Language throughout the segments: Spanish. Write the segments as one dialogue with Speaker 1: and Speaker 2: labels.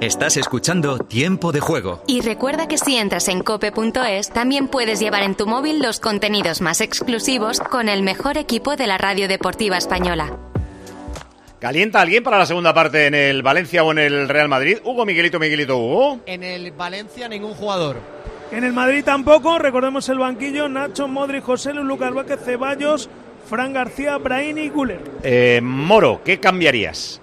Speaker 1: Estás escuchando Tiempo de Juego.
Speaker 2: Y recuerda que si entras en cope.es también puedes llevar en tu móvil los contenidos más exclusivos con el mejor equipo de la radio deportiva española.
Speaker 3: ¿Calienta alguien para la segunda parte en el Valencia o en el Real Madrid? Hugo, Miguelito, Miguelito, Hugo.
Speaker 4: En el Valencia ningún jugador.
Speaker 5: En el Madrid tampoco, recordemos el banquillo, Nacho, Modric, José Luis, Lucas Vázquez, Ceballos, Fran García, Brahini y Guler.
Speaker 3: Eh, Moro, ¿qué cambiarías?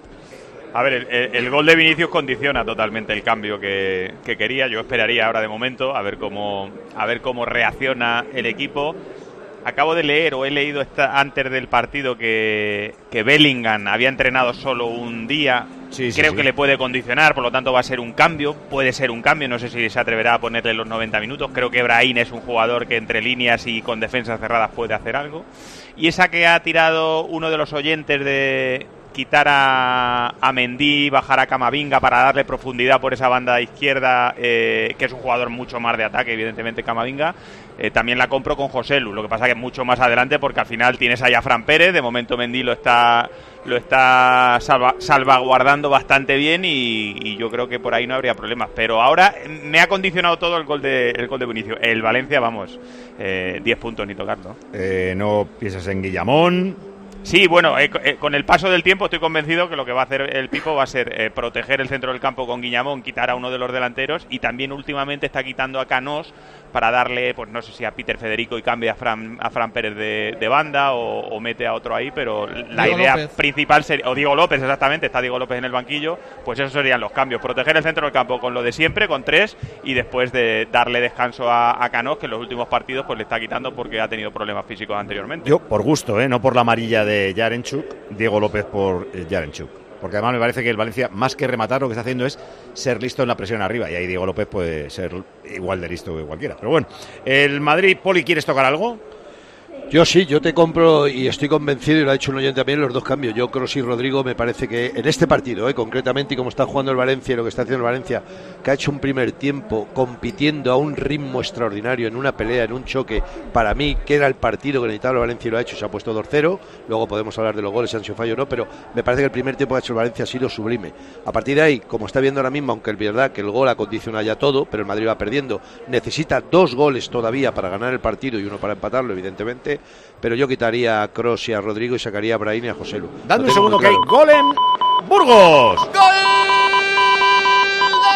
Speaker 6: A ver, el, el- el gol de Vinicius condiciona totalmente el cambio que, que quería. Yo esperaría ahora de momento a ver cómo a ver cómo reacciona el equipo. Acabo de leer o he leído esta- antes del partido que, que Bellingham había entrenado solo un día.
Speaker 3: Sí, sí,
Speaker 6: Creo
Speaker 3: sí.
Speaker 6: que le puede condicionar, por lo tanto va a ser un cambio. Puede ser un cambio, no sé si se atreverá a ponerle los 90 minutos. Creo que Brahim es un jugador que entre líneas y con defensas cerradas puede hacer algo. Y esa que ha tirado uno de los oyentes de quitar a, a Mendy, bajar a Camavinga para darle profundidad por esa banda izquierda, eh, que es un jugador mucho más de ataque, evidentemente Camavinga, eh, también la compro con José Lu. Lo que pasa que es mucho más adelante porque al final tienes ahí a Fran Pérez, de momento Mendy lo está lo está salva- salvaguardando bastante bien y, y yo creo que por ahí no habría problemas. Pero ahora eh, me ha condicionado todo el gol de, el gol de Vinicius. El Valencia, vamos, eh, 10 puntos ni tocarlo.
Speaker 3: Eh, no piensas en Guillamón.
Speaker 6: Sí, bueno, eh, co- eh, con el paso del tiempo estoy convencido que lo que va a hacer el Pipo va a ser eh, proteger el centro del campo con Guiñamón, quitar a uno de los delanteros y también últimamente está quitando a Canós para darle, pues no sé si a Peter Federico y cambia a Fran, a Fran Pérez de, de banda o, o mete a otro ahí, pero la
Speaker 4: Diego
Speaker 6: idea
Speaker 4: López.
Speaker 6: principal sería, o Diego López exactamente, está Diego López en el banquillo, pues esos serían los cambios, proteger el centro del campo con lo de siempre, con tres y después de darle descanso a, a Canós que en los últimos partidos pues le está quitando porque ha tenido problemas físicos anteriormente.
Speaker 3: Yo por gusto, ¿eh? no por la amarilla de Yarenchuk. Diego López por eh, Yarenchuk. Porque además me parece que el Valencia, más que rematar, lo que está haciendo es ser listo en la presión arriba. Y ahí Diego López puede ser igual de listo que cualquiera. Pero bueno, ¿el Madrid, Poli, quieres tocar algo?
Speaker 7: Yo sí, yo te compro y estoy convencido, y lo ha hecho un oyente también, los dos cambios. Yo, Kroos y Rodrigo, me parece que en este partido, eh, concretamente, y como está jugando el Valencia y lo que está haciendo el Valencia, que ha hecho un primer tiempo compitiendo a un ritmo extraordinario en una pelea, en un choque, para mí, que era el partido que necesitaba el Valencia y lo ha hecho, se ha puesto 2-0. Luego podemos hablar de los goles, si han sido fallo o no, pero me parece que el primer tiempo que ha hecho el Valencia ha sido sublime. A partir de ahí, como está viendo ahora mismo, aunque es verdad que el gol acondiciona ya todo, pero el Madrid va perdiendo, necesita dos goles todavía para ganar el partido y uno para empatarlo, evidentemente, pero yo quitaría a Cross y a Rodrigo y sacaría a Brahim y a José Lu.
Speaker 3: Dame un segundo que hay gol en Burgos.
Speaker 4: ¡Gol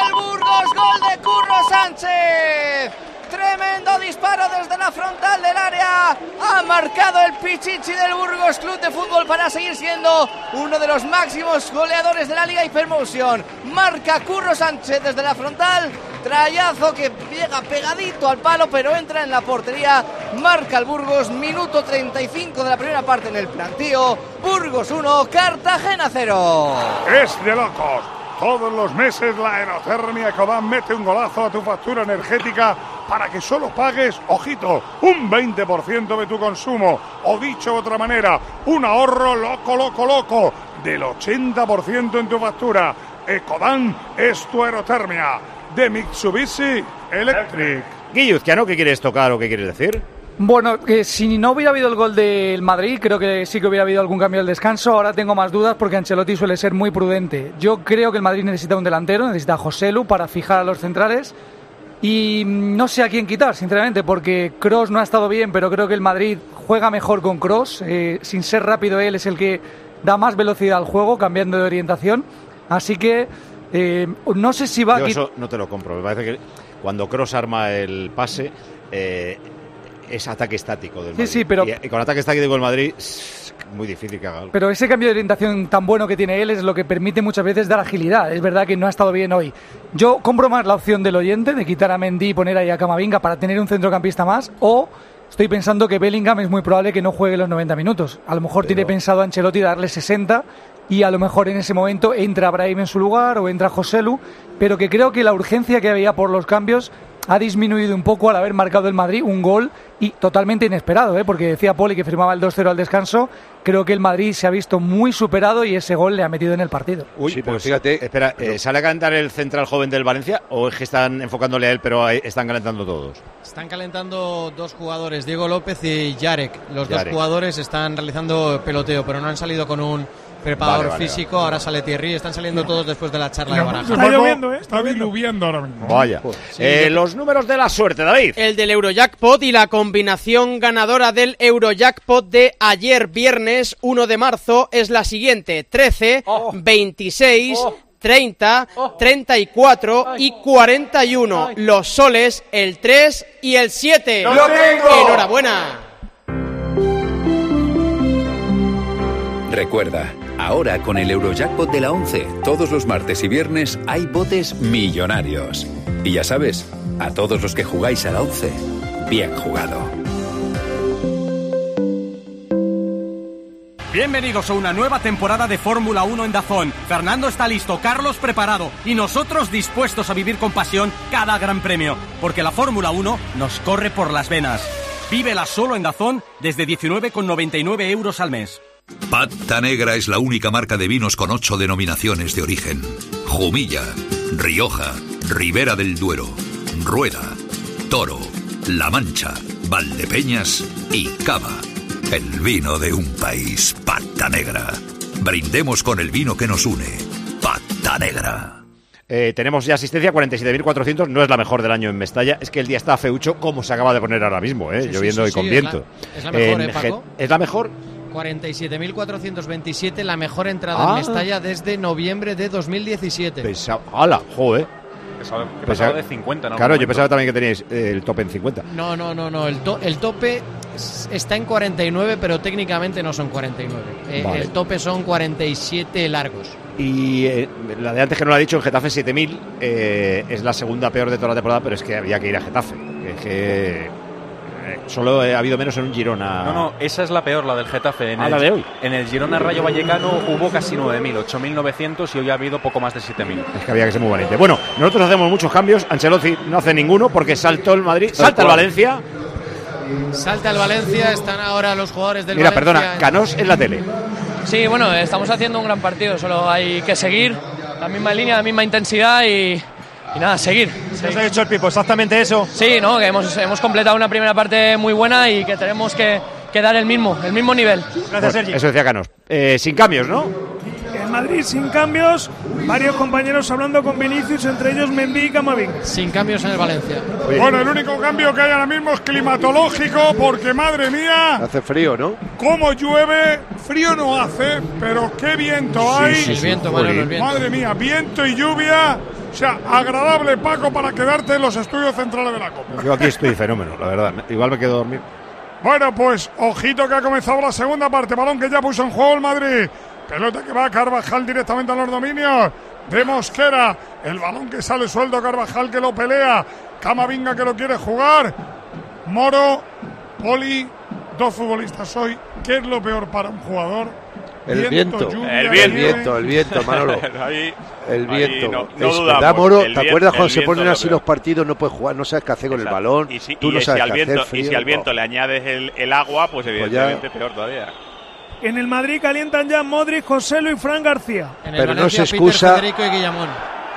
Speaker 4: del Burgos! ¡Gol de Curro Sánchez! Tremendo disparo desde la frontal del área. Ha marcado el Pichichi del Burgos Club de Fútbol para seguir siendo uno de los máximos goleadores de la Liga Hypermotion. Marca Curro Sánchez desde la frontal. Trayazo que llega pegadito al palo, pero entra en la portería. Marca el Burgos, minuto 35 de la primera parte en el plantío. Burgos 1, Cartagena 0.
Speaker 8: Es de locos. Todos los meses la aerotermia Cobán mete un golazo a tu factura energética para que solo pagues, ojito, un 20% de tu consumo. O dicho de otra manera, un ahorro loco, loco, loco del 80% en tu factura. Ecoban es tu aerotermia. De Mitsubishi Electric.
Speaker 3: Guilluzquiano, ¿qué quieres tocar o qué quieres decir?
Speaker 9: Bueno, que si no hubiera habido el gol del Madrid, creo que sí que hubiera habido algún cambio al descanso. Ahora tengo más dudas porque Ancelotti suele ser muy prudente. Yo creo que el Madrid necesita un delantero, necesita a Joselu para fijar a los centrales. Y mm, no sé a quién quitar, sinceramente, porque Cross no ha estado bien, pero creo que el Madrid juega mejor con Cross. sin ser rápido, él es el que da más velocidad al juego, cambiando de orientación. Así que eh, no sé si va a
Speaker 3: Yo
Speaker 9: quitar.
Speaker 3: eso no te lo compro. Me parece que cuando Cross arma el pase eh, es ataque estático del
Speaker 9: Sí,
Speaker 3: Madrid.
Speaker 9: sí, pero-
Speaker 3: Y, y con ataque estático del Madrid es muy difícil que haga algo.
Speaker 9: Pero ese cambio de orientación tan bueno que tiene él es lo que permite muchas veces dar agilidad. Es verdad que no ha estado bien hoy. Yo compro más la opción del oyente de quitar a Mendy y poner ahí a Camavinga para tener un centrocampista más o estoy pensando que Bellingham es muy probable que no juegue los 90 minutos. A lo mejor tiene pensado Ancelotti darle 60 y a lo mejor en ese momento entra Brahim en su lugar o entra Joselu, pero que creo que la urgencia que había por los cambios ha disminuido un poco al haber marcado el Madrid un gol y totalmente inesperado, ¿eh? porque decía Poli que firmaba el 2-0 al descanso, creo que el Madrid se ha visto muy superado y ese gol le ha metido en el partido.
Speaker 3: Uy,
Speaker 7: Sí, pero
Speaker 3: pues
Speaker 7: fíjate,
Speaker 3: Espera,
Speaker 7: pero-
Speaker 3: eh, ¿sale a calentar el central joven del Valencia o es que están enfocándole a él, pero eh, están calentando todos?
Speaker 10: Están calentando dos jugadores, Diego López y Yarek. Los
Speaker 3: Yarek.
Speaker 10: dos jugadores están realizando peloteo, pero no han salido con un preparador
Speaker 3: Vale, vale,
Speaker 10: físico. Ahora sale Thierry. Están saliendo todos después de la charla de
Speaker 5: Está
Speaker 10: baraja.
Speaker 8: Paco
Speaker 5: lloviendo, ¿eh?
Speaker 8: Está diluviando ahora mismo.
Speaker 3: Vaya.
Speaker 7: Pues,
Speaker 3: Eh, los números de la suerte, David.
Speaker 11: El del Eurojackpot y la combinación ganadora del Eurojackpot de ayer viernes 1 de marzo es la siguiente: 13,
Speaker 3: Oh.
Speaker 11: 26, 30, 34 y 41. Los soles, el 3 y el 7. ¡Enhorabuena!
Speaker 12: Recuerda, ahora con el Eurojackpot de la 11, todos los martes y viernes hay botes millonarios. Y ya sabes, a todos los que jugáis a la 11, bien jugado.
Speaker 11: Bienvenidos a una nueva temporada de Fórmula 1 en Dazón. Fernando está listo, Carlos preparado y nosotros dispuestos a vivir con pasión cada gran premio, porque la Fórmula 1 nos corre por las venas. Vívela solo en Dazón desde 19,99 euros al mes.
Speaker 12: Pata Negra es la única marca de vinos con ocho denominaciones de origen. Jumilla, Rioja, Ribera del Duero, Rueda, Toro, La Mancha, Valdepeñas y Cava. El vino de un país, Pata Negra. Brindemos con el vino que nos une, Pata Negra.
Speaker 3: Eh, tenemos ya asistencia, 47.400. No es la mejor del año en Mestalla. Es que el día está feucho, como se acaba de poner ahora mismo, ¿eh?
Speaker 11: Sí, sí,
Speaker 3: lloviendo
Speaker 11: sí,
Speaker 3: y con
Speaker 11: sí, es
Speaker 3: viento.
Speaker 11: la- es la mejor,
Speaker 3: En
Speaker 11: ¿eh, Paco?
Speaker 3: Ge- ¿Es la mejor?
Speaker 11: 47.427, la mejor entrada
Speaker 3: Ah.
Speaker 11: en Mestalla desde noviembre de 2017.
Speaker 3: Pensaba. ¡Hala! ¡Joder!
Speaker 13: Pensaba que
Speaker 3: Pensaba-
Speaker 13: pasaba de 50, ¿no?
Speaker 3: Claro, yo
Speaker 13: Momento.
Speaker 3: pensaba también que teníais eh, el tope en 50.
Speaker 11: No, no, no, no. El, to- el tope s- está en 49, pero técnicamente no son 49. Eh,
Speaker 3: Vale.
Speaker 11: El tope son 47 largos.
Speaker 3: Y eh, la de antes que no la ha dicho, en Getafe 7000 eh, es la segunda peor de toda la temporada, pero es que había que ir a Getafe. Es que eh, solo ha habido menos en un Girona.
Speaker 14: No, no, esa es la peor, la del Getafe. En
Speaker 3: Ah,
Speaker 14: el,
Speaker 3: la de hoy.
Speaker 14: En el Girona Rayo Vallecano hubo casi 9.000, 8.900 y hoy ha habido poco más de 7.000.
Speaker 3: Es que había que ser muy valiente. Bueno, nosotros hacemos muchos cambios. Ancelotti no hace ninguno porque saltó el Madrid, salta el
Speaker 14: cual.
Speaker 3: Valencia.
Speaker 11: Salta el Valencia, están ahora los jugadores del
Speaker 3: Mira,
Speaker 11: Valencia.
Speaker 3: perdona, Canós en la tele.
Speaker 4: Sí, bueno, estamos haciendo un gran partido, solo hay que seguir la misma línea, la misma intensidad y, y nada, seguir.
Speaker 3: Nos ha hecho el Pipo, exactamente eso.
Speaker 4: Sí, no, que hemos, hemos completado una primera parte muy buena y que tenemos que, que dar el mismo, el mismo nivel.
Speaker 3: Eso decía Canós. Eh, sin cambios, ¿no?
Speaker 5: En Madrid, sin cambios, varios compañeros hablando con Vinicius, entre ellos Mendy y Camavinga.
Speaker 11: Sin cambios en el Valencia.
Speaker 3: Oye,
Speaker 8: Bueno, el único cambio que hay ahora mismo es climatológico, porque madre mía,
Speaker 7: Hace frío, ¿no?
Speaker 8: cómo llueve, frío no hace, pero qué viento hay.
Speaker 11: el viento, Manolo, el viento.
Speaker 8: Madre mía, viento y lluvia. O sea, agradable Paco para quedarte en los estudios centrales de la Copa.
Speaker 3: yo aquí estoy fenómeno, la verdad. Igual me quedo a dormir.
Speaker 8: Bueno, pues ojito que ha comenzado la segunda parte. Balón que ya puso en juego el Madrid. Pelota que va a Carvajal directamente a los dominios de Mosquera. El balón que sale sueldo Carvajal que lo pelea. Camavinga que lo quiere jugar. Moro, Poli, dos futbolistas hoy. ¿Qué es lo peor para un jugador?
Speaker 7: El viento.
Speaker 8: lluvia,
Speaker 13: El
Speaker 7: El
Speaker 13: viento.
Speaker 8: nieve.
Speaker 7: viento, el viento, Manolo.
Speaker 13: Ahí-
Speaker 7: El
Speaker 13: ahí
Speaker 7: viento.
Speaker 13: no- no
Speaker 7: Es
Speaker 13: dudamos.
Speaker 7: verdad, Moro?
Speaker 13: El
Speaker 7: ¿Te
Speaker 13: vien-
Speaker 7: acuerdas cuando
Speaker 13: el
Speaker 7: se
Speaker 13: viento
Speaker 7: ponen
Speaker 13: lo
Speaker 7: así
Speaker 13: peor.
Speaker 7: los partidos? No puedes jugar, no sabes qué hacer con el
Speaker 13: Exacto.
Speaker 7: balón.
Speaker 13: Y si,
Speaker 7: tú
Speaker 13: y
Speaker 7: no
Speaker 13: si
Speaker 7: sabes
Speaker 13: al
Speaker 7: qué
Speaker 13: viento,
Speaker 7: hacer. Frío,
Speaker 13: y si al viento
Speaker 7: no.
Speaker 13: le añades el, el agua, pues evidentemente peor todavía.
Speaker 5: En el Madrid calientan ya Modric, Joselu y Fran García.
Speaker 11: En el
Speaker 7: Pero no
Speaker 11: Valencia,
Speaker 7: se
Speaker 11: Peter,
Speaker 7: excusa-
Speaker 11: Federico y Guillamón.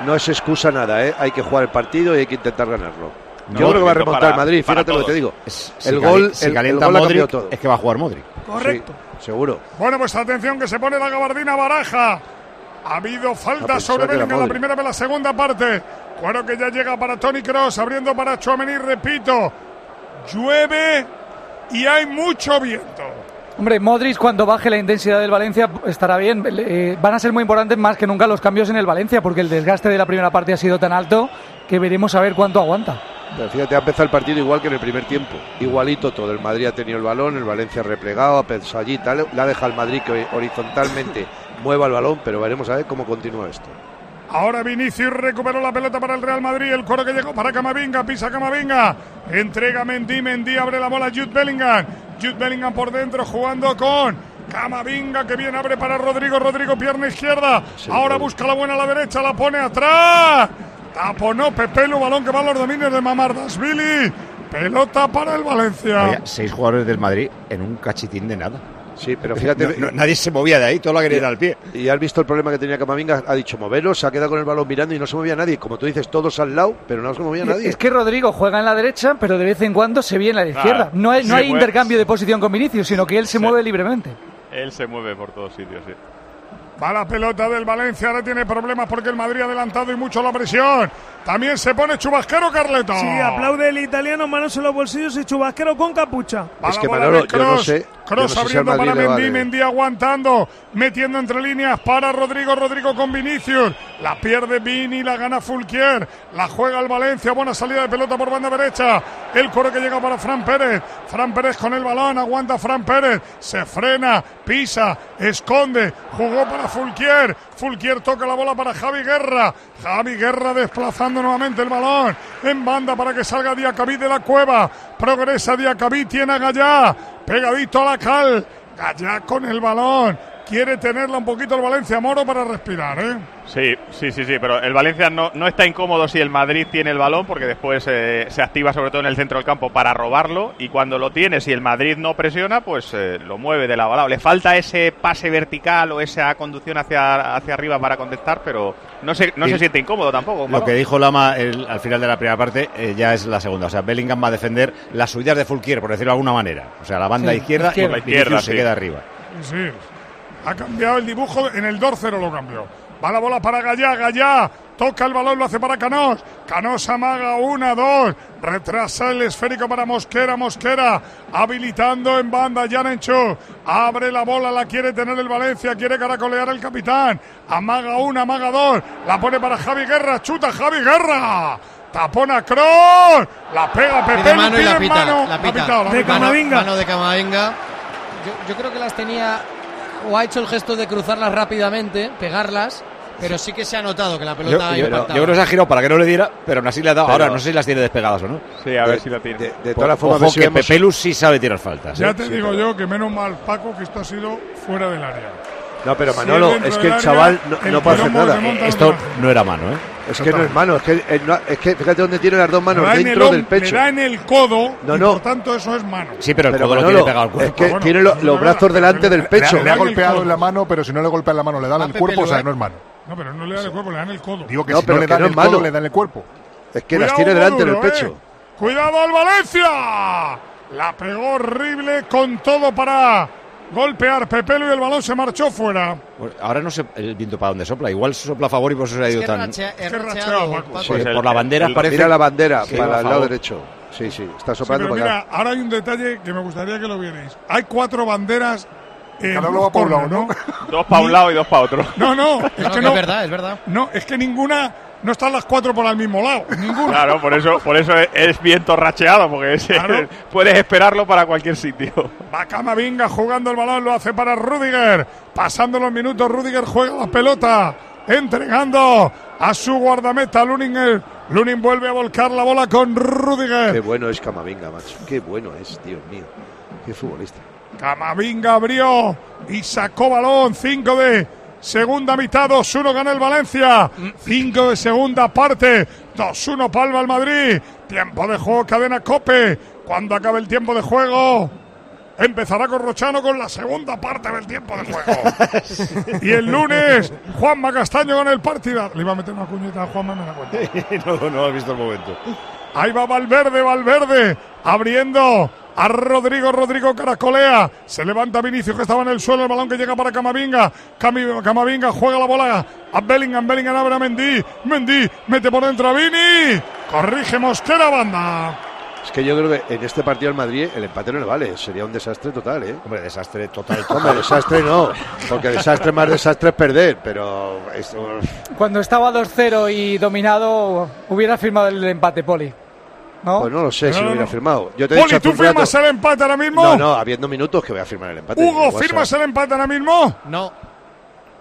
Speaker 7: No es excusa nada, ¿eh? Hay que jugar el partido y hay que intentar ganarlo.
Speaker 3: No,
Speaker 7: Yo creo que va a
Speaker 13: viento
Speaker 7: remontar
Speaker 13: para-
Speaker 7: el Madrid,
Speaker 13: para
Speaker 7: fíjate lo que te
Speaker 13: todos.
Speaker 7: digo.
Speaker 3: Es-
Speaker 7: El
Speaker 3: si
Speaker 7: gol-
Speaker 3: cali- si
Speaker 7: el- el
Speaker 3: calienta
Speaker 7: gol ha
Speaker 3: Modric,
Speaker 7: cambiado todo.
Speaker 3: es que va a jugar Modric.
Speaker 5: Correcto.
Speaker 7: Sí, seguro.
Speaker 8: Bueno, pues atención que se pone la gabardina baraja. Ha habido falta
Speaker 7: Ah, pensaba
Speaker 8: sobre
Speaker 7: que era
Speaker 8: Bellingham en la
Speaker 7: Modric.
Speaker 8: primera de la segunda parte. Cuero que ya llega para Tony Cross, abriendo para Chouameni, repito. Llueve y hay mucho viento.
Speaker 9: Hombre, Modric cuando baje la intensidad del Valencia estará bien. Eh, van a ser muy importantes más que nunca los cambios en el Valencia porque el desgaste de la primera parte ha sido tan alto que veremos a ver cuánto aguanta.
Speaker 7: Pero fíjate, ha empezado el partido igual que en el primer tiempo. Igualito todo. El Madrid ha tenido el balón, el Valencia ha replegado, ha pensado allí, tal. La deja el Madrid que horizontalmente mueva el balón, pero veremos a ver cómo continúa esto.
Speaker 8: Ahora Vinicius recuperó la pelota para el Real Madrid. El coro que llegó para Camavinga, pisa Camavinga. Entrega Mendy, Mendy abre la bola a Jude Bellingham. Jude Bellingham por dentro jugando con Camavinga que viene abre para Rodrigo. Rodrigo, pierna izquierda. Ahora busca la buena a la derecha, la pone atrás. Taponó Pepelo, balón que va a los dominios de Mamardasvili. Pelota para el Valencia.
Speaker 3: Había seis jugadores del Madrid en un cachitín de nada.
Speaker 7: Sí, pero fíjate-
Speaker 3: Eh, No, no, nadie se movía de ahí, todo lo quería ir al pie.
Speaker 7: Y has visto el problema que tenía Camavinga, ha dicho moveros, se ha quedado con el balón mirando y no se movía nadie. Como tú dices, todos al lado, pero no se movía nadie.
Speaker 9: Es que Rodrigo juega en la derecha, pero de vez en cuando se viene a la
Speaker 7: Claro.
Speaker 9: izquierda. No hay, no
Speaker 7: Sí,
Speaker 9: hay
Speaker 7: pues.
Speaker 9: intercambio de posición con Vinicius, sino que él se mueve libremente.
Speaker 6: Él se mueve por todos sitios, sí.
Speaker 8: Va la pelota del Valencia, ahora tiene problemas porque el Madrid ha adelantado y mucho la presión. También se pone chubasquero Carleto.
Speaker 5: Sí, aplaude el italiano, manos en los bolsillos y chubasquero con capucha.
Speaker 7: Es que Manolo, yo no sé. yo no
Speaker 8: Cross
Speaker 7: sé si al
Speaker 8: abriendo
Speaker 7: Madrid
Speaker 8: para
Speaker 7: le
Speaker 8: Mendy,
Speaker 7: vale.
Speaker 8: Mendy aguantando, metiendo entre líneas para Rodrigo, Rodrigo con Vinicius, la pierde Vini, la gana Fulquier, la juega el Valencia, buena salida de pelota por banda derecha, el coro que llega para Fran Pérez, Fran Pérez con el balón, aguanta Fran Pérez, se frena, pisa, esconde, jugó para Fulquier, Fulquier toca la bola para Javi Guerra, Javi Guerra desplazando nuevamente el balón, en banda para que salga Diacabí de la cueva, progresa Diacabí, tiene a Gallá, pegadito a la cal, Gallá con el balón. Quiere tenerla un poquito el Valencia Moro para respirar, ¿eh?
Speaker 6: Sí, sí, sí, sí, pero el Valencia no, no está incómodo si el Madrid tiene el balón, porque después eh, se activa sobre todo en el centro del campo para robarlo, y cuando lo tiene, si el Madrid no presiona, pues eh, lo mueve de la balada. Le falta ese pase vertical o esa conducción hacia, hacia arriba para contestar, pero no se, no
Speaker 3: Sí.
Speaker 6: se siente incómodo tampoco.
Speaker 3: Lo
Speaker 6: Manolo.
Speaker 3: que dijo Lama el- al final de la primera parte eh, ya es la segunda. O sea, Bellingham va a defender las subidas de Fulquier, por decirlo de alguna manera. O sea, la banda
Speaker 8: Sí,
Speaker 3: izquierda,
Speaker 8: izquierda.
Speaker 3: y
Speaker 8: La izquierda,
Speaker 3: Vinicius se
Speaker 8: sí.
Speaker 3: queda arriba.
Speaker 8: Sí. Ha cambiado el dibujo, en el 2-0 lo cambió. Va la bola para Gallá, Gallá. Toca el balón, lo hace para Canós. Canós amaga una, dos. Retrasa el esférico para Mosquera, Mosquera. Habilitando en banda Janencho. Abre la bola, la quiere tener el Valencia, quiere caracolear el capitán. Amaga una, amaga dos. La pone para Javi Guerra, chuta Javi Guerra. Tapona Kroos, la pega Pepe,
Speaker 10: Pide mano y
Speaker 8: pide
Speaker 10: la pita.
Speaker 8: mano.
Speaker 10: la
Speaker 8: Ha
Speaker 10: pita.
Speaker 8: pitado, la ha
Speaker 10: Mano-
Speaker 8: pitado.
Speaker 10: Mano de Camavinga. Yo, yo creo que las tenía o ha hecho el gesto de cruzarlas rápidamente, pegarlas, pero sí que se ha notado que la
Speaker 3: Yo,
Speaker 10: pelota
Speaker 3: yo- yo
Speaker 10: impactaba.
Speaker 3: creo que se ha girado para que no le diera, pero aún así le ha dado.
Speaker 7: Pero-
Speaker 3: Ahora no sé si las tiene despegadas o no.
Speaker 6: Sí, a ver si la tiene.
Speaker 7: Eh, De, de todas las formas, a ver
Speaker 3: Ojo
Speaker 7: si
Speaker 3: que
Speaker 7: vemos-
Speaker 3: Pepe Luz sí sabe tirar faltas.
Speaker 8: Ya
Speaker 3: ¿eh?
Speaker 8: te
Speaker 3: Sí,
Speaker 8: digo yo que menos mal, Paco, que esto ha sido fuera del área.
Speaker 7: No, pero
Speaker 8: Si
Speaker 7: Manolo,
Speaker 8: dentro
Speaker 7: es
Speaker 8: del
Speaker 7: que el
Speaker 8: área,
Speaker 7: chaval no,
Speaker 8: el
Speaker 7: no puede hacer
Speaker 8: plomo
Speaker 7: nada.
Speaker 8: remonta
Speaker 7: Eh,
Speaker 8: donde
Speaker 3: no era mano, ¿eh?
Speaker 7: Es que no es mano, es que, eh, no- es que fíjate dónde tiene las dos
Speaker 8: va. Le
Speaker 7: manos,
Speaker 8: da en el
Speaker 7: dentro
Speaker 8: hom-
Speaker 7: del pecho.
Speaker 8: Le da en el codo
Speaker 7: No,
Speaker 8: y
Speaker 7: no.
Speaker 8: por tanto eso es mano.
Speaker 3: Sí, pero el
Speaker 7: Pero
Speaker 3: codo lo
Speaker 7: Manolo,
Speaker 3: tiene pegado al cuerpo.
Speaker 7: es que tiene lo- los brazos delante del
Speaker 15: Le,
Speaker 7: pecho.
Speaker 15: ha- le ha golpeado en la mano, pero si no le golpea en la mano, le da en el
Speaker 8: Ah, Pepe
Speaker 15: cuerpo, o
Speaker 8: lo
Speaker 15: sea,
Speaker 8: da-
Speaker 15: no es mano.
Speaker 8: No, pero no le da en el cuerpo, le da en el codo.
Speaker 15: Digo que
Speaker 7: No,
Speaker 15: si no
Speaker 7: pero
Speaker 15: le
Speaker 7: que
Speaker 15: da en
Speaker 7: no
Speaker 15: el
Speaker 7: es mano.
Speaker 15: codo, le da en el cuerpo.
Speaker 7: Es que
Speaker 8: Cuidado,
Speaker 7: las tiene delante del
Speaker 8: Maduro, ¿eh?
Speaker 7: pecho.
Speaker 8: ¡Cuidado al Valencia! La pegó horrible con todo para golpear Pepelo y el balón se marchó fuera.
Speaker 3: Bueno, Ahora no sé el viento para dónde sopla. Igual sopla a favor y por eso se ha ido tan.
Speaker 8: Es que racheado, Paco.
Speaker 3: Sí, por la bandera parece.
Speaker 7: Mira la bandera,
Speaker 3: Sí, por
Speaker 7: para el lado
Speaker 3: favor.
Speaker 7: derecho. Sí, sí, está
Speaker 8: Sí, pero
Speaker 7: soplando para
Speaker 8: mira,
Speaker 7: acá.
Speaker 8: ahora hay un detalle que me gustaría que lo vierais. Hay cuatro banderas. en
Speaker 15: Cada uno va por un lado, ¿no?
Speaker 6: Dos para un lado y dos para otro.
Speaker 8: No, no, es
Speaker 10: No,
Speaker 8: que
Speaker 10: que
Speaker 8: no.
Speaker 10: es verdad, es verdad.
Speaker 8: No, es que ninguna. No están las cuatro por el mismo lado. Ninguna.
Speaker 6: Claro, por eso, por eso es- es viento racheado, porque es-
Speaker 8: Claro.
Speaker 6: puedes esperarlo para cualquier sitio.
Speaker 8: Va Camavinga jugando el balón, lo hace para Rudiger. Pasando los minutos, Rudiger juega la pelota, entregando a su guardameta Luninger. Lunin vuelve a volcar la bola con
Speaker 7: Qué
Speaker 8: Rudiger.
Speaker 7: bueno es Camavinga, macho. Qué bueno es, Dios mío. Qué futbolista.
Speaker 8: Camavinga abrió y sacó balón. 5 de segunda mitad, 2-1 gana el Valencia. 5 de segunda parte, 2-1 palma el Madrid. Tiempo de juego, cadena Cope. Cuando acabe el tiempo de juego, empezará con Rochano con la segunda parte del tiempo de juego. Y el lunes, Juanma Castaño con el partido. Le iba a meter una cuñeta a Juanma, me la cuenta.
Speaker 3: no, no has visto el momento.
Speaker 8: Ahí va Valverde, Valverde, abriendo a Rodrigo, Rodrigo caracolea, se levanta Vinicius que estaba en el suelo, el balón que llega para Camavinga, Cami- Camavinga juega la bola a Bellingham, Bellingham abre a Mendy, Mendy mete por dentro a Vini, corrige Mosquera banda.
Speaker 7: Es que yo creo que en este partido al Madrid el empate no le vale. Sería un desastre total, ¿eh?
Speaker 3: Hombre, desastre total.
Speaker 7: Hombre, desastre no. Porque desastre más desastre es perder. Pero esto-
Speaker 9: Cuando estaba 2-0 y dominado, hubiera firmado el empate, Poli. ¿No?
Speaker 7: Pues no lo sé si lo hubiera firmado. Yo te he dicho
Speaker 8: Poli,
Speaker 7: hace
Speaker 8: ¿tú
Speaker 7: un rato-
Speaker 8: firmas el empate ahora mismo?
Speaker 7: No, no, habiendo minutos que voy a firmar el empate.
Speaker 8: Hugo,
Speaker 7: Guasa.
Speaker 8: ¿firmas el empate ahora mismo?
Speaker 10: No.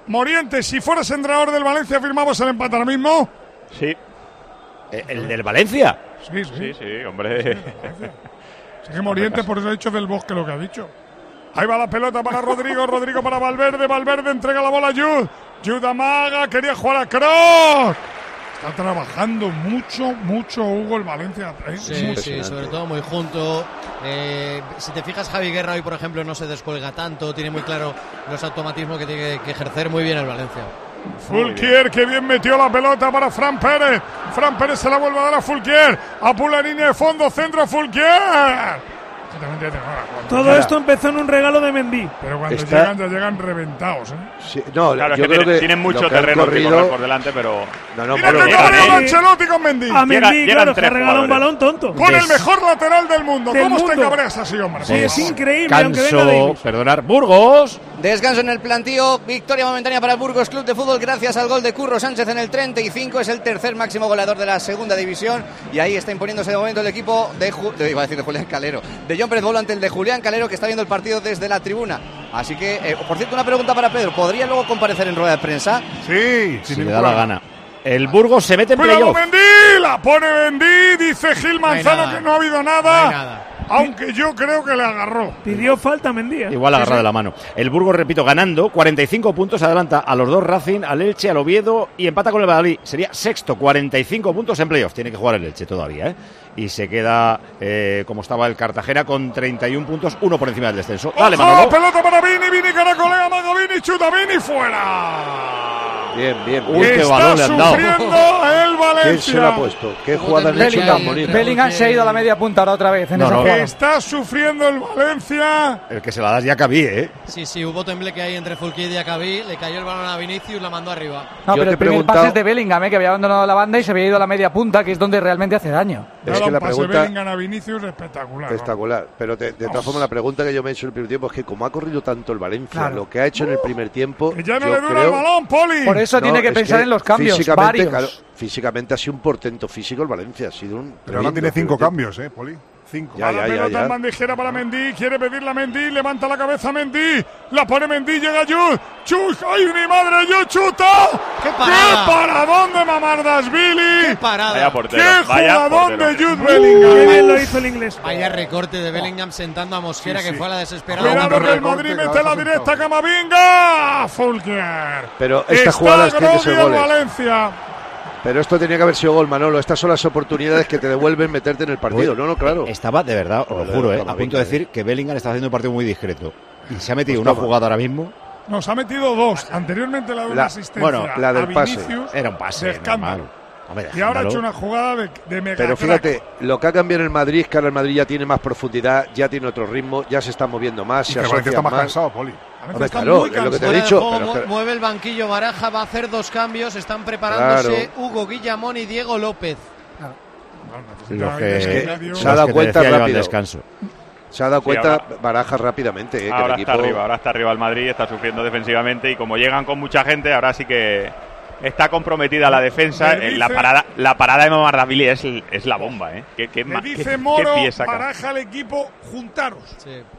Speaker 8: Moriente, si fueras entrenador del Valencia, ¿firmamos el empate ahora mismo?
Speaker 6: Sí.
Speaker 3: Eh, ¿El del Valencia?
Speaker 8: Sí, sí.
Speaker 6: Sí, sí, hombre.
Speaker 8: Sí, que Moriente, por eso ha dicho del bosque lo que ha dicho. Ahí va la pelota para Rodrigo, Rodrigo para Valverde, Valverde entrega la bola a Jude. Jude amaga, quería jugar a Kroos. Está trabajando mucho, mucho Hugo el Valencia. ¿eh?
Speaker 10: Sí,
Speaker 8: Mucho.
Speaker 10: sí, sobre todo muy junto. Eh, si te fijas, Javi Guerra hoy, por ejemplo, no se descuelga tanto, tiene muy claro los automatismos que tiene que ejercer muy bien el Valencia.
Speaker 8: Fulquier, que bien metió la pelota para Fran Pérez. Fran Pérez se la vuelve a dar a Fulquier. Apula línea de fondo, centro a Fulquier.
Speaker 5: Todo
Speaker 8: Ahora.
Speaker 5: esto empezó en un regalo de Mendy.
Speaker 8: Pero cuando
Speaker 7: Está-
Speaker 8: llegan, ya llegan reventados. ¿eh?
Speaker 7: Sí, no,
Speaker 6: Claro, es
Speaker 7: yo
Speaker 6: que
Speaker 7: creo
Speaker 6: tiene-
Speaker 7: que
Speaker 6: tienen mucho
Speaker 7: lo que han
Speaker 6: terreno
Speaker 7: corrido-
Speaker 6: tricolor por delante, pero.
Speaker 7: No, no,
Speaker 6: Mira,
Speaker 7: pero-
Speaker 6: que llegan-
Speaker 8: Llega Ancelotti con Mendy.
Speaker 5: A Mendy,
Speaker 6: Llegan- llegan
Speaker 5: claro, que
Speaker 6: tres
Speaker 5: regala un balón
Speaker 6: jugadores.
Speaker 5: tonto.
Speaker 8: Con el mejor lateral del mundo.
Speaker 5: Del
Speaker 8: ¿Cómo te
Speaker 5: mundo.
Speaker 8: cabreas así, hombre?
Speaker 5: Sí, es increíble, aunque venga
Speaker 3: Canso,
Speaker 5: Davis.
Speaker 3: Oh, perdonar, Burgos.
Speaker 4: Descanso en el plantío, victoria momentánea para el Burgos Club de Fútbol gracias al gol de Curro Sánchez en el 35, es el tercer máximo goleador de la segunda división y ahí está imponiéndose de momento el equipo de, Ju- de- iba a decir de Julián Calero, de John Pérez Bolo ante el de Julián Calero que está viendo el partido desde la tribuna. Así que, eh, por cierto, una pregunta para Pedro, ¿podría luego comparecer en rueda de prensa?
Speaker 8: Sí,
Speaker 3: Si le da la gana. El Burgos se mete en
Speaker 8: Cuidado,
Speaker 3: playoff.
Speaker 8: Mendy. La pone Mendy. Dice Gil Manzano
Speaker 3: nada.
Speaker 8: que no ha habido nada. Aunque yo creo que le agarró.
Speaker 5: Pidió falta Mendy. ¿eh?
Speaker 3: Igual agarrado
Speaker 5: Sí,
Speaker 3: de la mano. El Burgos, repito, ganando 45 puntos, adelanta a los dos Racing, al Elche, al Oviedo y empata con el Valladolid. Sería sexto, 45 puntos en playoff. Tiene que jugar el Elche todavía, ¿eh? Y se queda eh, como estaba el Cartagena con 31 puntos, uno por encima del descenso. Dale,
Speaker 8: ¡Ojo!
Speaker 3: Manolo.
Speaker 8: pelota para Vini, Vini caracolea, Mago Vini, chuta Vini, fuera.
Speaker 7: Bien, bien.
Speaker 3: Uy, qué
Speaker 8: Está
Speaker 3: balón le han dado.
Speaker 8: sufriendo el Valencia.
Speaker 7: ¿Quién se lo ha puesto? ¿Qué jugada han hecho tan
Speaker 9: Bellingham,
Speaker 7: bonita?
Speaker 9: Bellingham se ha ido a la media punta ahora otra vez en
Speaker 3: No,
Speaker 9: esa
Speaker 3: no.
Speaker 9: jugada.
Speaker 8: Está sufriendo el Valencia.
Speaker 3: El que se la das ya cabí, ¿eh?
Speaker 10: Sí, sí, hubo tembleque ahí entre Fulquier y Acabí, le cayó el balón a Vinicius, la mandó arriba.
Speaker 9: No,
Speaker 7: Yo
Speaker 9: pero
Speaker 7: te
Speaker 9: el primer
Speaker 7: preguntaba-
Speaker 9: pase es de Bellingham, eh, que había abandonado la banda y se había ido a la media punta, que es donde realmente hace daño.
Speaker 7: Es que la pregunta
Speaker 8: Bellingham a Vinicius espectacular. ¿no?
Speaker 7: espectacular. Pero te- de todas
Speaker 8: Vamos.
Speaker 7: formas, la pregunta que yo me he hecho en el primer tiempo es que como ha corrido tanto el Valencia,
Speaker 9: Claro.
Speaker 7: lo que ha hecho en el primer tiempo...
Speaker 8: Que ya no
Speaker 7: yo
Speaker 8: le dura
Speaker 7: creo-
Speaker 8: el balón, Poli.
Speaker 9: Por eso
Speaker 7: No,
Speaker 9: tiene que
Speaker 7: es
Speaker 9: pensar en los cambios,
Speaker 7: físicamente,
Speaker 9: varios.
Speaker 7: claro, físicamente ha sido un portento físico el Valencia. Ha sido un
Speaker 15: Pero ahora tiene cinco
Speaker 7: cambios.
Speaker 15: cambios, ¿eh, Poli? Cinco.
Speaker 7: Ya, ya, ya,
Speaker 8: Pelota en
Speaker 7: ya.
Speaker 8: bandijera para Mendy, quiere pedirla a Mendy, levanta la cabeza Mendy, la pone Mendy, llega Jude, chus, ay mi madre, yo chuta.
Speaker 10: ¡Qué parada!
Speaker 8: ¡Qué paradón de Mamardasvili! ¡Qué
Speaker 10: parada!
Speaker 6: Vaya portero,
Speaker 8: ¡Qué
Speaker 6: vaya
Speaker 8: jugadón de
Speaker 6: portero.
Speaker 8: Jude Bellingham!
Speaker 5: Qué bien lo hizo el inglés.
Speaker 10: Vaya recorte de Bellingham sentando a Mosquera, que fue a la desesperada.
Speaker 8: Cuidado que el
Speaker 10: Recorte,
Speaker 8: Madrid
Speaker 10: claro,
Speaker 8: mete la directa a Camavinga. Fulker.
Speaker 7: Pero
Speaker 8: Está
Speaker 7: estas jugadas tienen que
Speaker 8: Grogui
Speaker 7: ser
Speaker 8: en
Speaker 7: goles.
Speaker 8: Valencia.
Speaker 7: Pero esto tenía que haber sido gol, Manolo. Estas son las oportunidades que te devuelven meterte en el partido.
Speaker 3: Uy,
Speaker 7: No, no, claro.
Speaker 3: Estaba, de verdad, os lo
Speaker 7: Joder,
Speaker 3: juro, ¿eh?
Speaker 7: Camavinga,
Speaker 3: A punto de
Speaker 7: ¿eh?
Speaker 3: decir que Bellingham está haciendo un partido muy discreto. Y se ha metido
Speaker 7: Pues
Speaker 3: una
Speaker 7: toma.
Speaker 3: jugada ahora mismo.
Speaker 8: Nos ha metido dos. Anteriormente la de una
Speaker 3: La-
Speaker 8: asistencia.
Speaker 3: bueno, la del
Speaker 8: a
Speaker 7: pase.
Speaker 8: Vinicius
Speaker 3: Era un pase
Speaker 8: de escándalo.
Speaker 3: normal. Hombre,
Speaker 8: Y ahora ha
Speaker 3: escándalo.
Speaker 8: hecho una jugada de, de mega
Speaker 7: Pero
Speaker 8: crack.
Speaker 7: fíjate, lo que ha cambiado en el Madrid es que ahora el Madrid ya tiene más profundidad, ya tiene otro ritmo, ya se está moviendo más,
Speaker 15: Y
Speaker 7: se
Speaker 15: que Valencia
Speaker 7: asocia
Speaker 15: está más
Speaker 7: más.
Speaker 15: cansado, Poli.
Speaker 7: Hombre, claro, es lo que te he
Speaker 10: Fuera de
Speaker 7: dicho.
Speaker 10: juego,
Speaker 7: pero
Speaker 10: mu-
Speaker 7: es que-
Speaker 10: mueve el banquillo Baraja, va a hacer dos cambios, están preparándose
Speaker 7: Claro.
Speaker 10: Hugo Guillamón y Diego López.
Speaker 8: Ah.
Speaker 3: Los
Speaker 8: Ay,
Speaker 3: que,
Speaker 8: es que
Speaker 7: se
Speaker 3: los
Speaker 7: ha dado
Speaker 3: que te
Speaker 7: cuenta
Speaker 3: decía yo al
Speaker 7: rápido.
Speaker 3: descanso.
Speaker 7: Se ha dado cuenta
Speaker 6: ahora-
Speaker 7: Barajas rápidamente. eh, que
Speaker 6: Ahora
Speaker 7: el
Speaker 6: está
Speaker 7: equipo-
Speaker 6: arriba, ahora está arriba el Madrid, está sufriendo defensivamente y como llegan con mucha gente, ahora sí que está comprometida la defensa.
Speaker 8: Me
Speaker 6: Eh, La
Speaker 8: dice-
Speaker 6: parada, la parada de Mamardavili es, l- es la bomba, ¿eh? Qué, qué
Speaker 8: Le
Speaker 6: ma- qué-
Speaker 8: dice
Speaker 6: qué
Speaker 8: Moro,
Speaker 6: pie saca.
Speaker 8: baraja al equipo, juntaros.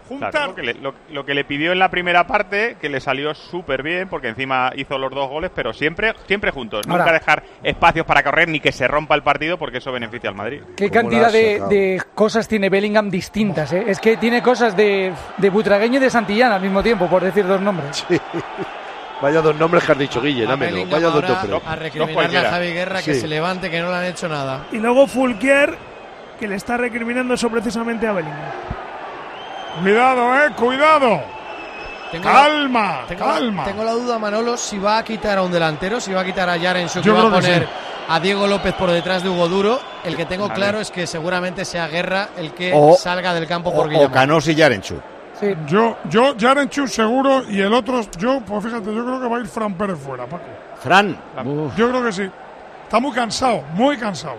Speaker 8: Juntaros.
Speaker 6: Claro, lo, que le, lo- lo que le pidió en la primera parte, que le salió súper bien, porque encima hizo los dos goles, pero siempre, siempre juntos.
Speaker 9: Ahora-
Speaker 6: Nunca dejar espacios para correr ni que se rompa el partido, porque eso beneficia al Madrid.
Speaker 9: Qué
Speaker 7: Como
Speaker 9: cantidad
Speaker 7: las-
Speaker 9: de,
Speaker 7: claro.
Speaker 9: de cosas tiene Bellingham distintas, ¿eh? Es que tiene cosas de, de Butragueño y de Santillán al mismo tiempo, por decir dos nombres.
Speaker 7: Vaya dos nombres que has dicho, Guille,
Speaker 10: A
Speaker 7: dámelo.
Speaker 10: Bellingham
Speaker 7: Vaya dos
Speaker 10: ahora
Speaker 7: nombres.
Speaker 10: a recriminarle
Speaker 6: cualquiera.
Speaker 10: a Javi Guerra que
Speaker 7: Sí.
Speaker 10: se levante, que no le han hecho nada.
Speaker 5: Y luego Fulquier, que le está recriminando eso precisamente a Bellingham.
Speaker 8: Cuidado, eh, cuidado.
Speaker 10: Tengo la-
Speaker 8: Calma,
Speaker 10: tengo la-
Speaker 8: calma.
Speaker 10: tengo la duda, Manolo, si va a quitar a un delantero, si va a quitar a Jaren Schuck,
Speaker 8: Yo
Speaker 10: va a
Speaker 8: creo que
Speaker 10: poner
Speaker 8: sí.
Speaker 10: a Diego López por detrás de Hugo Duro. El que tengo
Speaker 6: Vale.
Speaker 10: claro es que seguramente sea Guerra el que
Speaker 3: O-
Speaker 10: salga del campo
Speaker 3: O,
Speaker 10: por
Speaker 3: o
Speaker 10: Guillamón.
Speaker 3: Canós y Yarenchu.
Speaker 9: Sí.
Speaker 8: Yo, yo, Jaren Chu seguro y el otro, yo, pues fíjate, yo creo que va a ir Fran Pérez fuera, Paco.
Speaker 3: Fran,
Speaker 8: Yo creo que sí. Está muy cansado, muy cansado.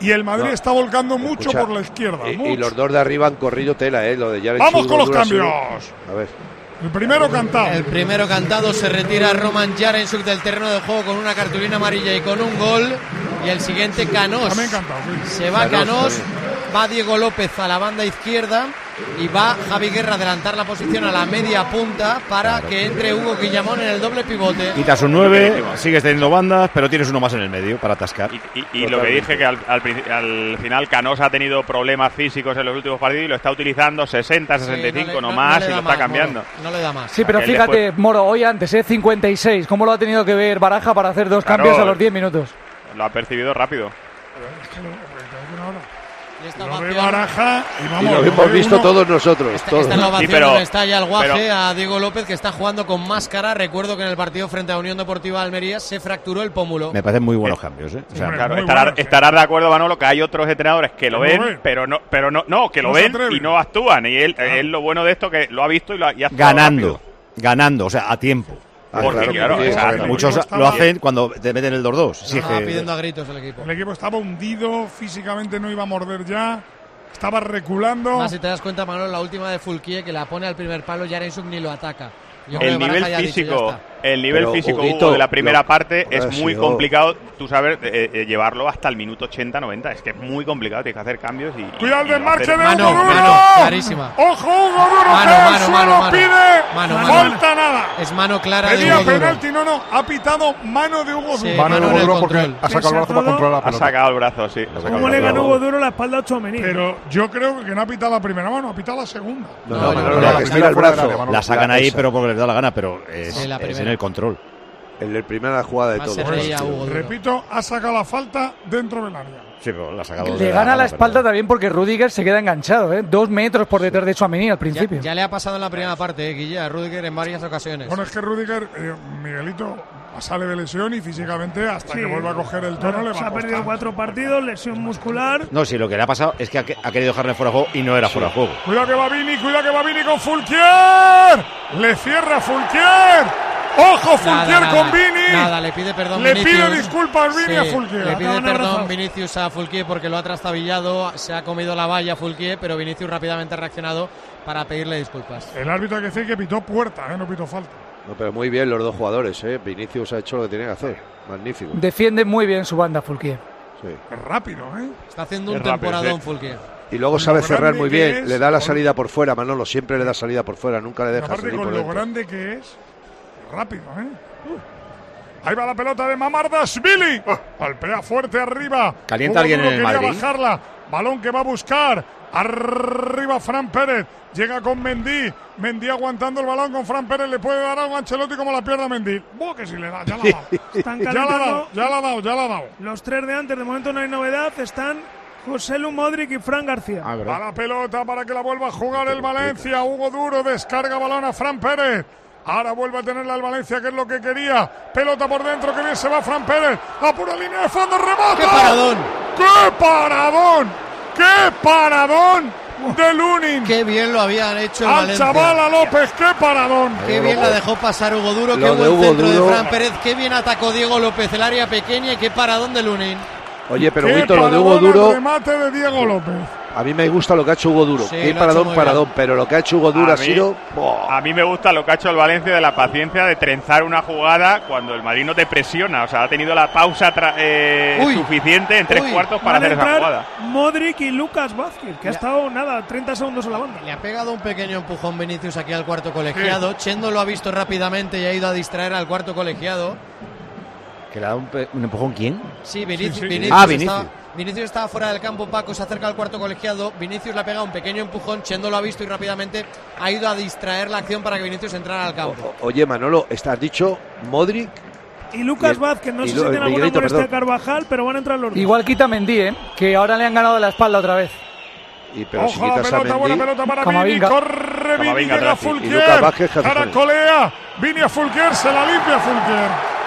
Speaker 8: Y el Madrid
Speaker 7: No,
Speaker 8: está volcando mucho
Speaker 7: escucha, Eh,
Speaker 8: por la izquierda.
Speaker 7: Y, y
Speaker 8: mucho.
Speaker 7: los dos de arriba han corrido tela, ¿eh? Lo de Jared
Speaker 8: Vamos
Speaker 7: Chugo,
Speaker 8: con los
Speaker 7: Dura, Chugo.
Speaker 8: cambios.
Speaker 7: A ver.
Speaker 8: El primero cantado.
Speaker 10: El primero cantado se retira Roman Jarenschuk del terreno de juego con una cartulina amarilla y con un gol. Y el siguiente, Canós.
Speaker 8: También cantado. sí.
Speaker 10: Se va
Speaker 7: Canós,
Speaker 10: Canós,
Speaker 7: está
Speaker 10: va Diego López a la banda izquierda y va Javi Guerra a adelantar la posición a la media punta para que entre Hugo Guillamón en el doble pivote.
Speaker 3: Quitas un 9, sigues teniendo bandas, pero tienes uno más en el medio para atascar.
Speaker 13: Y, y lo que dije que al, al prin- al final Canosa ha tenido problemas físicos en los últimos partidos y lo está utilizando 60, 65
Speaker 10: no
Speaker 13: nomás
Speaker 10: le
Speaker 13: y
Speaker 10: da
Speaker 13: lo está
Speaker 10: más,
Speaker 13: cambiando.
Speaker 10: No le da más.
Speaker 9: Sí, pero
Speaker 13: Aquel
Speaker 9: fíjate,
Speaker 13: después-
Speaker 9: Moro, hoy antes, ¿eh? 56. ¿Cómo lo ha tenido que ver Baraja para hacer dos
Speaker 13: Claro.
Speaker 9: cambios a los 10 minutos?
Speaker 13: Lo ha percibido rápido.
Speaker 8: Lo ve Baraja y vamos.
Speaker 7: y lo
Speaker 8: lo
Speaker 7: hemos
Speaker 8: ve
Speaker 7: visto
Speaker 8: uno.
Speaker 7: todos nosotros. todos.
Speaker 10: Esta es la ovación
Speaker 7: pero-
Speaker 10: donde está ya el guaje
Speaker 7: pero-
Speaker 10: a Diego López que está jugando con máscara. Recuerdo que en el partido frente a Unión Deportiva Almería se fracturó el pómulo.
Speaker 3: Me parecen muy buenos cambios, ¿eh? O sea,
Speaker 13: Claro, estará- estarás de acuerdo, Manolo, que hay otros entrenadores que lo
Speaker 3: no
Speaker 13: ven,
Speaker 3: ven.
Speaker 13: pero no, pero no, no que lo
Speaker 3: No se
Speaker 13: ven
Speaker 3: atreven.
Speaker 13: y no actúán. Y él, es lo bueno de esto que lo ha visto y, lo ha, y ha actuado
Speaker 3: ganando, ganando, o sea, a tiempo.
Speaker 13: Ah, Porque, claro, claro, porque- exacto.
Speaker 3: muchos
Speaker 8: Estaba-
Speaker 3: lo hacen cuando te meten el 2-2. si es que-
Speaker 10: a gritos el equipo.
Speaker 8: El equipo estaba hundido, físicamente no iba a morder ya, Ah, estaba reculando.
Speaker 10: Más si te das cuenta, Manolo, la última de Fulquie que la pone al primer palo, Yarensuk ni lo ataca. Yo creo que
Speaker 13: El
Speaker 10: Baraja
Speaker 13: nivel
Speaker 10: ya ha dicho, ya
Speaker 13: físico,
Speaker 10: está.
Speaker 13: el nivel
Speaker 7: Pero,
Speaker 13: físico
Speaker 7: Huguito,
Speaker 13: Hugo, de la primera
Speaker 7: lo-
Speaker 13: parte es
Speaker 7: Horacio.
Speaker 13: muy complicado, tú sabes, eh, eh, llevarlo hasta el minuto 80, 90. Es que es muy complicado, tienes que hacer cambios y.
Speaker 8: Cuidado el
Speaker 13: y no
Speaker 8: desmarche de
Speaker 13: hacer-
Speaker 8: Hugo Duro. Ojo Hugo Duro
Speaker 13: Mano,
Speaker 8: que al
Speaker 13: mano,
Speaker 8: suelo
Speaker 13: mano, mano.
Speaker 8: pide
Speaker 10: Mano, mano,
Speaker 8: falta nada.
Speaker 10: Es mano clara de
Speaker 8: Pedía
Speaker 10: Hugo Duro.
Speaker 8: penalti, no, no, ha pitado mano de Hugo
Speaker 10: Mano de
Speaker 8: Duro.
Speaker 10: Hugo mano en el Duro porque control.
Speaker 8: ha sacado el brazo para controlar la
Speaker 13: Ha
Speaker 8: pelota.
Speaker 13: sacado el brazo, sí. Ha sacado el brazo.
Speaker 8: Duro la espalda a Chouameni? Pero yo creo que no ha pitado la primera mano, ha pitado la segunda.
Speaker 3: No, no, no, no,
Speaker 7: la
Speaker 3: la
Speaker 7: que
Speaker 3: que
Speaker 7: mira el
Speaker 3: fuera
Speaker 7: brazo.
Speaker 3: del área, Manolo. La sacan
Speaker 7: La
Speaker 3: ahí,
Speaker 7: esa.
Speaker 3: pero porque les da la gana, pero es,
Speaker 8: Sí, la
Speaker 3: es en
Speaker 8: primera.
Speaker 3: el control.
Speaker 7: El de primera jugada de todos. ¿eh?
Speaker 8: Repito, ha sacado la falta dentro del área.
Speaker 3: Sí, pero la ha sacado de
Speaker 9: Le gana
Speaker 3: gana,
Speaker 9: la espalda también porque Rudiger se queda enganchado, ¿eh? Dos metros por detrás de Chouameni al
Speaker 10: Ya,
Speaker 9: principio.
Speaker 10: ya le ha pasado en la primera parte, eh, Guille, a Rudiger en varias ocasiones.
Speaker 8: Bueno, es que Rudiger, eh, Miguelito, sale de lesión y físicamente hasta
Speaker 5: Sí.
Speaker 8: que vuelva a coger el tono le va
Speaker 5: Se
Speaker 8: a
Speaker 5: ha
Speaker 8: costar.
Speaker 5: perdido cuatro partidos, lesión muscular.
Speaker 3: No, sí, lo que le ha pasado es que ha, que- ha querido dejarle fuera de juego y no era fuera de juego.
Speaker 8: Cuidado que va Vini, cuidado que va Vini con Fulquier. Le cierra Fulquier. Ojo
Speaker 10: Nada,
Speaker 8: Fulquier
Speaker 10: nada,
Speaker 8: con Vini.
Speaker 10: Nada, le pide perdón
Speaker 8: Le
Speaker 10: Vinicius.
Speaker 8: pide disculpas Vini
Speaker 10: Sí,
Speaker 8: a Fulquier.
Speaker 10: Le pide perdón Vinicius a Fulquier porque lo ha trastabillado, se ha comido la valla Fulquier, pero Vinicius rápidamente ha reaccionado para pedirle disculpas.
Speaker 8: El árbitro hay que decir que pitó puerta, ¿eh? no pitó falta.
Speaker 7: No, pero muy bien los dos jugadores, ¿eh? Vinicius ha hecho lo que tenía que hacer. Magnífico.
Speaker 9: Defiende muy bien su banda, Fulquier.
Speaker 7: Sí.
Speaker 8: Rápido, ¿eh?
Speaker 10: Está haciendo
Speaker 7: un Es rápido, temporadón sí.
Speaker 10: Fulquier.
Speaker 7: Y luego sabe cerrar
Speaker 8: grande
Speaker 7: muy
Speaker 8: que
Speaker 7: bien.
Speaker 8: es,
Speaker 7: Le da la
Speaker 8: con-
Speaker 7: salida por fuera, Manolo. Siempre le da salida por fuera. Nunca le deja
Speaker 8: Aparte
Speaker 7: salir
Speaker 8: con
Speaker 7: por
Speaker 8: lo
Speaker 7: dentro.
Speaker 8: grande que es. Rápido, ¿eh? Uh. Ahí va la pelota de Mamardashvili. Ah, Palpea fuerte arriba.
Speaker 3: ¿Calienta
Speaker 8: Hugo
Speaker 3: alguien
Speaker 8: Duro
Speaker 3: en el
Speaker 8: quería
Speaker 3: Madrid?
Speaker 8: bajarla. Balón que va a buscar. Arriba Fran Pérez. Llega con Mendy. Mendy aguantando el balón con Fran Pérez. Le puede dar algo a Ancelotti como la pierda Mendy. Buah, que si le da, ya la ha dado.
Speaker 5: Están
Speaker 8: ya la ha dado,
Speaker 5: calentando.
Speaker 8: ya la ha dado, ya la ha dado.
Speaker 5: Los tres de antes, de momento no hay novedad. Están José Lu Modric y Fran García.
Speaker 7: Ah,
Speaker 8: Va la pelota para que la vuelva a jugar el Valencia. Hugo Duro descarga balón a Fran Pérez. Ahora vuelve a tenerla el Valencia, que es lo que quería. Pelota por dentro, que bien se va Fran Pérez. A pura línea de fondo, remate.
Speaker 10: ¡Qué paradón!
Speaker 8: ¡Qué paradón! ¡Qué paradón de Lunin!
Speaker 10: ¡Qué bien lo habían hecho el
Speaker 8: ¡Al
Speaker 10: Valencia.
Speaker 8: chaval López! ¡Qué paradón!
Speaker 10: Qué bien la dejó pasar Hugo Duro,
Speaker 7: Lo
Speaker 10: qué
Speaker 7: de
Speaker 10: buen
Speaker 7: Hugo
Speaker 10: centro
Speaker 7: Duro.
Speaker 10: de Fran Pérez, qué bien atacó Diego López el área pequeña y qué paradón de Lunin.
Speaker 7: Oye, pero
Speaker 10: Qué
Speaker 7: Huguito, lo de
Speaker 10: paradón
Speaker 7: Hugo
Speaker 10: al
Speaker 7: Duro.
Speaker 8: remate de Diego López.
Speaker 7: A mí me gusta lo que ha hecho Hugo Duro.
Speaker 13: Sí,
Speaker 7: Qué
Speaker 13: lo ha hecho
Speaker 7: paradón,
Speaker 13: muy
Speaker 7: paradón. Pero lo que ha hecho Hugo Duro
Speaker 13: A
Speaker 7: ha
Speaker 13: mí-
Speaker 7: sido.
Speaker 13: A mí me gusta lo que ha hecho el Valencia de la paciencia de trenzar una jugada cuando el Madrid no te presiona. O sea, ha tenido la pausa tra- eh,
Speaker 5: Uy.
Speaker 13: suficiente en tres
Speaker 5: Uy,
Speaker 13: cuartos para
Speaker 5: van a
Speaker 13: hacer esa
Speaker 5: entrar
Speaker 13: jugada.
Speaker 5: Modric y Lucas Vázquez, que ha estado nada, 30 segundos a la banda.
Speaker 10: Le ha pegado un pequeño empujón Vinicius aquí al cuarto colegiado. Chendo lo ha visto rápidamente y ha ido a distraer al cuarto colegiado.
Speaker 3: ¿Que le da un, pe- un empujón quién?
Speaker 10: Sí, Vinicius,
Speaker 3: Sí, sí.
Speaker 10: Vinicius
Speaker 3: Ah,
Speaker 10: estaba-
Speaker 3: Vinicius.
Speaker 10: Vinicius estaba fuera del campo, Paco se acerca al cuarto colegiado, Vinicius le ha pegado un pequeño empujón, Chendo lo ha visto y rápidamente ha ido a distraer la acción para que Vinicius entrara al campo.
Speaker 7: Oye, Manolo, ¿estás has dicho Modric?
Speaker 5: Y Lucas
Speaker 7: Y-
Speaker 5: Vázquez, no
Speaker 7: y
Speaker 5: sé
Speaker 7: lo-
Speaker 5: si tiene alguna
Speaker 7: Miguelito,
Speaker 5: molestia a
Speaker 7: perdón.
Speaker 5: Carvajal, pero van a entrar los dos.
Speaker 9: Igual quita a Mendy, ¿eh? Que ahora le han ganado la espalda otra vez.
Speaker 7: Y pero si
Speaker 9: Ojo a la
Speaker 7: quitas a
Speaker 9: pelota, buena
Speaker 7: Mendy.
Speaker 9: pelota para
Speaker 8: Vini, corre
Speaker 7: Camavinga
Speaker 8: Vini, llega
Speaker 7: atrás, sí. Y
Speaker 8: Fulquier.
Speaker 7: Lucas Vázquez, Javi
Speaker 8: Caracolea. Vini a Fulquier, se la limpia Fulquier.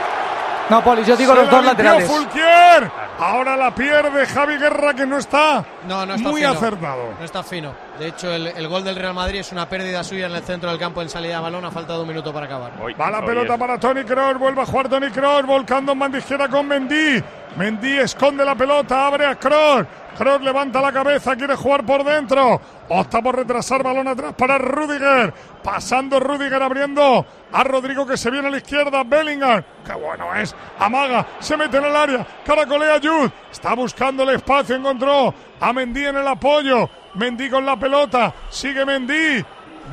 Speaker 9: No, Poli, yo digo
Speaker 8: Se
Speaker 9: los
Speaker 8: la
Speaker 9: dos
Speaker 8: limpió
Speaker 9: laterales.
Speaker 8: Fulquier. Ahora la pierde Javi Guerra, que no está,
Speaker 10: No, no está
Speaker 8: muy
Speaker 10: fino.
Speaker 8: acertado.
Speaker 10: No está fino. De hecho, el, el gol del Real Madrid es una pérdida suya en el centro del campo en salida de balón. Ha faltado un minuto para acabar.
Speaker 8: Va la pelota para Tony Kroos, vuelve a jugar Tony Kroos, volcando en banda izquierda con Mendy. Mendy esconde la pelota, abre a Kroos. Cross levanta la cabeza, quiere jugar por dentro. Opta por retrasar balón atrás para Rudiger. Pasando Rudiger abriendo a Rodrigo que se viene a la izquierda. Bellingham. Qué bueno eh. es. Amaga. Se mete en el área. Caracolea Jude. Está buscando el espacio. Encontró a Mendy en el apoyo. Mendy con la pelota. Sigue Mendy.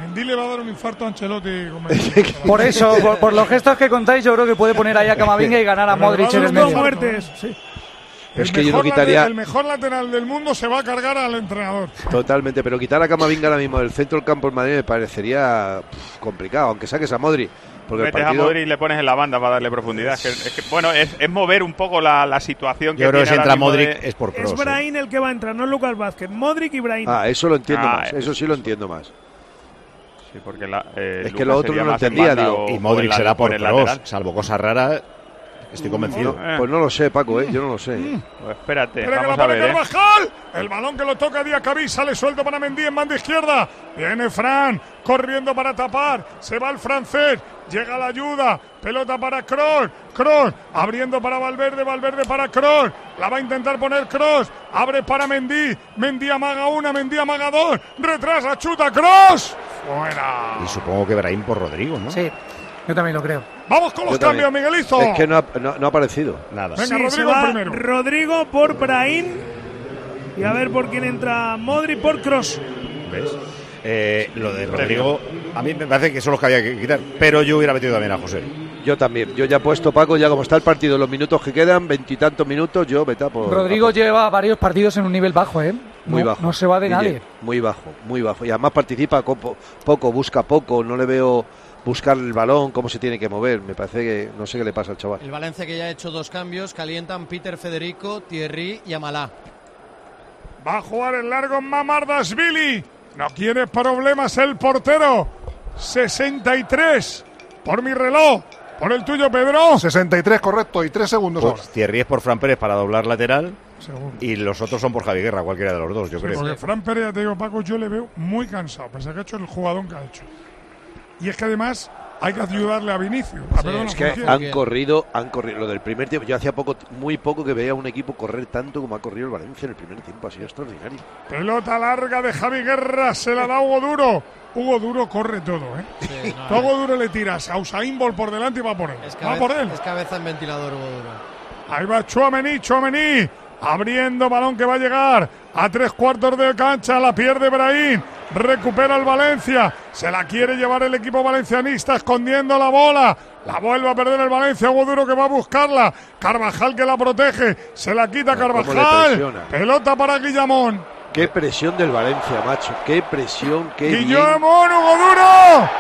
Speaker 8: Mendy le va a dar un infarto a Ancelotti. con Mendy.
Speaker 9: Por eso, por, por los gestos que contáis, yo creo que puede poner ahí a Camavinga y ganar a
Speaker 8: Pero
Speaker 9: Modric en
Speaker 8: le va a
Speaker 9: el
Speaker 8: dar un
Speaker 9: medio.
Speaker 8: infarto, ¿eh?
Speaker 7: Pero es
Speaker 8: El
Speaker 7: que yo no
Speaker 8: mejor late-
Speaker 7: quitaría.
Speaker 8: El mejor lateral del mundo se va a cargar al entrenador.
Speaker 7: Totalmente, pero quitar a Camavinga ahora mismo del centro del campo en Madrid me parecería pff, complicado, aunque saques a Modri. Porque el
Speaker 6: Metes
Speaker 7: partido,
Speaker 6: a Modric y le pones en la banda para darle profundidad. Es que- es que, bueno, es, es mover un poco la, la situación que
Speaker 3: Yo creo que
Speaker 6: tiene
Speaker 3: si entra
Speaker 6: ahora mismo
Speaker 3: Modric
Speaker 6: de-
Speaker 3: es por
Speaker 5: Es
Speaker 3: cross. ¿eh?
Speaker 5: Brain el que va a entrar, no es Lucas Vázquez. Modric y Brain.
Speaker 7: Ah, eso lo entiendo
Speaker 6: Ah,
Speaker 7: más,
Speaker 6: eh,
Speaker 7: eso sí lo entiendo más.
Speaker 6: Sí, porque la, eh,
Speaker 7: Es que
Speaker 6: Lucas
Speaker 7: lo otro
Speaker 6: sería
Speaker 7: no lo
Speaker 6: más en
Speaker 7: entendía,
Speaker 6: banda
Speaker 7: digo.
Speaker 6: o-
Speaker 3: Y
Speaker 6: o en
Speaker 3: Modric
Speaker 6: la-
Speaker 3: será por
Speaker 6: o en
Speaker 3: cross,
Speaker 6: lateral.
Speaker 3: salvo cosa rara. Estoy convencido. Mm.
Speaker 7: No, pues no lo sé, Paco, ¿eh? yo no lo sé.
Speaker 6: Pues espérate,
Speaker 8: Espera que la pone Carvajal. El balón que lo toca Díaz Cabisa le suelto para Mendy en banda izquierda. Viene Fran corriendo para tapar. Se va el francés. Llega la ayuda. Pelota para Kroos. Kroos abriendo para Valverde. Valverde para Kroos. La va a intentar poner Kroos. Abre para Mendy. Mendy amaga una. Mendy amaga dos. Retrasa. Chuta. Kroos. Fuera.
Speaker 3: Y supongo que Brahim por Rodrigo, ¿no?
Speaker 9: Sí, yo también lo creo.
Speaker 8: Vamos con
Speaker 7: Yo también. Es que no ha, no- no ha aparecido.
Speaker 3: Nada.
Speaker 5: Sí, se va Rodrigo por Brain. Y a ver por quién entra Modric por Cross.
Speaker 3: ¿Ves? Eh, lo de Rodrigo, a mí me parece que son los que había que quitar, pero yo hubiera metido también a José.
Speaker 7: Yo también. Yo ya he puesto, Paco, ya como está el partido, los minutos que quedan, veintitantos minutos, yo me tapo.
Speaker 9: Rodrigo lleva varios partidos en un nivel bajo, ¿eh?
Speaker 7: Muy
Speaker 9: no,
Speaker 7: bajo.
Speaker 9: no se va de
Speaker 7: Guille,
Speaker 9: nadie.
Speaker 7: Muy bajo, muy bajo. Y además participa co- po- poco, busca poco, no le veo buscar el balón, cómo se tiene que mover. Me parece que no sé qué le pasa al chaval.
Speaker 10: El Valencia que ya ha hecho dos cambios, calientan Peter Federico, Thierry y Amalá.
Speaker 8: Va a jugar el largo Mamardasvili. No quiere problemas el portero. 63 por mi reloj. Por el tuyo, Pedro.
Speaker 3: 63,
Speaker 8: correcto. Y 3 segundos
Speaker 3: Pues Thierry es por Fran Pérez para doblar lateral
Speaker 8: Seguro.
Speaker 3: y los otros son por Javi Guerra, cualquiera de los dos, yo creo.
Speaker 8: porque Fran Pérez, ya te digo, Paco, yo le veo muy cansado. Pensé que ha hecho el jugador que ha hecho. Y es que además hay que ayudarle a Vinicius. Ah, perdón,
Speaker 7: es
Speaker 8: a
Speaker 7: que
Speaker 8: Vinicius.
Speaker 7: han corrido, han corrido. Lo del primer tiempo, yo hacía poco, muy poco que veía a un equipo correr tanto como ha corrido el Valencia en el primer tiempo. Ha sido extraordinario.
Speaker 8: Pelota larga de Javi Guerra. Se la da Hugo Duro. Hugo Duro corre todo, ¿eh?
Speaker 10: no,
Speaker 8: Tú a Hugo Duro le tiras a Usain Bolt por delante y va por él. va
Speaker 10: Cabe-
Speaker 8: por él.
Speaker 10: Es cabeza en ventilador, Hugo Duro.
Speaker 8: Ahí va Chouameni, Chouameni. Abriendo balón que va a llegar a tres cuartos de cancha. La pierde Brahim. Recupera el Valencia. Se la quiere llevar el equipo valencianista escondiendo la bola. La vuelve a perder el Valencia. Hugo Duro que va a buscarla. Carvajal que la protege. Se la quita
Speaker 7: le
Speaker 8: Carvajal.
Speaker 7: presiona.
Speaker 8: Pelota para Guillamón.
Speaker 7: Qué presión del Valencia, macho. Qué presión, qué bien.
Speaker 8: Guillamón, Hugo Duro.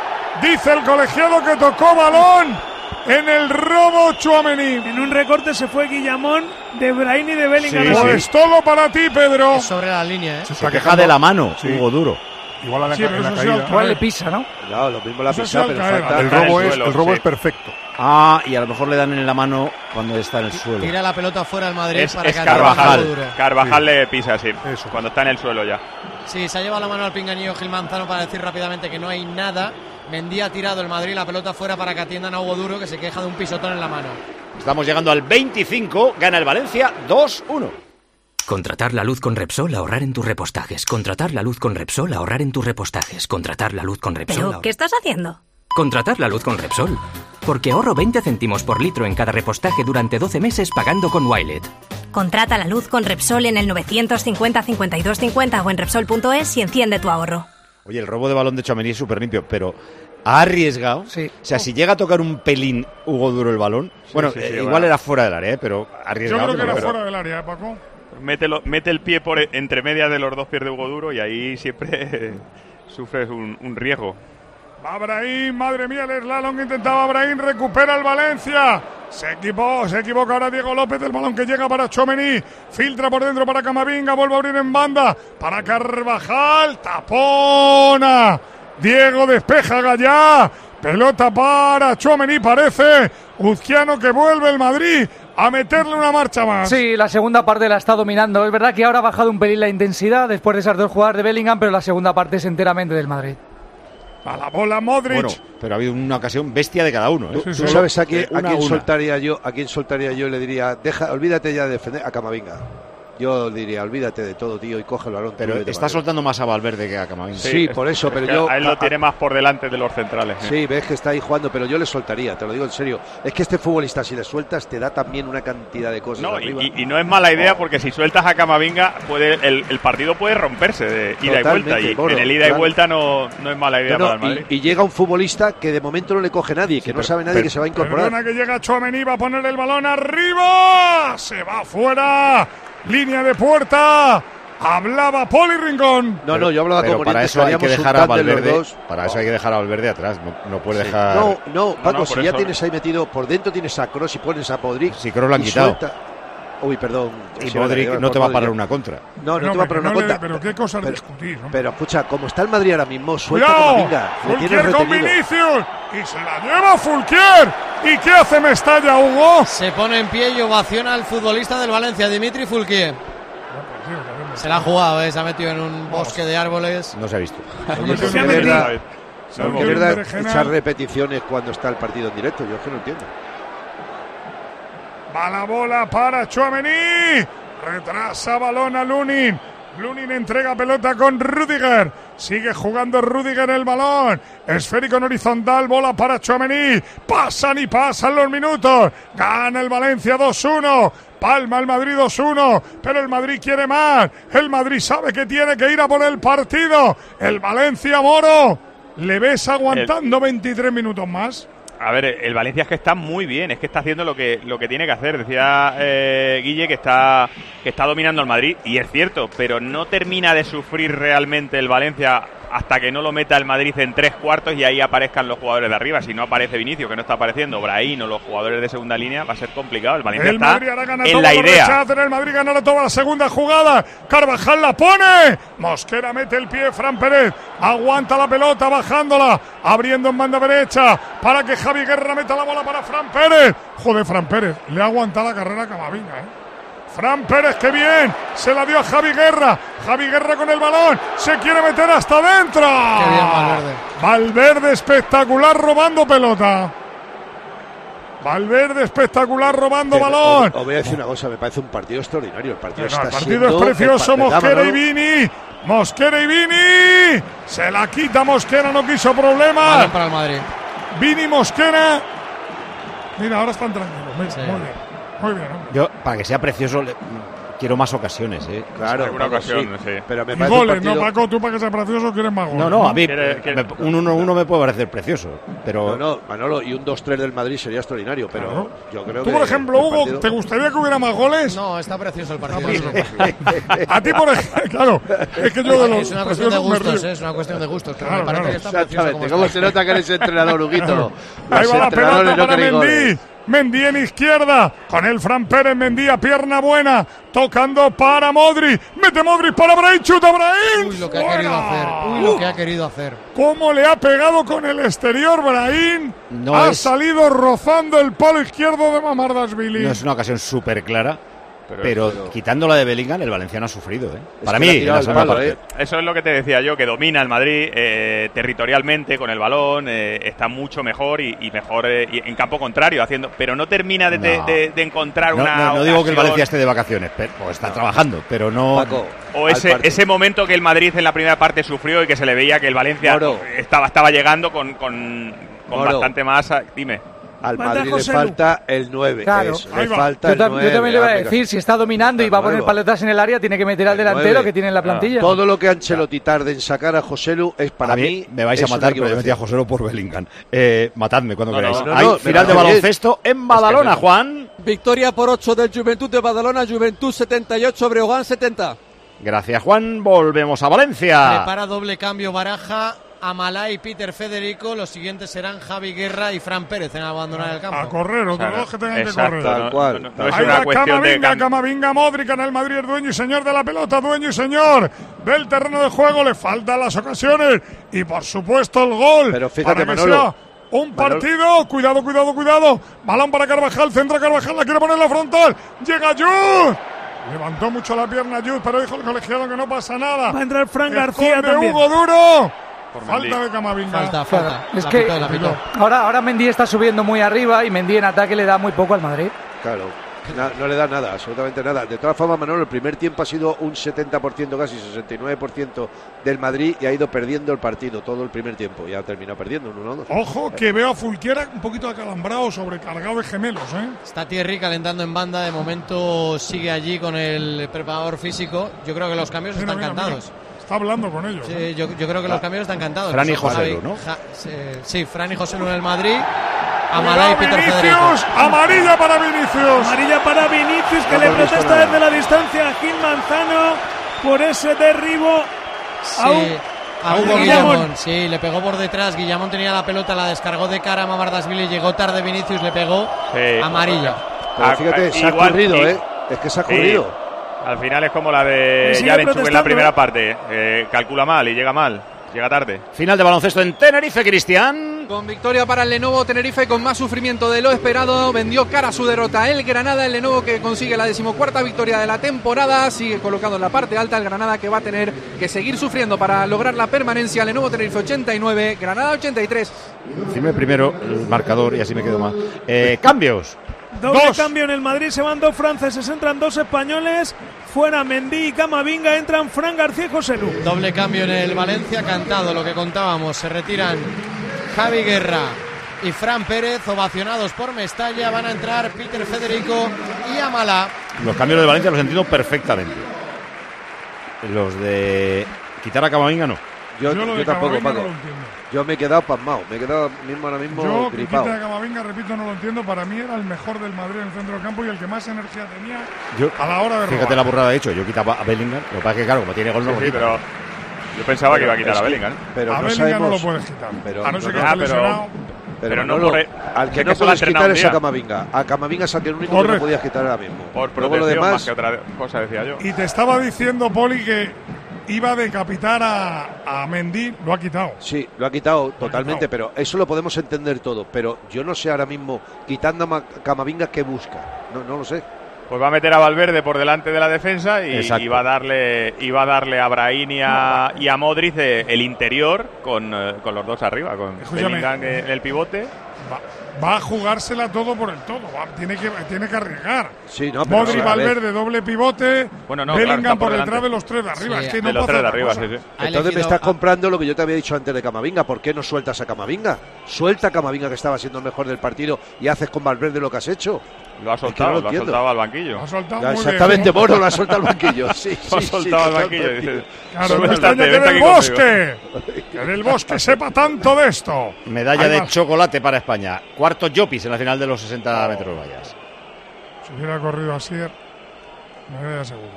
Speaker 8: Dice el colegiado que tocó balón en el robo Chouameni.
Speaker 5: En un recorte se fue Guillamón de Brain y de Bellingham.
Speaker 3: Sí,
Speaker 8: Pues
Speaker 3: sí.
Speaker 8: todo para ti, Pedro.
Speaker 10: Sobre la línea, ¿eh?
Speaker 3: Se queja de la mano, Hugo Duro.
Speaker 8: Igual a la Sí, ca- pero la eso sí caída. al
Speaker 9: Igual le pisa, ¿no?
Speaker 7: Claro, lo mismo la
Speaker 3: Eso
Speaker 7: pisada,
Speaker 3: sí al
Speaker 7: pero
Speaker 3: caer,
Speaker 7: falta.
Speaker 3: al caer
Speaker 10: robo
Speaker 3: al
Speaker 10: es-
Speaker 3: suelo,
Speaker 10: el robo es
Speaker 3: perfecto. Ah, y a lo mejor le dan en la mano cuando está en el suelo.
Speaker 10: Tira la pelota fuera al Madrid
Speaker 6: Es,
Speaker 10: para
Speaker 6: es
Speaker 10: que ataque Hugo Duro.
Speaker 6: Carvajal. Carvajal le pisa así, cuando está en el suelo ya.
Speaker 10: Sí, se ha llevado la mano al pinganillo Gil Manzano para decir rápidamente que no hay nada. Mendí ha tirado el Madrid la pelota fuera para que atiendan a Hugo Duro que se queja de un pisotón en la mano.
Speaker 3: Estamos llegando al 25, gana el Valencia 2-1.
Speaker 16: Contratar la luz con Repsol, ahorrar en tus repostajes. Contratar la luz con Repsol, ahorrar en tus repostajes. Contratar la luz con Repsol.
Speaker 17: ¿Pero
Speaker 16: ahor-
Speaker 17: qué estás haciendo?
Speaker 16: Contratar la luz con Repsol. Porque ahorro 20 céntimos por litro en cada repostaje durante 12 meses pagando con Wilet.
Speaker 17: Contrata la luz con Repsol en el 950-5250 o en Repsol.es y enciende tu ahorro.
Speaker 3: Oye, el robo de balón de Chouameni es súper limpio, pero ha arriesgado. O sea, si llega a tocar un pelín Hugo Duro el balón, bueno,
Speaker 6: sí, sí,
Speaker 3: eh,
Speaker 6: bueno.
Speaker 3: igual era fuera del área, eh, pero ha arriesgado.
Speaker 6: creo que era
Speaker 3: pero-
Speaker 6: fuera.
Speaker 8: del área, ¿eh, Paco.
Speaker 6: Mételo- mete el pie por e- entre medias de los dos pies de Hugo Duro y ahí siempre sufres un, un riesgo.
Speaker 8: Va Brahim, madre mía, el slalom que intentaba Brahim, recupera el Valencia. Se equivocó, se equivoca ahora Diego López, el balón que llega para Chomení, filtra por dentro para Camavinga, vuelve a abrir en banda para Carvajal, tapona. Diego despeja Gallá, pelota para Chomení, parece Uzquiano que vuelve el Madrid a meterle una marcha más.
Speaker 9: Sí, la segunda parte la está dominando. Es verdad que ahora ha bajado un pelín la intensidad después de esas dos jugadas de Bellingham, pero la segunda parte es enteramente del Madrid.
Speaker 8: A la bola Modric.
Speaker 3: Bueno, pero ha habido una ocasión bestia de cada uno. ¿eh?
Speaker 7: ¿Tú, tú sabes a quién, a quién soltaría yo? A quién soltaría yo y le diría, deja, olvídate ya de defender a Camavinga. Yo diría, olvídate de todo, tío, y coge el balón.
Speaker 3: Pero está soltando más a Valverde que a Camavinga.
Speaker 7: Sí, por eso, pero yo.
Speaker 6: A él lo tiene más por delante de los centrales. ¿eh?
Speaker 7: Sí, ves que está ahí jugando, pero yo le soltaría, te lo digo en serio. Es que este futbolista, si le sueltas, te da también una cantidad de cosas.
Speaker 6: No,
Speaker 7: Pues arriba.
Speaker 6: y, y- y no es mala idea porque si sueltas a Camavinga, puede, el, el partido puede romperse de ida
Speaker 7: Totalmente,
Speaker 6: y vuelta. Y
Speaker 7: Moro,
Speaker 6: en el ida
Speaker 7: claro.
Speaker 6: y vuelta no, no es mala idea
Speaker 7: No, no,
Speaker 6: para el
Speaker 7: y-
Speaker 6: Madrid.
Speaker 7: y, llega un futbolista que de momento no le coge nadie, que no sabe nadie que se va a incorporar.
Speaker 8: Perdona que llega Chouameni, va a poner el balón arriba. Se va fuera. Línea de puerta. Hablaba Poli Rincón.
Speaker 7: No, no, yo hablaba
Speaker 3: Pero
Speaker 7: con
Speaker 3: para
Speaker 7: Oriente,
Speaker 3: eso hay que
Speaker 7: estaríamos
Speaker 3: dejar a
Speaker 7: un tándem los
Speaker 3: Valverde.
Speaker 7: dos.
Speaker 3: Para eso hay que dejar a Valverde atrás. No, no puede
Speaker 7: Sí.
Speaker 3: dejar.
Speaker 7: No, no, Paco,
Speaker 3: por
Speaker 7: si ya
Speaker 3: eso.
Speaker 7: tienes ahí metido, por dentro tienes a Cross y pones a Podrick. Si
Speaker 3: Kroos lo han quitado.
Speaker 7: Uy, perdón.
Speaker 3: Y
Speaker 7: Sí, vale,
Speaker 3: Modric
Speaker 7: vale,
Speaker 3: no
Speaker 7: por
Speaker 3: te va a
Speaker 7: Modric.
Speaker 3: parar una contra.
Speaker 7: No, no, te va a parar una
Speaker 8: no le-
Speaker 7: contra.
Speaker 8: pero qué cosa discutir, ¿no?
Speaker 7: Pero escucha, como está el Madrid ahora mismo, suelta
Speaker 8: Cuidado,
Speaker 7: Camavinga. Le tienes
Speaker 8: Fulquier con
Speaker 7: retenido.
Speaker 8: Vinicius. Y se la lleva Fulquier. ¿Y qué hace Mestalla, Hugo?
Speaker 10: Se pone en pie y ovaciona al futbolista del Valencia, Dimitri Fulquier. Se la ha jugado, ¿eh? se ha metido en un bosque de árboles.
Speaker 3: No se ha visto.
Speaker 7: Oye,
Speaker 10: Se
Speaker 7: porque
Speaker 10: ha
Speaker 7: de
Speaker 10: metido.
Speaker 7: verdad,
Speaker 10: Se ha
Speaker 7: porque de
Speaker 10: metido.
Speaker 7: verdad
Speaker 10: Berenjena.
Speaker 7: echar repeticiones cuando está el partido en directo, yo es que no entiendo.
Speaker 8: Va la bola para Chouameni. Retrasa balón a Lunin. Lunin entrega pelota con Rudiger. Sigue jugando Rudiger el balón. Esférico en horizontal, bola para Chouameni. Pasan y pasan los minutos. Gana el Valencia 2-1. Palma el Madrid 2-1. Pero el Madrid quiere más. El Madrid sabe que tiene que ir a por el partido. El Valencia Moro. Le ves aguantando 23 minutos más.
Speaker 6: A ver, el Valencia es que está muy bien, es que está haciendo lo que, lo que tiene que hacer. Decía eh, Guille que está, que está dominando al Madrid, y es cierto, pero no termina de sufrir realmente el Valencia hasta que no lo meta el Madrid en tres cuartos y ahí aparezcan los jugadores de arriba. Si no aparece Vinicio, que no está apareciendo, Brahim o los jugadores de segunda línea, va a ser complicado. El Valencia
Speaker 8: El
Speaker 6: está
Speaker 8: Madrid hará ganar
Speaker 6: en
Speaker 8: todos
Speaker 6: la
Speaker 8: los
Speaker 6: idea.
Speaker 8: rechazos, el Madrid ganará toda la segunda jugada. Carvajal la pone. Mosquera mete el pie. Fran Pérez aguanta la pelota bajándola. Abriendo en banda derecha para que Javi Guerra meta la bola para Fran Pérez. Joder, Fran Pérez. Le ha aguantado la carrera a Camavinga, ¿eh? Fran Pérez, qué bien. Se la dio a Javi Guerra. Javi Guerra con el balón. Se quiere meter hasta adentro. Qué
Speaker 10: bien, Valverde.
Speaker 8: Valverde espectacular robando pelota. Valverde espectacular robando
Speaker 7: Pero,
Speaker 8: balón.
Speaker 7: Os, os voy a decir una cosa, me parece un partido extraordinario. El partido,
Speaker 8: No,
Speaker 7: está
Speaker 8: el partido
Speaker 7: siendo
Speaker 8: es precioso,
Speaker 7: espectacular,
Speaker 8: Mosquera
Speaker 7: Manolo.
Speaker 8: y Vini. Mosquera y Vini. Se la quita Mosquera, no quiso problemas.
Speaker 10: Balón para el Madrid.
Speaker 8: Vini Mosquera. Mira, ahora están tranquilos. mira, Muy bien. Muy bien. hombre.
Speaker 3: Yo, para que sea precioso, le- quiero más ocasiones. ¿eh?
Speaker 7: Claro,
Speaker 6: Alguna
Speaker 7: Paco,
Speaker 6: ocasión, sí.
Speaker 7: Pero me
Speaker 8: Y
Speaker 7: parece un
Speaker 8: goles, ¿no,
Speaker 7: partido-
Speaker 8: Paco? Tú para que sea precioso quieres más goles.
Speaker 3: No, no, a mí
Speaker 8: Quiere-
Speaker 3: eh,
Speaker 8: quiere-
Speaker 3: me- un 1-1 me puede parecer precioso.
Speaker 7: No,
Speaker 3: Pero
Speaker 7: no, Manolo, y un 2-3 del Madrid sería extraordinario, pero yo creo
Speaker 8: Tú,
Speaker 7: que
Speaker 8: por ejemplo,
Speaker 7: el
Speaker 8: Hugo,
Speaker 7: partido-
Speaker 8: ¿te gustaría que hubiera más goles?
Speaker 10: No, está precioso el partido.
Speaker 8: A ti, por ejemplo, claro, es que yo de los
Speaker 10: Es una cuestión de
Speaker 8: preciosos me
Speaker 10: gustos,
Speaker 8: río.
Speaker 10: ¿eh? es una cuestión de gustos. Pero
Speaker 8: Claro,
Speaker 10: me parece
Speaker 8: claro.
Speaker 10: que está precioso como
Speaker 7: Exactamente, ¿cómo
Speaker 10: está.
Speaker 7: se nota que eres entrenador, Huguito?
Speaker 8: Ahí
Speaker 7: Los
Speaker 8: va la
Speaker 7: entrenadores
Speaker 8: pelota
Speaker 7: no
Speaker 8: para
Speaker 7: creen goles.
Speaker 8: Mendy. Mendy en izquierda. Con el Fran Pérez, Mendy a pierna buena. Tocando para Modri. Mete Modri para Brahim. Chuta Brahim.
Speaker 10: Uy, lo que ha querido hacer. Uy, lo que ha querido hacer.
Speaker 8: ¿Cómo le ha pegado con el exterior Brahim?
Speaker 3: No
Speaker 8: ha
Speaker 3: es-
Speaker 8: salido rozando el palo izquierdo de Mamardashvili.
Speaker 3: no es una ocasión súper clara. Pero, quitando la de Bellingham, el Valenciano ha sufrido. ¿eh?
Speaker 7: Es
Speaker 3: Para
Speaker 7: que
Speaker 3: mí,
Speaker 7: la ha
Speaker 3: en
Speaker 7: tirado
Speaker 3: la
Speaker 7: al
Speaker 3: segunda
Speaker 7: palo,
Speaker 3: parte.
Speaker 7: ¿eh?
Speaker 6: Eso es lo que te decía yo, que domina el Madrid eh, territorialmente con el balón, eh, está mucho mejor y, y mejor eh, y en campo contrario, haciendo, pero no termina de, de-
Speaker 3: No.
Speaker 6: de- de encontrar
Speaker 3: No,
Speaker 6: una.
Speaker 3: no- no digo que el
Speaker 6: ocasión
Speaker 3: Valencia esté de vacaciones, pero o está trabajando, pero no.
Speaker 6: O ese, ese momento que el Madrid en la primera parte sufrió y que se le veía que el Valencia
Speaker 7: Moro.
Speaker 6: estaba, estaba llegando con, con- con
Speaker 7: Moro.
Speaker 6: bastante más. a- Dime.
Speaker 7: Al
Speaker 6: Falta
Speaker 7: Madrid le
Speaker 6: Joselu.
Speaker 7: falta el 9.
Speaker 9: Claro.
Speaker 7: eso, le falta
Speaker 9: yo,
Speaker 7: el
Speaker 9: tam-
Speaker 7: 9.
Speaker 9: yo también le iba a
Speaker 7: amigo.
Speaker 9: decir, si está dominando y va a poner
Speaker 7: nuevo.
Speaker 9: paletas en el área, tiene que meter al delantero
Speaker 7: Nueve. Ah.
Speaker 9: que tiene en la plantilla.
Speaker 7: Todo lo que Ancelotti tarde en sacar a Joselu es para
Speaker 3: A mí,
Speaker 7: mí.
Speaker 3: me vais a
Speaker 7: es una
Speaker 3: matar, pero yo metí a
Speaker 7: equivocación.
Speaker 3: José por Bellingham. Eh, matadme cuando
Speaker 7: No, no,
Speaker 3: queráis.
Speaker 7: no,
Speaker 3: Hay
Speaker 7: no, me
Speaker 3: final de
Speaker 7: parece bien.
Speaker 3: baloncesto en Badalona, Juan.
Speaker 18: Victoria por 8 del Juventud de Badalona, Juventud 78, Breogán 70.
Speaker 3: Gracias, Juan. Volvemos a Valencia.
Speaker 10: Prepara doble cambio Baraja, Amalá y Peter Federico. Los siguientes serán Javi Guerra y Fran Pérez en abandonar el campo.
Speaker 8: A correr, otros
Speaker 6: Claro,
Speaker 8: dos que tengan
Speaker 6: exacto,
Speaker 8: que correr.
Speaker 6: Tal no- cual, no- no tal es
Speaker 8: Ahí
Speaker 6: una
Speaker 8: va
Speaker 6: cuestión de
Speaker 8: Camavinga,
Speaker 6: cam-
Speaker 8: Camavinga, Modric, en el Madrid es dueño y señor de la pelota, dueño y señor del terreno de juego. Le faltan las ocasiones y, por supuesto, el gol. Pero
Speaker 7: fíjate,
Speaker 8: para que
Speaker 7: Manolo,
Speaker 8: sea un partido, cuidado, cuidado, cuidado. Balón para Carvajal, centra Carvajal, la quiere poner en la frontal. Llega Jude. Levantó mucho la pierna Jude, pero dijo el colegiado que no pasa nada. Va a entrar Fran
Speaker 5: García también.
Speaker 8: Hugo Duro.
Speaker 9: Mendy.
Speaker 8: Falta de Camavinga.
Speaker 9: Falta, falta. Es que ahora, ahora Mendy está subiendo muy arriba y Mendy en ataque le da muy poco al Madrid.
Speaker 7: Claro. Na- no le da nada, absolutamente nada. De todas formas, Manolo, el primer tiempo ha sido un 70%, casi 69% del Madrid y ha ido perdiendo el partido todo el primer tiempo. Ya ha terminado perdiendo un 1-2.
Speaker 8: Ojo que veo a Fulquiera un poquito acalambrado, sobrecargado de gemelos, ¿eh?
Speaker 10: Está Thierry calentando en banda, de momento sigue allí con el preparador físico. Yo creo que los cambios
Speaker 8: Mira,
Speaker 10: están
Speaker 8: mira, mira.
Speaker 10: cantados.
Speaker 8: Está hablando con ellos.
Speaker 10: Sí,
Speaker 8: ¿eh?
Speaker 10: yo, yo creo que los cambios están cantados.
Speaker 8: Fran y
Speaker 10: Son
Speaker 8: Joselu,
Speaker 10: Javi-
Speaker 8: ¿no?
Speaker 10: Ja- eh, sí, Fran y José Luis en el Madrid. Amalá y
Speaker 8: Cuidado,
Speaker 10: Peter Federico.
Speaker 8: Vinicius, amarilla para Vinicius.
Speaker 5: Amarilla para Vinicius que
Speaker 8: No
Speaker 5: le
Speaker 8: hemos visto
Speaker 5: protesta
Speaker 8: nada.
Speaker 5: desde la distancia a Gil Manzano por ese derribo a,
Speaker 10: Sí, a Hugo
Speaker 5: Guillamón.
Speaker 10: Guillamón. Sí, le pegó por detrás. Guillamón tenía la pelota, la descargó de cara a Mamardasvili. Llegó tarde Vinicius, le pegó.
Speaker 6: Sí.
Speaker 10: Amarilla.
Speaker 7: Pero
Speaker 6: Ah,
Speaker 7: fíjate, se ha
Speaker 6: igual-
Speaker 7: ocurrido,
Speaker 6: y-
Speaker 7: ¿eh? Es que se ha
Speaker 6: Sí.
Speaker 7: ocurrido.
Speaker 6: Al final es como la
Speaker 3: Y
Speaker 6: de
Speaker 3: sigue
Speaker 6: Yarenchuk en la
Speaker 3: protestando,
Speaker 6: primera
Speaker 3: ¿no?
Speaker 6: parte. eh, calcula mal y llega mal. Llega tarde.
Speaker 3: Final de baloncesto en Tenerife, Cristian.
Speaker 19: Con victoria para el Lenovo Tenerife con más sufrimiento de lo esperado, vendió cara a su derrota el Granada, el Lenovo que consigue la decimocuarta victoria de la temporada, sigue colocado en la parte alta el Granada que va a tener que seguir sufriendo para lograr la permanencia, Lenovo Tenerife 89, Granada 83,
Speaker 3: Dime primero el marcador y así me quedo más. Eh, cambios.
Speaker 5: Doble cambio en el Madrid, se van dos franceses, entran dos españoles, fuera Mendy y Camavinga, entran Fran García y José Lu.
Speaker 10: Doble cambio en el Valencia, cantado lo que contábamos. Se retiran Javi Guerra y Fran Pérez, ovacionados por Mestalla. Van a entrar Peter Federico y Amala.
Speaker 3: Los cambios de Valencia los entiendo perfectamente. Los de quitar a Camavinga no.
Speaker 7: Yo,
Speaker 8: Yo lo
Speaker 7: yo
Speaker 8: de
Speaker 7: tampoco,
Speaker 8: Camavinga no
Speaker 7: Paco.
Speaker 8: lo entiendo.
Speaker 7: Yo me he quedado pasmado. Me he quedado mismo ahora mismo
Speaker 8: Yo, que
Speaker 7: gripado.
Speaker 8: quita de Camavinga, repito, no lo entiendo. Para mí era el mejor del Madrid en el centro del campo y el que más energía tenía.
Speaker 3: Yo-
Speaker 8: A la hora de
Speaker 3: Fíjate
Speaker 8: robar.
Speaker 3: la burrada de hecho. Yo quitaba a Bellingham. Lo que pasa es que, claro, como tiene gol, no
Speaker 6: Sí,
Speaker 3: lo
Speaker 6: sí,
Speaker 3: quita.
Speaker 6: pero yo pensaba que iba a quitar a Bellingham.
Speaker 7: Pero
Speaker 3: A
Speaker 7: no
Speaker 3: Bellingham
Speaker 7: sabemos-
Speaker 3: no lo puedes quitar.
Speaker 7: Pero,
Speaker 3: A no ser que
Speaker 7: pero-
Speaker 3: esté lesionado.
Speaker 7: pero
Speaker 6: Pero no
Speaker 7: Manolo,
Speaker 6: por-
Speaker 7: al que
Speaker 6: es
Speaker 7: no
Speaker 6: que solo ha
Speaker 7: puedes
Speaker 6: entrenado
Speaker 7: quitar
Speaker 6: un
Speaker 7: es
Speaker 6: día.
Speaker 7: a Camavinga. A Camavinga es a que el único que
Speaker 8: Correcto.
Speaker 7: no podías quitar ahora mismo.
Speaker 6: Por
Speaker 7: Luego
Speaker 6: protección
Speaker 7: lo
Speaker 6: más
Speaker 7: demás,
Speaker 6: que otra cosa, decía yo.
Speaker 8: Y te estaba diciendo, Poli, que iba a decapitar a, a Mendy. Lo ha quitado.
Speaker 7: Sí, lo ha quitado totalmente, pero eso lo podemos entender todo. Pero yo no sé ahora mismo, quitando a Ma- Camavinga, ¿qué busca? No, no lo sé.
Speaker 6: Pues va a meter a Valverde por delante de la defensa y,
Speaker 7: Exacto.
Speaker 6: y va a darle y va a darle a Brahim y a, y a Modric eh, el interior con, eh, con los dos arriba, con
Speaker 8: Escúchame.
Speaker 6: Bellingham en el pivote.
Speaker 8: Va a jugársela todo por el todo. Va- tiene, que, tiene que arriesgar.
Speaker 7: Sí,
Speaker 6: no, pero
Speaker 8: Modri,
Speaker 6: a ver.
Speaker 8: Valverde, doble pivote.
Speaker 6: Bueno, no,
Speaker 8: Bellingham
Speaker 6: claro, está por
Speaker 8: por detrás de
Speaker 6: delante.
Speaker 8: los tres de arriba.
Speaker 6: Sí,
Speaker 8: es que
Speaker 6: de
Speaker 8: no pasa
Speaker 6: los tres de
Speaker 8: otra
Speaker 6: arriba,
Speaker 8: cosa.
Speaker 6: sí, sí.
Speaker 7: Entonces me estás comprando lo que yo te había dicho antes de Camavinga. ¿Por qué no sueltas a Camavinga? Suelta a Camavinga, que estaba siendo el mejor del partido, y haces con Valverde lo que has hecho.
Speaker 6: Lo ha
Speaker 7: Es que no
Speaker 6: soltado,
Speaker 7: lo
Speaker 6: lo, ha
Speaker 7: entiendo.
Speaker 6: soltado al banquillo.
Speaker 8: Ha soltado
Speaker 7: Ya, muy bien. exactamente, Moro, lo ha soltado al banquillo, sí, sí,
Speaker 6: lo ha
Speaker 7: sí,
Speaker 6: soltado al banquillo.
Speaker 7: totalmente.
Speaker 6: dice,
Speaker 8: Claro, no
Speaker 6: "Suéltate,
Speaker 8: extraña que
Speaker 6: vente
Speaker 8: del
Speaker 6: aquí conmigo".
Speaker 8: bosque. Que del bosque sepa tanto de esto.
Speaker 3: Medalla
Speaker 8: Ahí
Speaker 3: de
Speaker 8: va.
Speaker 3: chocolate para España. Cuarto Jopis en la final de los 60
Speaker 6: Oh.
Speaker 3: metros vallas.
Speaker 8: Si hubiera corrido así, me veía seguro.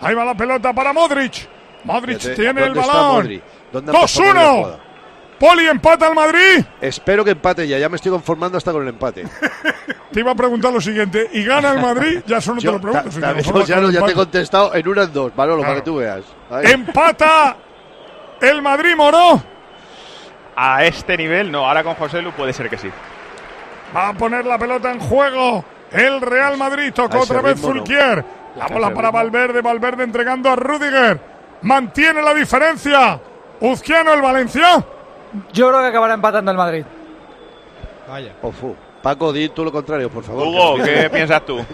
Speaker 8: Ahí va la pelota para Modric. Modric
Speaker 7: Fíjate,
Speaker 8: tiene el
Speaker 7: ¿dónde está
Speaker 8: balón.
Speaker 7: Modri? ¿Dónde ha pasado Modri la
Speaker 8: 2-1.
Speaker 7: jugada?
Speaker 8: Poli empata al Madrid.
Speaker 7: Espero que empate ya, ya me estoy conformando hasta con el empate.
Speaker 8: Te iba a preguntar lo siguiente. ¿Y gana el Madrid? Ya solo te
Speaker 7: Yo
Speaker 8: lo pregunto. si
Speaker 7: ta- ta-
Speaker 8: te conformas
Speaker 7: ya,
Speaker 8: con
Speaker 7: no,
Speaker 8: el
Speaker 7: ya te he
Speaker 8: empate. Em-
Speaker 7: contestado en unas dos, Manolo, para que tú veas. Ahí.
Speaker 8: Empata el Madrid, Moró.
Speaker 6: A este nivel, no. Ahora con José Lu puede ser que sí.
Speaker 8: Va a poner la pelota en juego. El Real Madrid
Speaker 6: A
Speaker 8: tocó
Speaker 6: ese
Speaker 8: otra vez
Speaker 6: ritmo, no.
Speaker 8: Fulquier. La
Speaker 6: A ese
Speaker 8: bola para
Speaker 6: ritmo.
Speaker 8: Valverde. Valverde entregando a Rudiger. Mantiene la diferencia. Uzquiano el Valencia.
Speaker 9: Yo creo que acabará empatando el Madrid.
Speaker 10: Vaya.
Speaker 7: Ofu. Paco, di tú lo contrario, por favor.
Speaker 6: Hugo,
Speaker 7: que no-
Speaker 6: ¿qué piensas tú?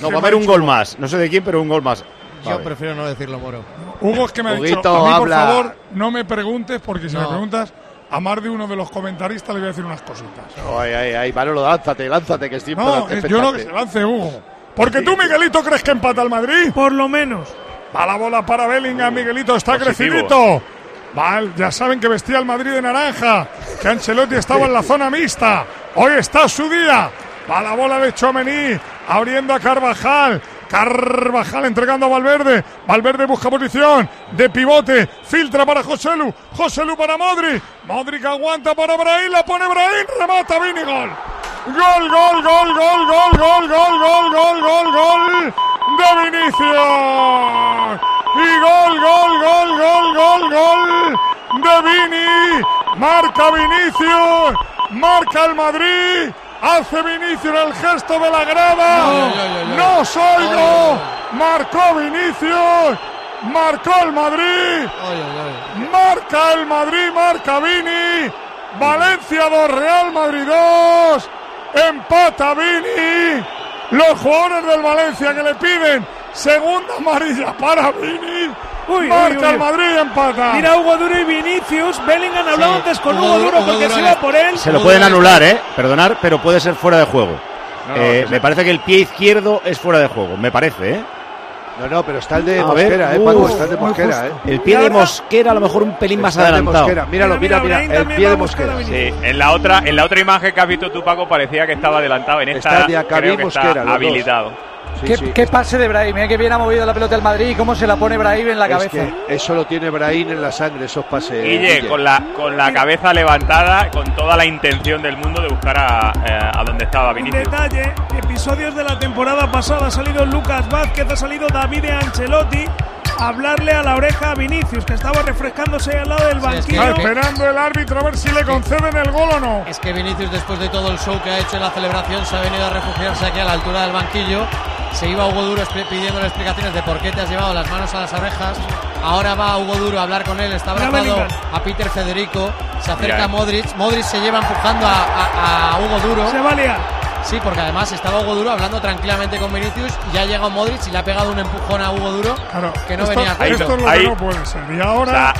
Speaker 3: No, va a haber un gol más. No sé de quién, pero un gol más.
Speaker 10: Yo prefiero no decirlo, Moro.
Speaker 8: Hugo es que me ha dicho,
Speaker 3: Huguito,
Speaker 8: a mí,
Speaker 3: habla.
Speaker 8: por favor, no me preguntes, porque si me
Speaker 10: No.
Speaker 8: preguntas, a más de uno de los comentaristas le voy a decir unas cositas.
Speaker 7: Ay, ay, ay, Manolo, lánzate, lánzate, que estoy
Speaker 8: No,
Speaker 7: para
Speaker 8: es- yo no que se lance Hugo. Porque tú, Miguelito, crees que empata el Madrid.
Speaker 5: Por lo menos.
Speaker 8: Va la bola para Bellingham, Miguelito, está
Speaker 6: Positivo.
Speaker 8: crecidito. Va el- ya saben que vestía el Madrid de naranja, que Ancelotti estaba en la zona mixta. Hoy está su día. Va la bola de Chomení, abriendo a Carvajal. Carvajal entregando a Valverde. Valverde busca posición de pivote. Filtra para Joselu. Joselu para Modri. Modri que aguanta para Brahim. La pone Brahim. Remata Vini. Gol. Gol, gol, gol, gol, gol, gol, gol, gol, gol, gol, gol de Vinicius. Y gol, gol, gol, gol, gol, gol de Vini. Marca Vinicius. Marca el Madrid. Hace Vinicius el gesto de la grada. No soy yo. Marcó Vinicius. Marcó el Madrid. Marca el Madrid, marca Vini. Valencia 2, Real Madrid 2. Empata Vini. los jugadores del Valencia que le piden segunda amarilla para Vini.
Speaker 5: uy,
Speaker 8: Marcha
Speaker 5: uy.
Speaker 8: el Madrid y empata.
Speaker 5: Mira Hugo Duro y Vinicius. Bellingham hablaba antes con Hugo Duro porque se iba por él.
Speaker 3: Se lo pueden anular, ¿eh? Perdonar, pero puede ser fuera de juego.
Speaker 7: No, no,
Speaker 3: Eh,
Speaker 7: que sea.
Speaker 3: me parece que el pie izquierdo es fuera de juego, me parece, ¿eh?
Speaker 7: No, no, pero está el de
Speaker 3: A ver,
Speaker 7: Mosquera, eh,
Speaker 3: uh,
Speaker 7: Paco, está el de
Speaker 3: muy
Speaker 7: Mosquera, eh.
Speaker 3: justo. El pie de Mosquera a lo mejor un pelín más
Speaker 7: Está el de
Speaker 3: adelantado.
Speaker 7: Mosquera, Míralo, mira, mira, el pie de Mosquera.
Speaker 13: Sí, en la otra, en la otra imagen que has visto tú, Paco, parecía que estaba adelantado. En esta
Speaker 7: Está de Acabí
Speaker 13: creo que
Speaker 7: Mosquera,
Speaker 13: está
Speaker 7: los dos.
Speaker 13: habilitado.
Speaker 9: ¿Qué, qué pase de Brahim, eh, que bien ha movido la pelota el Madrid y cómo se la pone Brahim en la
Speaker 7: Es
Speaker 9: cabeza.
Speaker 7: que eso lo tiene Brahim en la sangre, esos pases.
Speaker 13: Guille, con la, con la cabeza levantada, con toda la intención del mundo de buscar a, eh, a donde estaba
Speaker 5: Un
Speaker 13: Vinicius.
Speaker 5: detalle, episodios de la temporada pasada ha salido Lucas Vázquez, ha salido David Ancelotti a hablarle a la oreja a Vinicius, que estaba refrescándose al lado del banquillo.
Speaker 8: Está esperando el árbitro a ver si le conceden el gol o no.
Speaker 10: Es que Vinicius, después de todo el show que ha hecho en la celebración, se ha venido a refugiarse aquí a la altura del banquillo. Se iba Hugo Duro expli- pidiéndole explicaciones de por qué te has llevado las manos a las orejas. Ahora va Hugo Duro a hablar con él. Está
Speaker 5: Mira,
Speaker 10: abrazado
Speaker 5: Bellingham.
Speaker 10: a Peter Federico. Se
Speaker 5: Mira,
Speaker 10: acerca
Speaker 5: eh.
Speaker 10: a Modric. Modric se lleva empujando a, a- a Hugo Duro.
Speaker 5: Se va a liar.
Speaker 10: Sí, porque además estaba Hugo Duro hablando tranquilamente con Vinicius. Ya llega Modric y le ha pegado un empujón a Hugo Duro que no
Speaker 8: esto,
Speaker 10: venía a
Speaker 8: esto
Speaker 10: cuento.
Speaker 8: es lo que no puede ser. Y ahora.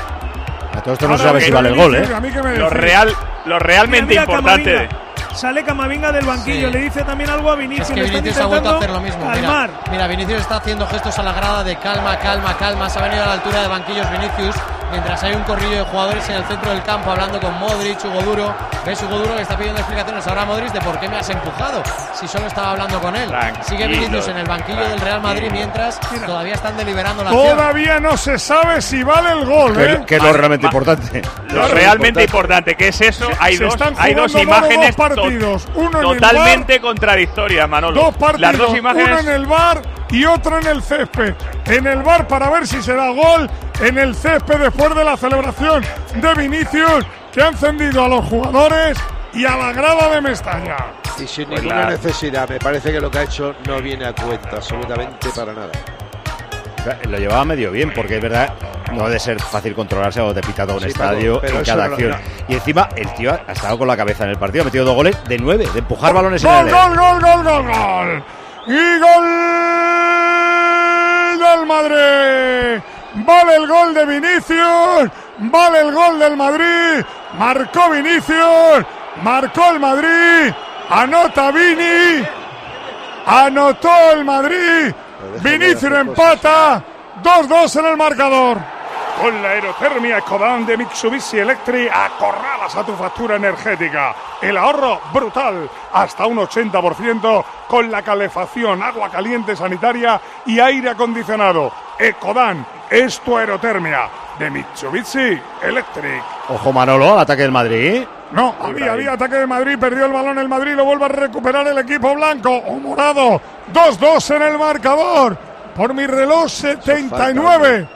Speaker 3: A todo esto no
Speaker 8: Ahora
Speaker 3: se sabe
Speaker 8: que
Speaker 3: si vale el gol, ¿eh?
Speaker 8: Vinicius, a mí que me
Speaker 13: Lo,
Speaker 8: decís.
Speaker 13: real, lo realmente
Speaker 5: Mira, mira
Speaker 13: importante.
Speaker 5: Camavinga. Sale Camavinga del banquillo,
Speaker 10: Sí.
Speaker 5: le dice también algo a Vinicius.
Speaker 10: Es que
Speaker 5: le están
Speaker 10: Vinicius ha vuelto a hacer lo
Speaker 5: intentando
Speaker 10: mismo.
Speaker 5: calmar.
Speaker 10: Mira, mira, Vinicius está haciendo gestos a la grada de calma, calma, calma. Se ha venido a la altura de banquillos Vinicius. Mientras hay un corrillo de jugadores en el centro del campo hablando con Modric, Hugo Duro. ¿Ves Hugo Duro que está pidiendo explicaciones ahora a Modric de por qué me has empujado? Si solo estaba hablando con él. Sigue Vinicius en el banquillo del Real Madrid mientras todavía están deliberando la acción.
Speaker 8: Todavía no se sabe si vale el gol, ¿eh?
Speaker 3: Que, que es lo realmente importante.
Speaker 13: Lo realmente importante, que es eso? Hay
Speaker 8: se
Speaker 13: dos,
Speaker 8: están
Speaker 13: hay dos
Speaker 8: jugando ahora
Speaker 13: imágenes
Speaker 8: dos
Speaker 13: to-
Speaker 8: partidos, uno en el
Speaker 13: totalmente contradictorias, Manolo.
Speaker 8: Dos partidos,
Speaker 13: Las dos imágenes
Speaker 8: uno en el bar y otro en el césped. En el bar para ver si será gol, en el césped después de la celebración de Vinicius, que ha encendido a los jugadores y a la grada de Mestalla.
Speaker 7: Y sin
Speaker 8: Pues
Speaker 7: ninguna
Speaker 8: la-
Speaker 7: necesidad, me parece que lo que ha hecho no viene a cuenta absolutamente para nada.
Speaker 3: O sea, Lo llevaba medio bien, porque es verdad, no ha de ser fácil controlarse o te pita todo un
Speaker 7: Sí, Paco,
Speaker 3: estadio
Speaker 7: pero
Speaker 3: en
Speaker 7: eso
Speaker 3: cada
Speaker 7: no lo-
Speaker 3: acción.
Speaker 7: no.
Speaker 3: Y encima, el tío ha ha estado con la cabeza en el partido, ha metido dos goles de nueve, de empujar balones en
Speaker 8: ¡Gol,
Speaker 3: el área.
Speaker 8: gol, gol, gol, gol, gol! ¡Y gol del Madrid! Vale el gol de Vinicius, vale el gol del Madrid, marcó Vinicius, marcó el Madrid, anota Vini, anotó el Madrid, Vinicius empata, 2-2 en el marcador. Con la aerotermia Ecodan de Mitsubishi Electric acorralas a tu factura energética. El ahorro brutal, hasta un 80% con la calefacción, agua caliente sanitaria y aire acondicionado. Ecodan es tu aerotermia de Mitsubishi Electric.
Speaker 3: Ojo Manolo, al ataque del Madrid.
Speaker 8: No, había, había ataque de Madrid, perdió el balón el Madrid, lo vuelve a recuperar el equipo blanco o morado. 2-2 en el marcador. Por mi reloj, 79.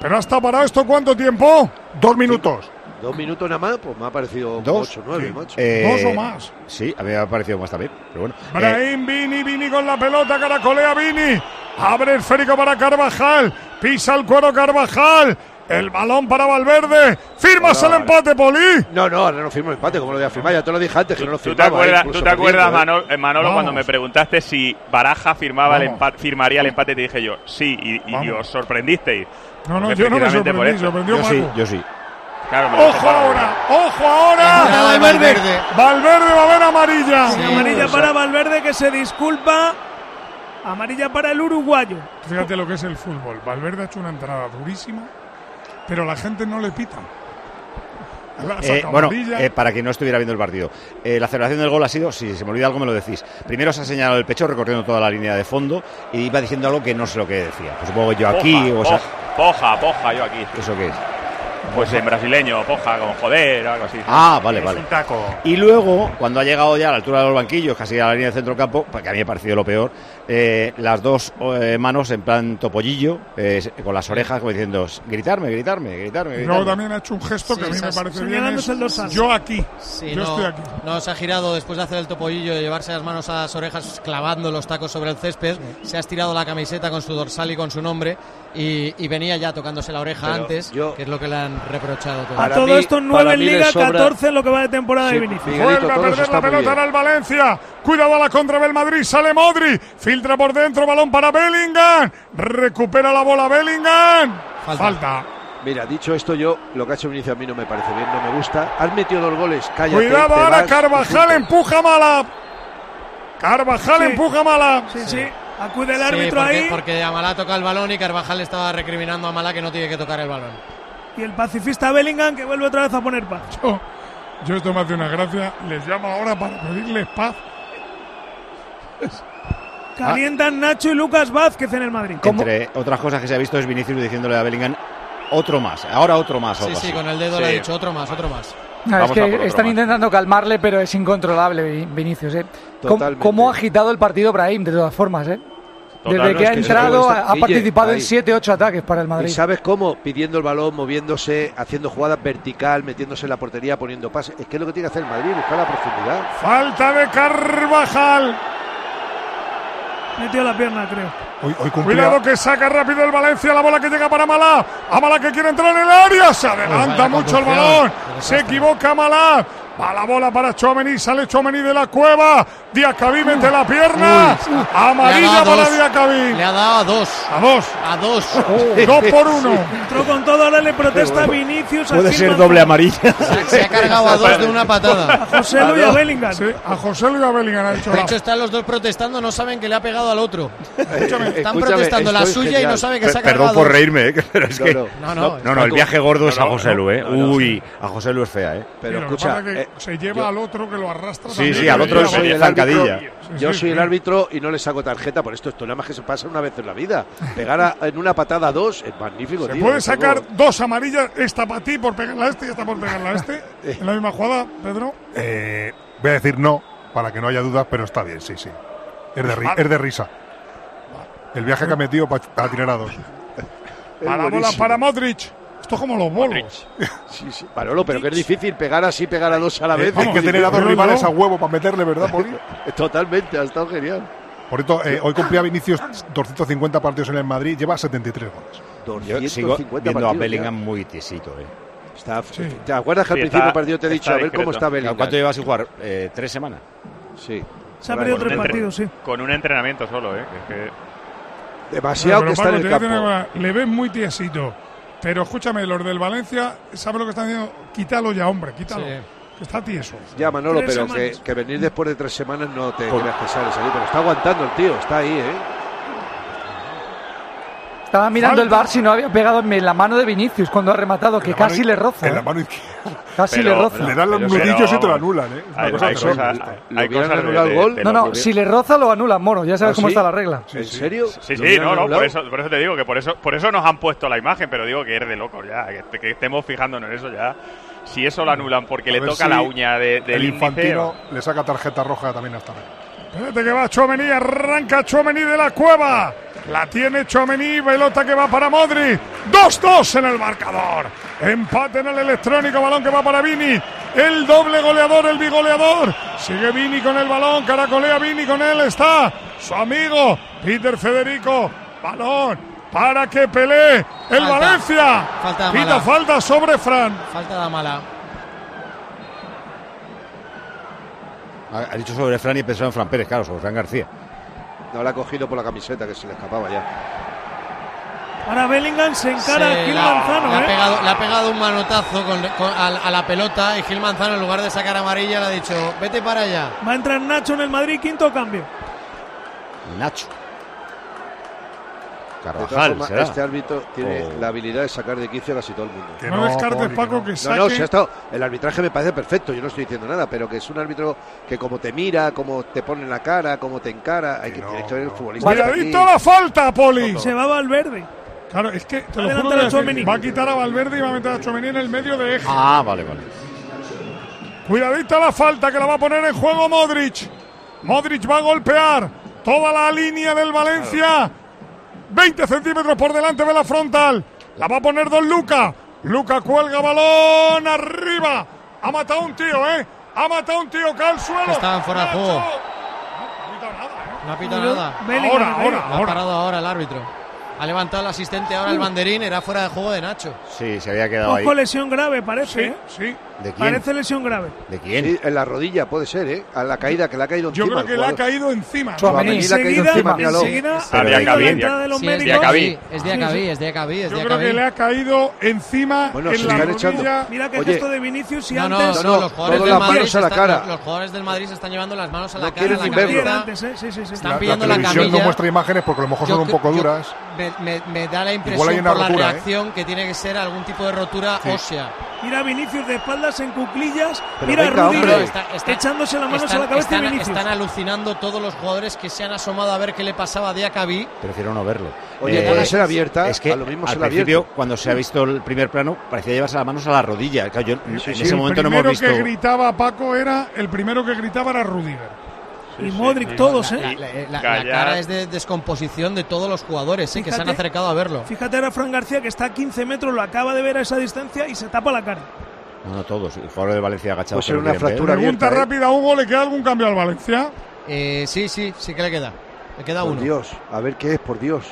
Speaker 8: Pero hasta parado esto cuánto tiempo? Dos minutos.
Speaker 7: Dos minutos nada más, pues me ha parecido
Speaker 3: Dos.
Speaker 7: ocho, nueve, macho.
Speaker 3: Eh,
Speaker 8: Dos o más.
Speaker 3: Sí, a mí me ha parecido más también, pero bueno. Eh,
Speaker 8: Brahim, Vini, Vini con la pelota, caracolea Vini. Abre el esférico para Carvajal. Pisa el cuero Carvajal. El balón para Valverde. Firmas el empate, Poli.
Speaker 7: No, no, ahora no firmo el empate, como lo voy a firmar, ya te lo dije antes, que no lo
Speaker 13: ¿Tú te
Speaker 7: firmaba.
Speaker 13: acuerdas,
Speaker 7: incluso
Speaker 13: tú te acuerdas
Speaker 7: perdiendo, ¿eh?
Speaker 13: Manolo, eh, Manolo, cuando me preguntaste si Baraja firmaba el
Speaker 7: Vamos.
Speaker 13: empate, firmaría el empate? Te dije yo, sí, y, y
Speaker 8: Vamos.
Speaker 13: os sorprendisteis.
Speaker 8: No, no,
Speaker 13: Porque
Speaker 8: yo no me
Speaker 13: precisamente por
Speaker 8: sorprendí,
Speaker 13: esto.
Speaker 8: sorprendió Yo sí, Paco.
Speaker 3: yo sí.
Speaker 13: Claro, me lo
Speaker 8: Ojo
Speaker 13: separo.
Speaker 8: ahora, ojo ahora.
Speaker 5: Entrada de Valverde.
Speaker 8: Valverde va a ver amarilla.
Speaker 5: Y amarilla para Valverde que se disculpa. Amarilla para el uruguayo.
Speaker 8: Fíjate lo que es el fútbol. Valverde ha hecho una entrada durísima, pero la gente no le pita. La saca
Speaker 3: Eh, bueno,
Speaker 8: amarilla.
Speaker 3: eh, para quien no estuviera viendo el partido, Eh, la celebración del gol ha sido, si se me olvida algo me lo decís. Primero se ha señalado el pecho recorriendo toda la línea de fondo y iba diciendo algo que no sé lo que decía. Pues supongo que yo aquí
Speaker 13: Poja,
Speaker 3: o sea,
Speaker 13: Poja, poja, yo aquí.
Speaker 3: ¿Eso qué es?
Speaker 13: Pues en brasileño, poja, como joder o algo así.
Speaker 3: Ah, vale, vale.
Speaker 8: taco.
Speaker 3: Y luego, cuando ha llegado ya a la altura de los banquillos, casi a la línea de centro campo, que a mí me ha parecido lo peor, eh, las dos eh, manos en plan topollillo, eh, con las orejas como diciendo, gritarme, gritarme, gritarme.
Speaker 8: Y
Speaker 3: gritarme.
Speaker 8: luego también ha hecho un gesto que a mí me parece bien. es, yo aquí.
Speaker 10: Sí,
Speaker 8: yo
Speaker 10: no,
Speaker 8: estoy aquí.
Speaker 10: no se ha girado después de hacer el topollillo y llevarse las manos a las orejas clavando los tacos sobre el césped. Se ha estirado la camiseta con su dorsal y con su nombre y, y venía ya tocándose la oreja
Speaker 7: Pero
Speaker 10: antes,
Speaker 7: yo-
Speaker 10: que es lo que le han han reprochado todo.
Speaker 5: A todo esto 9 en Liga, 14 en lo que va de temporada
Speaker 10: Sí,
Speaker 5: de Vinicius.
Speaker 10: Miguelito,
Speaker 8: Vuelve a perder la pelota en el Valencia. Cuidado a la contra del Madrid. Sale Modri. Filtra por dentro. Balón para Bellingham. Recupera la bola Bellingham. Falta.
Speaker 7: Mira, dicho esto, yo lo que ha hecho Vinicius a mí no me parece bien, no me gusta. Has metido dos goles, cállate.
Speaker 8: Cuidado
Speaker 7: te
Speaker 8: ahora.
Speaker 7: vas,
Speaker 8: Carvajal
Speaker 7: insulta.
Speaker 8: empuja mala. Carvajal
Speaker 5: Sí.
Speaker 8: empuja mala.
Speaker 5: Sí, sí. Acude el
Speaker 10: Sí,
Speaker 5: árbitro
Speaker 10: porque,
Speaker 5: ahí
Speaker 10: Porque Amalá toca el balón y Carvajal le estaba recriminando a Amalá que no tiene que tocar el balón.
Speaker 5: y el pacifista Bellingham que vuelve otra vez a poner paz.
Speaker 8: Yo esto me hace una gracia. Les llamo ahora para pedirles paz.
Speaker 5: Calientan Nacho y Lucas Vázquez en el Madrid.
Speaker 3: Entre otras cosas que se ha visto es Vinicius diciéndole a Bellingham otro más, ahora otro más.
Speaker 10: Sí,
Speaker 3: algo
Speaker 10: sí,
Speaker 3: así.
Speaker 10: con el dedo le ha
Speaker 3: Sí.
Speaker 10: dicho otro más, otro más.
Speaker 3: No,
Speaker 9: Ah, es
Speaker 3: Vamos a por
Speaker 9: que
Speaker 3: otro
Speaker 9: están
Speaker 3: más.
Speaker 9: intentando calmarle, pero es incontrolable Vi- Vinicius. ¿eh? ¿Cómo,
Speaker 7: Totalmente.
Speaker 9: cómo ha agitado el partido Brahim, de todas formas? ¿eh?
Speaker 7: Total,
Speaker 9: Desde
Speaker 7: no,
Speaker 9: que
Speaker 7: es
Speaker 9: ha
Speaker 7: que es
Speaker 9: entrado,
Speaker 7: como
Speaker 9: ha
Speaker 7: está-
Speaker 9: ha
Speaker 7: Guille,
Speaker 9: participado en
Speaker 7: ahí.
Speaker 9: 7-8 ataques para el
Speaker 7: ¿Y
Speaker 9: Madrid.
Speaker 7: sabes cómo? Pidiendo el balón, moviéndose, haciendo jugadas vertical, metiéndose en la portería, poniendo pases. Es que es lo que tiene que hacer el Madrid, buscar la profundidad.
Speaker 8: Falta de Carvajal.
Speaker 5: Metió la pierna, creo.
Speaker 15: Hoy, hoy cumplía-
Speaker 8: Cuidado que saca rápido el Valencia la bola que llega para Malá. Amalá que quiere entrar en el área. Se adelanta
Speaker 15: vaya
Speaker 8: mucho el
Speaker 15: conducción.
Speaker 8: balón. Se equivoca Malá. Va la bola para Chomení. Sale Chomení de la cueva. Diacabí mete la pierna.
Speaker 10: uy, sí. Le ha
Speaker 8: Amarilla
Speaker 10: dado a
Speaker 8: para
Speaker 10: dos.
Speaker 8: Diacabí.
Speaker 10: Le ha dado a dos.
Speaker 8: A dos.
Speaker 10: A dos.
Speaker 8: Oh, Dos por uno.
Speaker 5: Entró con todo, ahora le protesta Vinicius. a
Speaker 3: Puede
Speaker 5: Gil
Speaker 3: ser
Speaker 5: González.
Speaker 3: doble amarilla.
Speaker 10: Se ha cargado a dos de una patada.
Speaker 5: A José Luis y a Bellingham.
Speaker 8: Sí, a José Luis y a Bellingham ha hecho
Speaker 10: De
Speaker 8: la-
Speaker 10: hecho, están los dos protestando, no saben que le ha pegado al otro. Están
Speaker 7: escúchame,
Speaker 10: protestando la
Speaker 7: estoy
Speaker 10: suya y
Speaker 7: genial.
Speaker 10: no saben que
Speaker 3: Per-
Speaker 10: se ha cargado.
Speaker 3: Perdón
Speaker 10: a
Speaker 3: por
Speaker 10: dos.
Speaker 3: reírme, eh, pero es
Speaker 7: No,
Speaker 3: que.
Speaker 7: no.
Speaker 10: No, no,
Speaker 3: no, el viaje gordo es a José Lu, ¿eh?
Speaker 7: no, no,
Speaker 3: Uy, a José Lu es fea, ¿eh?
Speaker 7: Pero
Speaker 8: Mira, lo que
Speaker 7: escucha,
Speaker 8: pasa es que
Speaker 7: eh,
Speaker 8: se lleva al otro que lo arrastra.
Speaker 3: Sí,
Speaker 8: también.
Speaker 3: sí, al otro
Speaker 8: Mira,
Speaker 3: es
Speaker 8: vaya.
Speaker 3: el zancadilla.
Speaker 7: Yo
Speaker 8: Sí,
Speaker 7: soy el
Speaker 8: sí.
Speaker 7: árbitro y no le saco tarjeta por esto. Esto nada más que se pasa una vez en la vida. Pegar a- en una patada a dos es magnífico,
Speaker 8: ¿Se
Speaker 7: tío,
Speaker 8: puede
Speaker 7: por favor.
Speaker 8: sacar dos amarillas? Esta para ti por pegarla a este y esta por pegarla a este. En la misma jugada, Pedro.
Speaker 15: Eh, voy a decir no, para que no haya dudas, pero está bien, sí, sí. Es de, ri-
Speaker 8: Vale.
Speaker 15: es de risa. El viaje que ha metido para tirar a
Speaker 8: Eh,
Speaker 15: dos.
Speaker 8: Para la bola
Speaker 15: buenísimo.
Speaker 8: para Modric. Esto es como los bolos.
Speaker 7: Sí, sí. Manolo, pero que es difícil pegar así, pegar a dos a la
Speaker 15: Eh,
Speaker 7: vez.
Speaker 15: hay que tener a dos rivales a huevo para meterle, ¿verdad, Poli?
Speaker 7: Totalmente, ha estado genial.
Speaker 15: Por esto, eh, hoy cumplía Vinicius 250 partidos en el Madrid, lleva 73 goles.
Speaker 3: Yo sigo viendo a Bellingham muy tiesito, ¿eh?
Speaker 7: Está, ¿Te acuerdas que al principio del partido te he dicho, a ver cómo está Bellingham?
Speaker 3: ¿Cuánto llevas sin jugar? Eh, ¿Tres semanas?
Speaker 7: Sí.
Speaker 5: Se ha perdido
Speaker 13: Con un
Speaker 5: tres
Speaker 13: entre-
Speaker 5: partidos, sí.
Speaker 13: Con un entrenamiento solo, ¿eh? Que es que-
Speaker 7: Demasiado
Speaker 8: Bueno,
Speaker 7: que está
Speaker 8: pero
Speaker 7: en el
Speaker 8: Paco, te voy a decir
Speaker 7: campo.
Speaker 8: una cosa, le ves muy tiesito. Pero escúchame, los del Valencia, ¿sabes lo que están diciendo? Quítalo ya, hombre, quítalo.
Speaker 10: Sí.
Speaker 8: Que está tieso.
Speaker 7: Ya, Manolo,
Speaker 8: Tres
Speaker 7: pero que,
Speaker 8: semanas.
Speaker 7: que venir después de tres semanas no te creas que sales ahí. Pero está aguantando el tío, está ahí, ¿eh?
Speaker 9: Estaba mirando el bar si no había pegado en la mano de Vinicius cuando ha rematado, que casi le roza.
Speaker 15: En
Speaker 9: ¿eh?
Speaker 15: la mano izquierda.
Speaker 9: Casi
Speaker 15: Pero-
Speaker 9: le roza.
Speaker 15: Le dan los
Speaker 13: pero-
Speaker 15: nudillos y te lo
Speaker 13: vamos.
Speaker 15: anulan, ¿eh? Es una
Speaker 13: Hay-
Speaker 15: cosa
Speaker 13: hay
Speaker 15: terrible.
Speaker 13: cosas-
Speaker 7: Lo
Speaker 13: hay
Speaker 7: hubieran
Speaker 13: cosas de-
Speaker 7: anulado el
Speaker 13: de-
Speaker 7: gol.
Speaker 13: de
Speaker 9: No,
Speaker 13: los-
Speaker 9: no, si le roza lo anula Moro, ya sabes
Speaker 7: ¿Ah,
Speaker 9: cómo
Speaker 7: sí?
Speaker 9: está la regla.
Speaker 7: ¿En serio?
Speaker 13: Sí,
Speaker 7: ¿Lo
Speaker 13: sí,
Speaker 7: hubieran
Speaker 13: no, no,
Speaker 7: anulado?
Speaker 13: por eso, por eso te digo que por eso, por eso nos han puesto la imagen, pero digo que es de locos ya, que, que estemos fijándonos en eso ya. Si eso lo anulan porque
Speaker 15: A
Speaker 13: le
Speaker 15: ver
Speaker 13: toca
Speaker 15: si
Speaker 13: la uña de, del
Speaker 15: el
Speaker 13: índice,
Speaker 15: infantino
Speaker 13: o-
Speaker 15: le saca tarjeta roja también hasta ahora.
Speaker 8: Espérate que va Chomení, arranca Chomení de la cueva. La tiene Chomení, pelota que va para Modri. 2-2 en el marcador. Empate en el electrónico, balón que va para Vini. El doble goleador, el bigoleador. Sigue Vini con el balón, caracolea Vini con él. Está su amigo Peter Federico. Balón para que pelee el
Speaker 10: Falta.
Speaker 8: Valencia.
Speaker 10: Falta de
Speaker 8: Pita
Speaker 10: Amala.
Speaker 8: falta sobre Fran.
Speaker 10: Falta de Amalá.
Speaker 3: Ha, ha dicho sobre Fran y he pensado en Fran Pérez, claro, sobre Fran García.
Speaker 7: No la ha cogido por la camiseta que se le escapaba ya.
Speaker 5: Ahora Bellingham se
Speaker 10: Se
Speaker 5: encara a Gil
Speaker 10: la-
Speaker 5: Manzano,
Speaker 10: le, ha
Speaker 5: ¿eh?
Speaker 10: pegado, le ha pegado un manotazo con- con- a, a la pelota y Gil Manzano, en lugar de sacar amarilla, le ha dicho: vete para allá.
Speaker 5: Va a entrar Nacho en el Madrid, quinto cambio.
Speaker 3: Nacho.
Speaker 7: De todas
Speaker 3: Carvajal,
Speaker 7: formas,
Speaker 3: será.
Speaker 7: este árbitro tiene
Speaker 3: Oh.
Speaker 7: la habilidad de sacar de 15 a casi todo el mundo.
Speaker 8: No, descartes, Paco, que
Speaker 7: No,
Speaker 8: saque.
Speaker 7: no, si ha estado- el arbitraje me parece perfecto, yo no estoy diciendo nada, pero que es un árbitro que como te mira, como te pone en la cara, como te encara, hay que tiene que tener el futbolista.
Speaker 8: Cuidadito la falta, Poli.
Speaker 5: Se va Valverde.
Speaker 8: Claro, es que te lo
Speaker 5: Adelanta a
Speaker 8: juro que
Speaker 5: Tchouaméni.
Speaker 8: va a quitar a Valverde y va a meter a Chomení en el medio de eje.
Speaker 3: Ah, vale, vale.
Speaker 8: Cuidadito la falta que la va a poner en juego Modric. Modric va a golpear toda la línea del Valencia. 20 centímetros por delante de la frontal. La va a poner Don Luca. Luca cuelga balón arriba. Ha matado un tío, ¿eh? Ha matado un tío, cae al suelo.
Speaker 10: Estaban fuera de juego.
Speaker 8: No ha pitado nada, ¿eh?
Speaker 10: No ha pitado nada.
Speaker 5: Bellingham,
Speaker 8: Ahora,
Speaker 5: Bellingham.
Speaker 8: ahora.
Speaker 10: Lo ha parado ahora el árbitro. Ha levantado el asistente ahora el banderín, era fuera de juego de Nacho.
Speaker 3: Sí, se había quedado ahí.
Speaker 5: Poco lesión grave, parece. ¿eh?
Speaker 8: Sí.
Speaker 3: ¿De quién?
Speaker 5: Parece lesión grave.
Speaker 3: ¿De quién?
Speaker 7: Sí, en la rodilla, puede ser, ¿eh? A la caída que le ha caído
Speaker 8: Yo
Speaker 7: encima.
Speaker 8: creo que le ha caído encima. ¿no?
Speaker 10: Sí, es de Acabí, es de Acabí, es de Acabí, es
Speaker 8: Yo
Speaker 10: de
Speaker 8: creo
Speaker 10: Acabí.
Speaker 8: que le ha caído encima
Speaker 7: Bueno,
Speaker 8: en
Speaker 7: se
Speaker 8: la
Speaker 7: están
Speaker 8: rodilla.
Speaker 7: echando.
Speaker 5: Mira
Speaker 7: que Oye.
Speaker 5: esto de Vinicius y
Speaker 10: No, no,
Speaker 5: antes.
Speaker 10: no, los jugadores
Speaker 7: todas
Speaker 10: del
Speaker 7: las
Speaker 10: Madrid
Speaker 7: manos
Speaker 10: se
Speaker 7: a la
Speaker 10: están-
Speaker 7: cara.
Speaker 10: los- los jugadores del Madrid se están llevando las manos a la
Speaker 7: No
Speaker 10: cara,
Speaker 7: quieren
Speaker 10: la
Speaker 7: ni verlo.
Speaker 10: camiseta.
Speaker 7: Antes,
Speaker 5: ¿eh? Sí, sí, sí.
Speaker 10: Están
Speaker 15: La- la
Speaker 10: pidiendo la,
Speaker 15: televisión
Speaker 10: camilla.
Speaker 15: no muestra imágenes porque a lo mejor
Speaker 10: Yo
Speaker 15: son un
Speaker 10: creo-
Speaker 15: poco
Speaker 10: yo-
Speaker 15: duras.
Speaker 10: Me, me- me da la
Speaker 15: Igual hay
Speaker 10: impresión
Speaker 15: una
Speaker 10: por la
Speaker 15: rotura, ¿eh?
Speaker 10: reacción que tiene que ser algún tipo de rotura
Speaker 15: Sí.
Speaker 10: ósea.
Speaker 5: Mira Vinicius de espaldas en cuclillas.
Speaker 10: Pero
Speaker 5: mira
Speaker 10: venga,
Speaker 5: Rudy
Speaker 10: hombre. Está- está-
Speaker 5: echándose las manos
Speaker 10: Están,
Speaker 5: a la cabeza de
Speaker 10: están-
Speaker 5: Vinicius.
Speaker 10: están alucinando todos los jugadores que se han asomado a ver qué le pasaba a Diacabí.
Speaker 3: Prefiero no verlo. Eh,
Speaker 7: Oye, puede ser abierta,
Speaker 3: Es que
Speaker 7: a lo mismo
Speaker 3: al
Speaker 7: será
Speaker 3: principio,
Speaker 7: abierta.
Speaker 3: cuando se ha visto el primer plano, parecía llevarse las manos a la rodilla. Claro, yo en
Speaker 8: Sí,
Speaker 3: ese
Speaker 8: el
Speaker 3: momento no hemos
Speaker 8: primero
Speaker 3: visto.
Speaker 8: que gritaba Paco era el primero que gritaba era Rudiger.
Speaker 5: y Modric, todos, ¿eh?
Speaker 10: La, la cara es de descomposición de todos los jugadores eh, que se han
Speaker 5: Fíjate.
Speaker 10: acercado a verlo.
Speaker 5: Fíjate ahora Fran García que está a 15 metros, lo acaba de ver a esa distancia y se tapa la cara.
Speaker 3: No, no todos. El jugador de Valencia agachado.
Speaker 7: Puede ser
Speaker 3: que no
Speaker 7: una
Speaker 3: quieren ver.
Speaker 7: fractura ¿eh?
Speaker 8: Pregunta rápida, Hugo, ¿le queda algún cambio al Valencia?
Speaker 10: Eh, sí, sí, sí que le queda. Le queda
Speaker 7: por
Speaker 10: uno.
Speaker 7: Dios, a ver qué es, por Dios.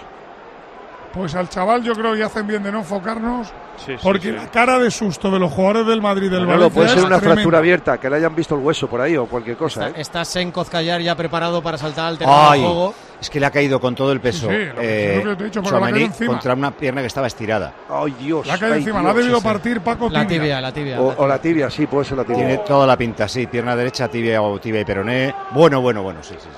Speaker 8: Pues al chaval yo creo que hacen bien de no enfocarnos
Speaker 7: Sí, sí,
Speaker 8: porque
Speaker 7: sí.
Speaker 8: la cara de susto de los jugadores del Madrid y del
Speaker 7: No,
Speaker 8: Valencia
Speaker 7: puede ser
Speaker 8: es
Speaker 7: una
Speaker 8: tremenda.
Speaker 7: fractura abierta, que le hayan visto el hueso por ahí o cualquier cosa, ¿eh?
Speaker 10: Está Senkoz Callar ya preparado para saltar al terreno de
Speaker 3: Ay,
Speaker 10: juego.
Speaker 3: es que le ha caído con todo el peso.
Speaker 8: Sí, sí, lo que-
Speaker 3: eh,
Speaker 8: lo que te he dicho, porque le ha caído
Speaker 3: Tchouaméni
Speaker 8: encima.
Speaker 3: contra una pierna que estaba estirada.
Speaker 7: Ay, Dios.
Speaker 8: La caído
Speaker 7: ay,
Speaker 8: encima,
Speaker 7: Dios,
Speaker 8: la ha debido
Speaker 7: sí, sí.
Speaker 8: partir Paco
Speaker 10: La tibia, la tibia.
Speaker 3: Oh.
Speaker 7: O, o la tibia, sí, puede ser la tibia.
Speaker 3: Tiene toda la pinta, sí. Pierna derecha, tibia o tibia y peroné. Bueno, bueno, bueno, sí, sí, sí.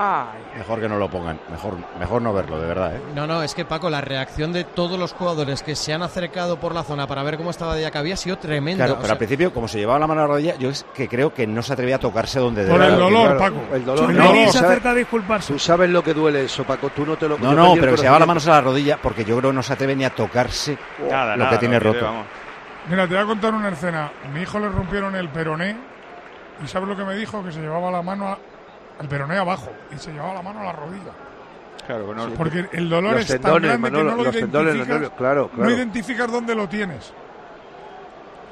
Speaker 19: Ay.
Speaker 3: Mejor que no lo pongan. Mejor, mejor no verlo, de verdad, ¿eh?
Speaker 10: No, no, es que Paco, la reacción de todos los jugadores que se han acercado por la zona para ver cómo estaba Diacabí ha sido tremenda.
Speaker 3: Claro,
Speaker 10: O
Speaker 3: pero
Speaker 10: sea,
Speaker 3: al principio, como se llevaba la mano a la rodilla, yo es que creo que no se atrevía a tocarse donde
Speaker 8: Por
Speaker 3: debía.
Speaker 8: el dolor,
Speaker 3: Claro.
Speaker 8: Paco.
Speaker 7: El dolor.
Speaker 3: No,
Speaker 7: tú
Speaker 3: se
Speaker 7: sabes-
Speaker 5: acerca a disculparse.
Speaker 7: Tú sabes lo que duele eso, Paco. Tú no te lo.
Speaker 3: No,
Speaker 7: yo
Speaker 3: no,
Speaker 7: perdí el
Speaker 3: pero que se llevaba las manos
Speaker 7: conocimiento.
Speaker 3: a la rodilla porque yo creo que no se atreve ni a tocarse
Speaker 6: Nada,
Speaker 3: lo
Speaker 6: nada,
Speaker 3: que tiene
Speaker 6: lo que
Speaker 3: roto.
Speaker 6: ve, vamos.
Speaker 8: Mira, te voy a contar una escena. A mi hijo le rompieron el peroné y ¿sabes lo que me dijo? Que se llevaba la mano a- al peroné abajo y se llevaba la mano a la rodilla.
Speaker 6: Claro, no-
Speaker 8: Porque el dolor
Speaker 7: Los
Speaker 8: es tan
Speaker 7: tendones,
Speaker 8: grande
Speaker 7: Manolo,
Speaker 8: que no lo
Speaker 7: los tendones, los
Speaker 8: identificas.
Speaker 7: nervios, claro, claro.
Speaker 8: No identificas dónde lo tienes.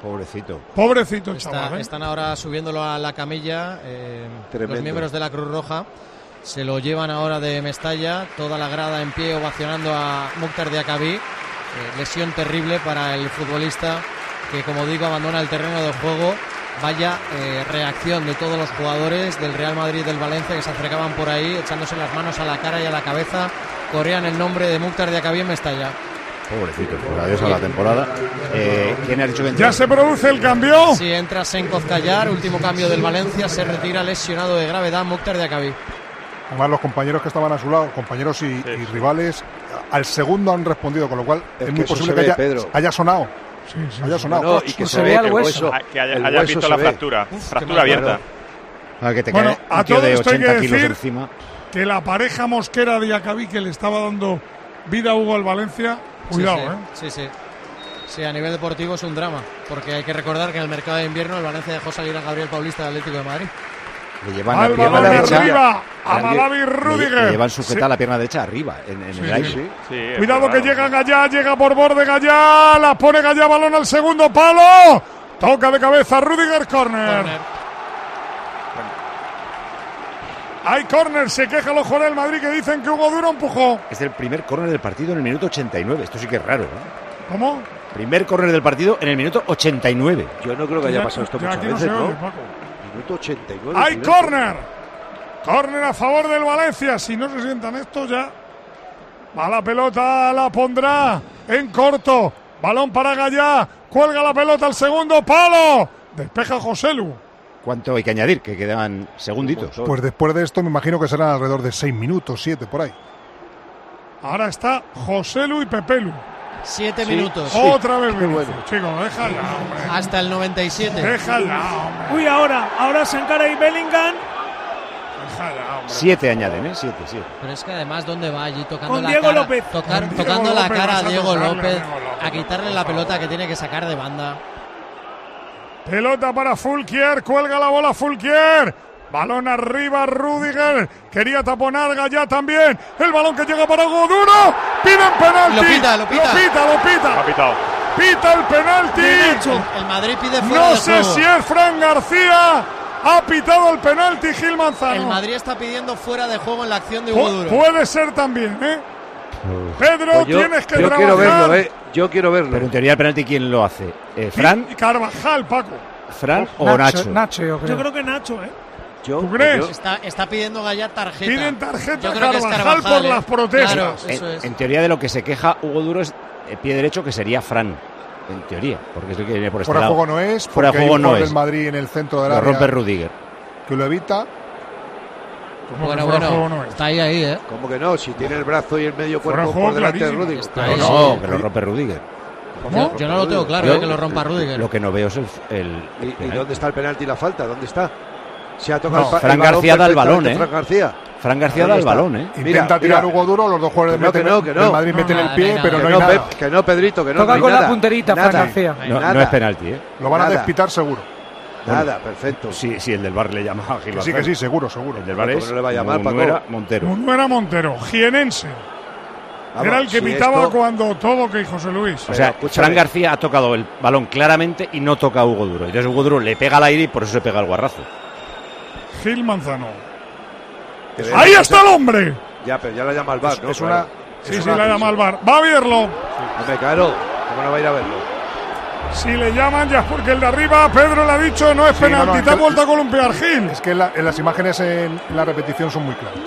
Speaker 3: Pobrecito.
Speaker 8: Pobrecito
Speaker 10: está-
Speaker 8: chaval. ¿eh?
Speaker 10: Están ahora subiéndolo a la camilla eh, los
Speaker 7: Tremendo.
Speaker 10: miembros de la Cruz Roja. Se lo llevan ahora de Mestalla, toda la grada en pie ovacionando a Mukhtar Diakabí. Eh, lesión terrible para el futbolista que, como digo, abandona el terreno de juego. Vaya eh, reacción de todos los jugadores del Real Madrid y del Valencia que se acercaban por ahí, echándose las manos a la cara y a la cabeza. Corrían el nombre de Mukhtar Diakabí en Mestalla.
Speaker 3: Pobrecito. Pues adiós a la temporada. Eh, ¿Quién ha dicho que entra?
Speaker 8: Ya se produce el cambio.
Speaker 10: Si entras en Cozcallar, último cambio del Valencia, se retira lesionado de gravedad Mukhtar Diakabí.
Speaker 15: Además, los compañeros que estaban a su lado, compañeros y, y rivales, al segundo han respondido, con lo cual es,
Speaker 7: que
Speaker 15: muy
Speaker 7: eso
Speaker 15: posible
Speaker 7: se
Speaker 15: que
Speaker 7: ve,
Speaker 15: haya,
Speaker 7: Pedro.
Speaker 15: haya sonado. haya sonado.
Speaker 7: No, y que
Speaker 15: No
Speaker 7: se vea el
Speaker 15: que
Speaker 7: hueso.
Speaker 6: Ah, que haya,
Speaker 7: El
Speaker 6: hayas
Speaker 7: hueso
Speaker 6: visto
Speaker 7: se
Speaker 6: la
Speaker 7: ve.
Speaker 6: fractura.
Speaker 10: Uf,
Speaker 6: fractura
Speaker 10: qué mal,
Speaker 6: abierta.
Speaker 3: Ah, que te
Speaker 8: Bueno,
Speaker 3: cae
Speaker 8: a
Speaker 3: un tío
Speaker 8: todo
Speaker 3: de
Speaker 8: esto hay que
Speaker 3: 80 kilos
Speaker 8: decir
Speaker 3: encima.
Speaker 8: que la pareja Mosquera Diacabí que le estaba dando vida a Hugo al Valencia. Cuidado,
Speaker 10: sí,
Speaker 8: ¿eh?
Speaker 10: sí, Sí, sí. Sí, a nivel deportivo es un drama, porque hay que recordar que en el mercado de invierno el Valencia dejó salir a Gabriel Paulista del Atlético de Madrid.
Speaker 3: Le llevan
Speaker 8: Al
Speaker 3: la pierna
Speaker 8: balón
Speaker 3: derecha.
Speaker 8: arriba, a
Speaker 3: Le-
Speaker 8: Malavi
Speaker 3: le-
Speaker 8: Rüdiger.
Speaker 3: le llevan sujeta
Speaker 8: Sí.
Speaker 3: la pierna derecha arriba, en, en el aire.
Speaker 8: Cuidado que llega Gallá, llega por borde Gallá, la pone Gallá, balón al segundo palo. Toca de cabeza Rudiger, corner. Hay corner, se queja los jugadores del Madrid que dicen que Hugo Duro empujó.
Speaker 3: Es el primer córner del partido en el minuto 89. Esto sí que es raro. ¿eh?
Speaker 8: ¿Cómo?
Speaker 3: Primer córner del partido en el minuto 89.
Speaker 7: Yo no creo que haya
Speaker 8: Ya-
Speaker 7: pasado esto
Speaker 8: ya
Speaker 7: muchas
Speaker 8: aquí no
Speaker 7: veces,
Speaker 8: se
Speaker 7: ¿no?
Speaker 8: oye, Paco.
Speaker 7: Minuto 89.
Speaker 8: Hay
Speaker 7: minuto.
Speaker 8: corner. Corner a favor del Valencia. Si no se sientan estos ya. Va la pelota, la pondrá en corto. Balón para Gallá. Cuelga la pelota al segundo palo. Despeja Joselu.
Speaker 3: ¿Cuánto hay que añadir? Que quedaban segunditos.
Speaker 15: Pues después de esto me imagino que serán alrededor de 6 minutos, 7 por ahí.
Speaker 8: Ahora está Joselu y Pepelu.
Speaker 10: Siete minutos.
Speaker 8: Otra vez Vinicius, Chicos, eh. déjala, hombre.
Speaker 10: Hasta el 97.
Speaker 8: Déjala, hombre.
Speaker 5: Uy, ahora, ahora se encara y Bellingham
Speaker 8: Déjala, hombre.
Speaker 3: Siete añaden, ¿eh? Siete, siete.
Speaker 10: Pero es que además, ¿dónde va allí? Tocando
Speaker 5: Con
Speaker 10: la
Speaker 5: Diego
Speaker 10: cara,
Speaker 5: López.
Speaker 10: tocar-
Speaker 8: Con Diego
Speaker 10: tocando la
Speaker 8: López,
Speaker 10: cara a
Speaker 8: vas a
Speaker 10: Diego
Speaker 8: tocarle a
Speaker 10: López,
Speaker 8: Diego López,
Speaker 10: a quitarle
Speaker 8: por
Speaker 10: la
Speaker 8: favor.
Speaker 10: pelota que tiene que sacar de banda.
Speaker 8: Pelota para Fulquier, cuelga la bola Fulquier. Balón arriba, Rudiger. Quería taponar Gallá también. El balón que llega para Goduro. Piden penalti.
Speaker 10: Lo pita, lo pita.
Speaker 8: Lo pita, lo pita. Pita el penalti.
Speaker 10: El, el Madrid pide fuera
Speaker 8: No
Speaker 10: de
Speaker 8: sé
Speaker 10: juego.
Speaker 8: si es Fran García. Ha pitado el penalti Gil Manzano.
Speaker 10: El Madrid está pidiendo fuera de juego en la acción de Hugo
Speaker 8: Pu-
Speaker 10: Duro.
Speaker 8: puede ser también, ¿eh? Pedro,
Speaker 7: Pues yo,
Speaker 8: tienes que
Speaker 7: yo
Speaker 8: trabajar.
Speaker 7: quiero verlo, eh. Yo quiero verlo.
Speaker 3: Pero en teoría el penalti, ¿quién lo hace? Eh, ¿Fran?
Speaker 8: Y Carvajal, Paco.
Speaker 3: ¿Fran o Nacho?
Speaker 5: Yo creo que Nacho, ¿eh?
Speaker 3: Yo- yo-
Speaker 10: Está, está pidiendo Gallar tarjeta.
Speaker 8: Piden tarjeta
Speaker 10: Yo creo que es
Speaker 8: Carvajal
Speaker 10: Carvajal,
Speaker 8: por
Speaker 10: ¿eh?
Speaker 8: las protestas.
Speaker 10: Claro,
Speaker 3: en,
Speaker 10: eso
Speaker 7: Eh,
Speaker 10: es.
Speaker 3: en teoría de lo que se queja Hugo Duro es el pie derecho que sería Fran. En teoría, porque es el que viene por este
Speaker 15: Fuera de
Speaker 3: lado.
Speaker 15: juego no es,
Speaker 3: Fuera de
Speaker 15: porque hay
Speaker 3: juego
Speaker 15: un
Speaker 3: no
Speaker 15: gol
Speaker 3: es.
Speaker 15: del Madrid en el centro del
Speaker 3: Lo
Speaker 15: área.
Speaker 3: rompe Rudiger.
Speaker 15: Que lo evita.
Speaker 10: Bueno, bueno, está ahí, ahí, ¿eh?
Speaker 7: Como que no, si tiene el brazo y el medio
Speaker 15: Fuera
Speaker 7: cuerpo
Speaker 15: de juego
Speaker 7: por delante de
Speaker 15: clarísimo.
Speaker 7: Rudiger.
Speaker 15: Está
Speaker 3: No,
Speaker 15: ahí,
Speaker 3: no,
Speaker 15: sí.
Speaker 3: que lo rompe Rudiger.
Speaker 7: ¿Cómo?
Speaker 10: Yo no lo tengo claro,
Speaker 3: Yo-
Speaker 10: eh, que lo rompa Rudiger.
Speaker 3: Lo que no veo es el. el- el
Speaker 7: ¿Y
Speaker 3: penalti.
Speaker 7: dónde está el penalti y la falta? ¿Dónde está? Se ha tocado
Speaker 3: No,
Speaker 7: el, pa-
Speaker 3: Fran
Speaker 7: el balón
Speaker 3: García da el balón,
Speaker 7: perfectamente,
Speaker 3: ¿eh?
Speaker 7: Fran García.
Speaker 3: Fran García
Speaker 7: Ahí
Speaker 3: da el
Speaker 7: está.
Speaker 3: balón, ¿eh?
Speaker 7: Mira,
Speaker 15: Intenta tirar
Speaker 7: mira.
Speaker 15: Hugo Duro, los dos
Speaker 7: Que
Speaker 15: jugadores
Speaker 7: no, que
Speaker 15: meten-
Speaker 7: no, que no.
Speaker 15: del Madrid
Speaker 7: No,
Speaker 15: meten el
Speaker 7: nada,
Speaker 15: pie,
Speaker 7: venga,
Speaker 15: pero
Speaker 7: que
Speaker 15: no hay
Speaker 7: no,
Speaker 15: nada.
Speaker 7: Pep, que no, Pedrito, que no,
Speaker 15: Toca
Speaker 7: no hay
Speaker 15: con la
Speaker 7: nada.
Speaker 15: punterita, Fran
Speaker 7: Nada.
Speaker 15: García.
Speaker 3: No,
Speaker 7: Nada.
Speaker 3: no es penalti, ¿eh?
Speaker 15: Lo van a
Speaker 3: Nada.
Speaker 15: despitar seguro.
Speaker 7: Nada, perfecto.
Speaker 3: Sí, sí, el del bar le llama a Gil
Speaker 15: Que sí,
Speaker 3: Barcelo.
Speaker 15: que sí, seguro, seguro.
Speaker 3: El del bar es.
Speaker 7: no le va a llamar, Paco?
Speaker 3: Munuera Montero.
Speaker 8: No era Montero, Jienense.
Speaker 3: Vamos,
Speaker 8: era el que
Speaker 3: si
Speaker 8: pitaba
Speaker 3: esto-
Speaker 8: cuando todo que José Luis.
Speaker 3: O sea, Fran García ha tocado el balón claramente y no toca a Hugo Duro. Entonces Hugo Duro le pega al aire y por eso se pega el guarrazo.
Speaker 8: Gil Manzano.
Speaker 7: Que ve-
Speaker 8: Ahí está el hombre.
Speaker 7: Ya, pero ya la llama al bar,
Speaker 15: Es-
Speaker 7: ¿no?
Speaker 15: es una-
Speaker 7: Claro.
Speaker 8: Sí,
Speaker 7: Es
Speaker 8: sí,
Speaker 7: una-
Speaker 8: la llama al bar. Va a verlo.
Speaker 7: Hombre, claro, ¿cómo no va a ir a verlo?
Speaker 8: Si le llaman ya es porque el de arriba, Pedro le ha dicho, no es
Speaker 15: Sí,
Speaker 8: penalti.
Speaker 15: no, no,
Speaker 8: te has
Speaker 15: que-
Speaker 8: vuelto a columpiar, Gil.
Speaker 15: Es que la- en las imágenes en, en la repetición son muy claras.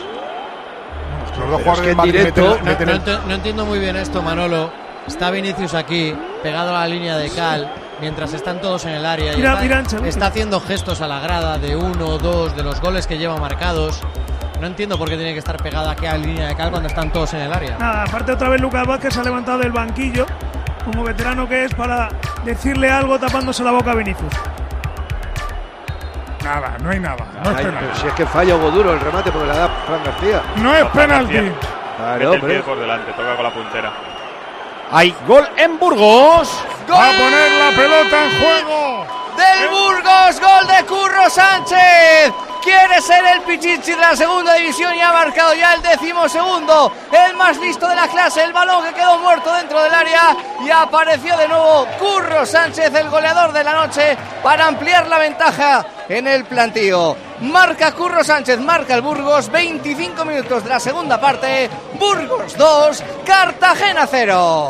Speaker 15: Los
Speaker 7: eh,
Speaker 15: dos
Speaker 7: Pero es que
Speaker 15: jugadores del
Speaker 7: en
Speaker 15: Madrid
Speaker 7: directo-
Speaker 15: meten-
Speaker 10: No,
Speaker 15: meten
Speaker 10: no
Speaker 15: el-
Speaker 10: enti- no entiendo muy bien esto, Manolo. Está Vinicius aquí, pegado a la línea de cal, mientras están todos en el área. y
Speaker 5: Mira,
Speaker 10: está,
Speaker 5: mira, Ancelotti.
Speaker 10: está haciendo gestos a la grada de uno o dos de los goles que lleva marcados. No entiendo por qué tiene que estar pegada aquí a la línea de cal cuando están todos en el área.
Speaker 5: Nada, aparte otra vez Lucas Vázquez se ha levantado del banquillo, como veterano que es, para decirle algo tapándose la boca a Vinicius.
Speaker 8: Nada, no hay nada. No es
Speaker 7: Ay,
Speaker 8: penalti.
Speaker 7: pero si es que falla Hugo Duro el remate porque la da Fran García.
Speaker 8: No es penalti.
Speaker 7: Claro,
Speaker 6: Mete el
Speaker 7: hombre.
Speaker 6: pie por delante, toca con la puntera.
Speaker 3: Hay gol en Burgos.
Speaker 8: Va a poner la pelota en juego.
Speaker 4: Del Burgos, gol de Curro Sánchez. Quiere ser el Pichichi de la segunda división y ha marcado ya el décimo segundo. El más listo de la clase, el balón que quedó muerto dentro del área y apareció de nuevo Curro Sánchez, el goleador de la noche, para ampliar la ventaja en el plantío. Marca Curro Sánchez, marca el Burgos, 25 minutos de la segunda parte. Burgos 2, Cartagena 0.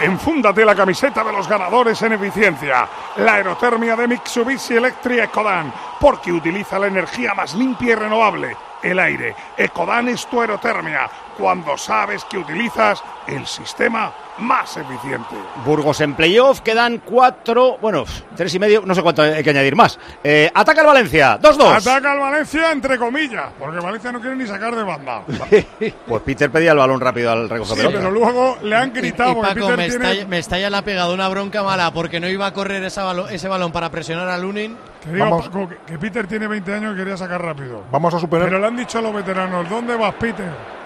Speaker 8: Enfúndate la camiseta de los ganadores en eficiencia. La aerotermia de Mitsubishi Electric Ecodan, porque utiliza la energía más limpia y renovable, el aire. Ecodan es tu aerotermia, cuando sabes que utilizas el sistema más eficiente.
Speaker 3: Burgos en playoff, quedan cuatro, bueno, tres y medio, no sé cuánto hay que añadir más. Eh, ataca el Valencia, 2-2.
Speaker 8: Ataca al Valencia, entre comillas, porque Valencia no quiere ni sacar de banda.
Speaker 3: Pues Peter pedía el balón rápido al
Speaker 8: Sí,
Speaker 3: recogedor.
Speaker 8: pero luego le han gritado
Speaker 10: Y
Speaker 8: porque
Speaker 10: Paco,
Speaker 8: Peter
Speaker 10: me,
Speaker 8: tiene-
Speaker 10: está, me está ya la ha pegado una bronca mala porque no iba a correr esa balo- ese balón para presionar a Lunin.
Speaker 8: Que diga
Speaker 10: Vamos.
Speaker 8: Paco que, que Peter tiene 20 años y quería sacar rápido.
Speaker 15: Vamos a superar.
Speaker 8: Pero le han dicho a los veteranos, ¿dónde vas, Peter?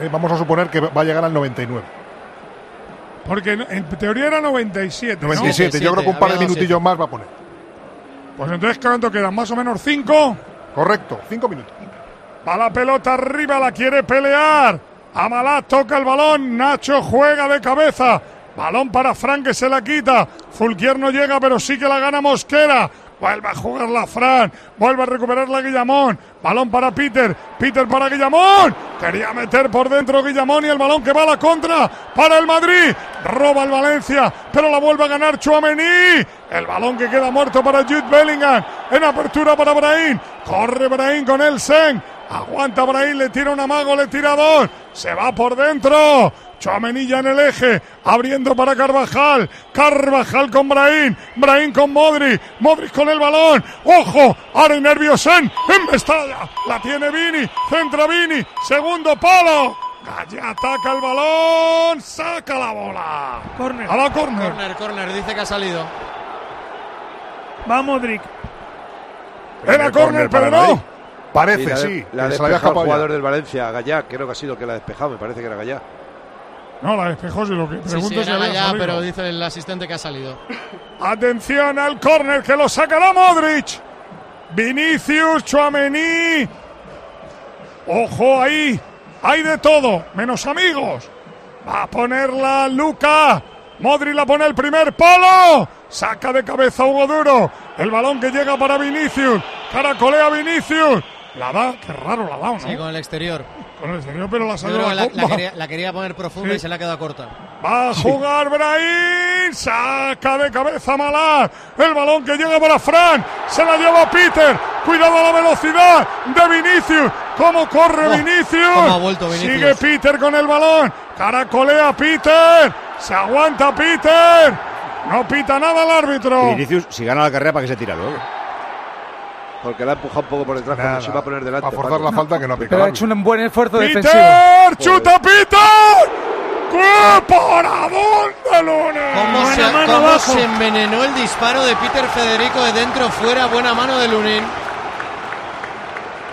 Speaker 15: eh, vamos a suponer que va a llegar al 99.
Speaker 8: Porque en, en teoría era 97. ¿no?
Speaker 15: 97. Yo creo que un par de minutillos más va a poner.
Speaker 8: Pues entonces, ¿cuánto quedan? ¿Más o menos 5?
Speaker 15: Correcto, 5 minutos.
Speaker 8: Va la pelota arriba, la quiere pelear. Amalá toca el balón. Nacho juega de cabeza. Balón para Fran que se la quita. Fulquier no llega, pero sí que la gana Mosquera. Vuelve a jugarla Fran. Vuelve a recuperarla Guillamón. Balón para Peter. Peter para Guillamón. Quería meter por dentro Guillamón y el balón que va a la contra para el Madrid. Roba el Valencia, pero la vuelve a ganar Chuamení. El balón que queda muerto para Jude Bellingham. En apertura para Brahim. Corre Brahim con el Sen. Aguanta por ahí, le tira un amago, le tira dos. Se va por dentro. Choamenilla en el eje, abriendo para Carvajal. Carvajal con Brahim. Brahim con Modri. Modri con el balón. Ojo, ahora Nerviosen. En Mestalla. La tiene Vini. Centra Vini. Segundo palo. Gallá ataca el balón. Saca la bola.
Speaker 5: Corner.
Speaker 8: A la corner.
Speaker 10: Corner, corner, dice que ha salido.
Speaker 5: Va Modric.
Speaker 7: córner,
Speaker 8: Era corner,
Speaker 7: para
Speaker 8: pero
Speaker 7: el
Speaker 8: no.
Speaker 7: Madrid.
Speaker 15: Parece,
Speaker 7: la,
Speaker 15: sí,
Speaker 7: La ha
Speaker 15: que se la
Speaker 7: despejado
Speaker 15: había
Speaker 7: el
Speaker 15: escapado ya.
Speaker 7: jugador del Valencia, Gallá, creo que ha sido el que la ha despejado, me parece que era Gallá.
Speaker 8: No, la despejó, si lo que
Speaker 10: Sí,
Speaker 8: pregunto
Speaker 10: sí,
Speaker 8: es si
Speaker 10: era
Speaker 8: había
Speaker 10: ya,
Speaker 8: salido.
Speaker 10: pero dice el asistente que ha salido.
Speaker 8: Atención al córner que lo sacará Modric. Vinicius, Chuamení. Ojo ahí. Hay de todo, menos amigos. Va a ponerla Luca. Modri la pone el primer palo. Saca de cabeza Hugo Duro. El balón que llega para Vinicius. Caracolea Vinicius. La da, qué raro la da, ¿no?
Speaker 10: Sí, con el exterior.
Speaker 8: Con el cerebro, pero la
Speaker 10: Yo
Speaker 8: salió
Speaker 10: creo
Speaker 8: la,
Speaker 10: que la, la
Speaker 8: copa.
Speaker 10: quería, la quería poner profunda
Speaker 8: Sí.
Speaker 10: y se la ha quedado corta.
Speaker 8: Va a jugar Brahim. Saca de cabeza Malá. El balón que llega para Fran. Se la lleva Peter. Cuidado la velocidad de Vinicius. ¿Cómo corre Vinicius?
Speaker 10: Oh, cómo ha vuelto Vinicius.
Speaker 8: Sigue Peter con el balón. Caracolea Peter. Se aguanta Peter. No pita nada el árbitro.
Speaker 3: Y Vinicius, si gana la carrera, ¿para qué se tira luego?
Speaker 7: Porque la ha empujado un poco por detrás cuando se iba a poner delante.
Speaker 15: Para forzar la falta que no ha
Speaker 9: Pero ha
Speaker 15: picado.
Speaker 9: hecho un buen esfuerzo
Speaker 15: Peter,
Speaker 9: defensivo.
Speaker 8: ¡Chuta Peter! ¡Qué paradón de lunes!
Speaker 10: ¿Cómo, se, cómo se envenenó el disparo de Peter Federico de dentro fuera? Buena mano de Lunin.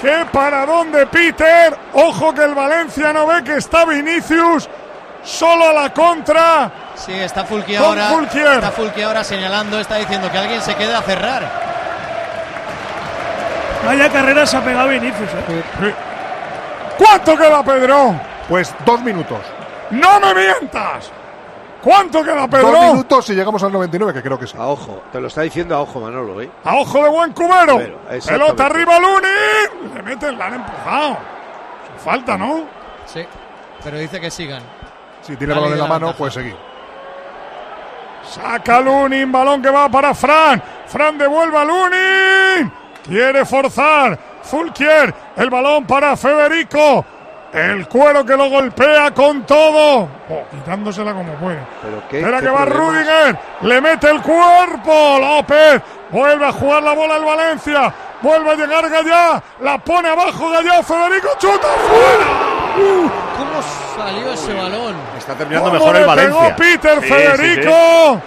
Speaker 8: ¡Qué paradón de Peter! Ojo que el Valencia no ve que está Vinicius. Solo a la contra.
Speaker 10: Sí, está Fulki
Speaker 8: Con
Speaker 10: ahora.
Speaker 8: Fulquier.
Speaker 10: Está Fulki ahora señalando, está diciendo que alguien se quede a cerrar.
Speaker 5: Vaya carrera se ha pegado Vinicius. eh.
Speaker 8: ¿Cuánto queda, Pedro?
Speaker 15: Pues dos minutos.
Speaker 8: ¡No me mientas! ¿Cuánto queda, Pedro?
Speaker 15: Dos minutos y llegamos al 99, que creo que sí.
Speaker 7: A ojo, te lo está diciendo a ojo, Manolo, ¿eh?
Speaker 8: A ojo de buen cubero.
Speaker 7: Cubero, exactamente.
Speaker 8: Pelota arriba, Luni. Le meten, la han empujado. Falta, ¿no?
Speaker 10: Sí, pero dice que sigan.
Speaker 15: Si tiene el balón en la mano, puede seguir.
Speaker 8: Saca Lunin, balón que va para Fran. Fran devuelve a Lunin. Quiere forzar. Fulquier, el balón para Federico. El cuero que lo golpea con todo. Oh, quitándosela como puede.
Speaker 7: Pero
Speaker 9: Este
Speaker 7: qué,
Speaker 8: Espera
Speaker 7: qué
Speaker 8: que va
Speaker 7: problemas.
Speaker 8: Rudiger. Le mete el cuerpo. López. Vuelve a jugar la bola el Valencia. Vuelve a llegar Gallá. La pone abajo Gallá. Federico chuta fuera. Uh,
Speaker 10: ¿Cómo salió ese balón?
Speaker 3: Está terminando
Speaker 8: ¿Cómo
Speaker 3: mejor el
Speaker 8: le
Speaker 3: Valencia.
Speaker 8: pegó Peter
Speaker 3: Sí, sí,
Speaker 8: Federico?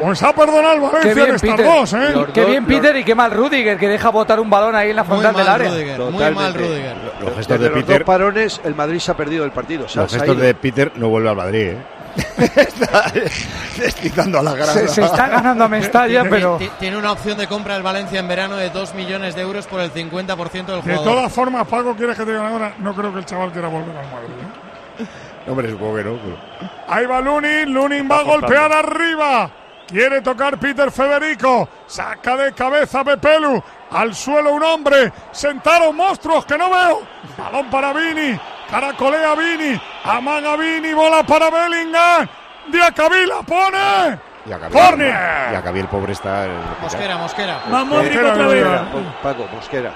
Speaker 8: Pues ha perdonado el
Speaker 9: Qué
Speaker 8: Valencia en
Speaker 9: bien,
Speaker 8: estas
Speaker 9: Peter.
Speaker 8: dos, ¿eh?
Speaker 9: Qué bien, Peter, y qué mal Rudiger, que deja botar un balón ahí en la frontal del área.
Speaker 7: Los
Speaker 3: gestos de
Speaker 7: Desde los
Speaker 3: Peter-
Speaker 7: dos parones, el Madrid se ha perdido el partido. se ha-
Speaker 3: Los
Speaker 7: se ha
Speaker 3: gestos
Speaker 7: ido.
Speaker 3: de Peter no vuelve al Madrid, ¿eh? está deslizando a la grada.
Speaker 9: Se, se está ganando a Mestalla, pero.
Speaker 10: Ti- Tiene una opción de compra el Valencia en verano de 2 millones de euros por el 50% del jugador.
Speaker 8: De todas formas, Paco, ¿quieres que te diga ahora? No creo que el chaval quiera volver al Madrid. ¿eh?
Speaker 3: Hombre, supongo que no. pero-
Speaker 8: Ahí va Lunin, Lunin va a golpear arriba. Quiere tocar Peter Federico. Saca de cabeza Pepelu. Al suelo un hombre. Sentaron monstruos que no veo. Balón para Vini. Caracolea Vini. Amaga Vini. Bola para Bellingham. Diacabí la pone.
Speaker 3: Y acabé,
Speaker 8: ¡Córner!
Speaker 3: y acabé el pobre está. en el hospital.
Speaker 10: Mosquera.
Speaker 3: Va Modric otra vez.
Speaker 7: Mosquera, Paco, Mosquera.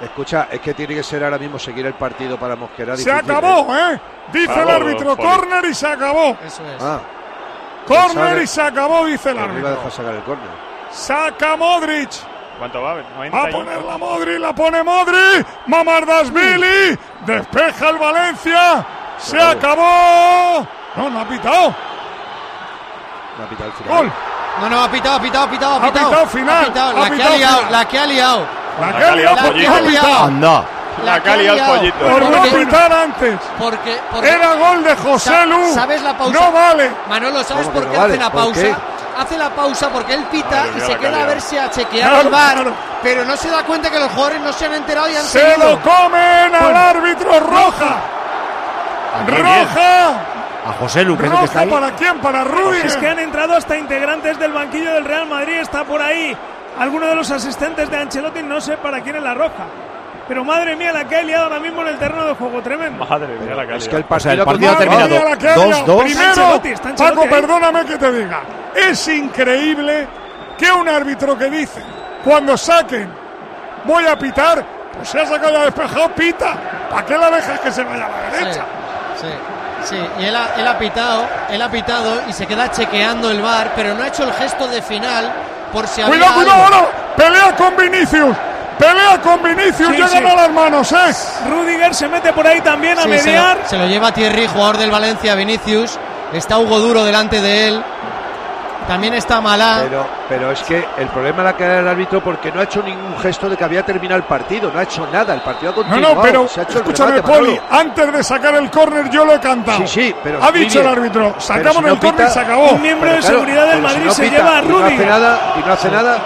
Speaker 7: Escucha, es que tiene que ser ahora mismo seguir el partido para Mosquera.
Speaker 8: Se
Speaker 7: difícil,
Speaker 8: acabó, ¿eh? Dice el
Speaker 7: Bravo,
Speaker 8: árbitro.
Speaker 7: Poli.
Speaker 8: Corner y se acabó.
Speaker 10: Eso
Speaker 7: Ah,
Speaker 8: Corner y se acabó, dice el
Speaker 7: pero no iba a dejar
Speaker 8: árbitro.
Speaker 7: sacar el córner.
Speaker 8: Saca Modric.
Speaker 6: ¿Cuánto va?
Speaker 8: Va a poner la Modric, la pone Modric. Mamardasvili. Despeja el Valencia. Se acabó. No, no ha pitado.
Speaker 7: No ha pitado el final.
Speaker 8: Gol.
Speaker 10: No, no, ha pitado, ha pitado, ha pitado.
Speaker 8: Ha pitado final,
Speaker 10: Ha pitado.
Speaker 8: ha
Speaker 10: La que
Speaker 8: pitado
Speaker 10: ha liado,
Speaker 8: final.
Speaker 10: la que ha liado.
Speaker 8: La que ha liado
Speaker 10: La que ha liado.
Speaker 3: Anda.
Speaker 10: La que ha liado.
Speaker 8: Por no
Speaker 10: Porque-
Speaker 8: pitar antes.
Speaker 10: Porque, porque-
Speaker 8: Era gol de José
Speaker 10: Sa-
Speaker 8: Lu.
Speaker 10: ¿Sabes la pausa?
Speaker 8: No vale.
Speaker 10: Manolo, ¿sabes
Speaker 8: ¿Cómo que
Speaker 10: por
Speaker 8: no
Speaker 10: qué
Speaker 8: vale?
Speaker 10: hace la
Speaker 8: ¿Por
Speaker 10: pausa?
Speaker 8: qué?
Speaker 10: Hace la pausa porque él pita
Speaker 8: Madre
Speaker 10: y
Speaker 8: mía,
Speaker 10: se
Speaker 8: la
Speaker 10: queda a
Speaker 8: calidad.
Speaker 10: ver si ha chequeado
Speaker 8: Claro,
Speaker 10: el bar,
Speaker 8: claro.
Speaker 10: pero no se da cuenta que los jugadores no se han enterado y han
Speaker 8: Se
Speaker 10: seguido.
Speaker 8: lo comen al árbitro roja.
Speaker 3: ¿A quién?
Speaker 8: Roja.
Speaker 3: A José Lu, que es el que está ahí.
Speaker 8: quién? ¿Para
Speaker 3: Rudiger.
Speaker 5: Pues Es que han entrado hasta integrantes del banquillo del Real Madrid. Está por ahí alguno de los asistentes de Ancelotti. No sé para quién es la roja. Pero madre mía, la que ha liado ahora mismo en el terreno de juego. Tremendo.
Speaker 6: Madre mía, la
Speaker 7: Es que el
Speaker 3: O sea,
Speaker 7: partido,
Speaker 3: el partido ha terminado
Speaker 8: Mira la que ha liado.
Speaker 3: 2-2.
Speaker 8: Primero,
Speaker 5: Ancelotti, está Ancelotti
Speaker 8: Paco,
Speaker 5: ahí.
Speaker 8: perdóname que te diga. Es increíble que un árbitro que dice, cuando saquen, voy a pitar, pues se ha sacado ya despejado, pita. ¿Para qué la dejas que se vaya a la derecha?
Speaker 10: Sí, sí. Y él ha, él ha pitado, él ha pitado y se queda chequeando el bar, pero no ha hecho el gesto de final por si había
Speaker 8: Cuidado, cuidado,
Speaker 10: algo.
Speaker 8: ahora. Pelea con Vinicius. Pelea con Vinicius.
Speaker 10: Sí,
Speaker 8: Llegan
Speaker 10: sí.
Speaker 8: a las manos, ¿eh?
Speaker 5: Rudiger se mete por ahí también
Speaker 10: Sí, se, lo, se lo lleva Thierry, jugador del Valencia, Vinicius. Está Hugo Duro delante de él. También está Malá.
Speaker 7: Pero, pero es que el problema la queda del árbitro porque no ha hecho ningún gesto de que había terminado el partido. No ha hecho nada. El partido ha
Speaker 8: No,
Speaker 7: continuado.
Speaker 8: no, pero
Speaker 7: se ha hecho el
Speaker 8: escúchame,
Speaker 7: remate,
Speaker 8: Poli.
Speaker 7: Manolo.
Speaker 8: Antes de sacar el córner, yo lo he
Speaker 7: Sí,
Speaker 8: cantado.
Speaker 7: sí, pero
Speaker 8: Ha dicho
Speaker 7: Miguel,
Speaker 8: el árbitro.
Speaker 7: pero
Speaker 8: Sacamos
Speaker 7: si no
Speaker 8: el córner y
Speaker 7: pita-
Speaker 8: se acabó.
Speaker 7: Pero claro, pero si no pita y No hace nada, y no hace nada.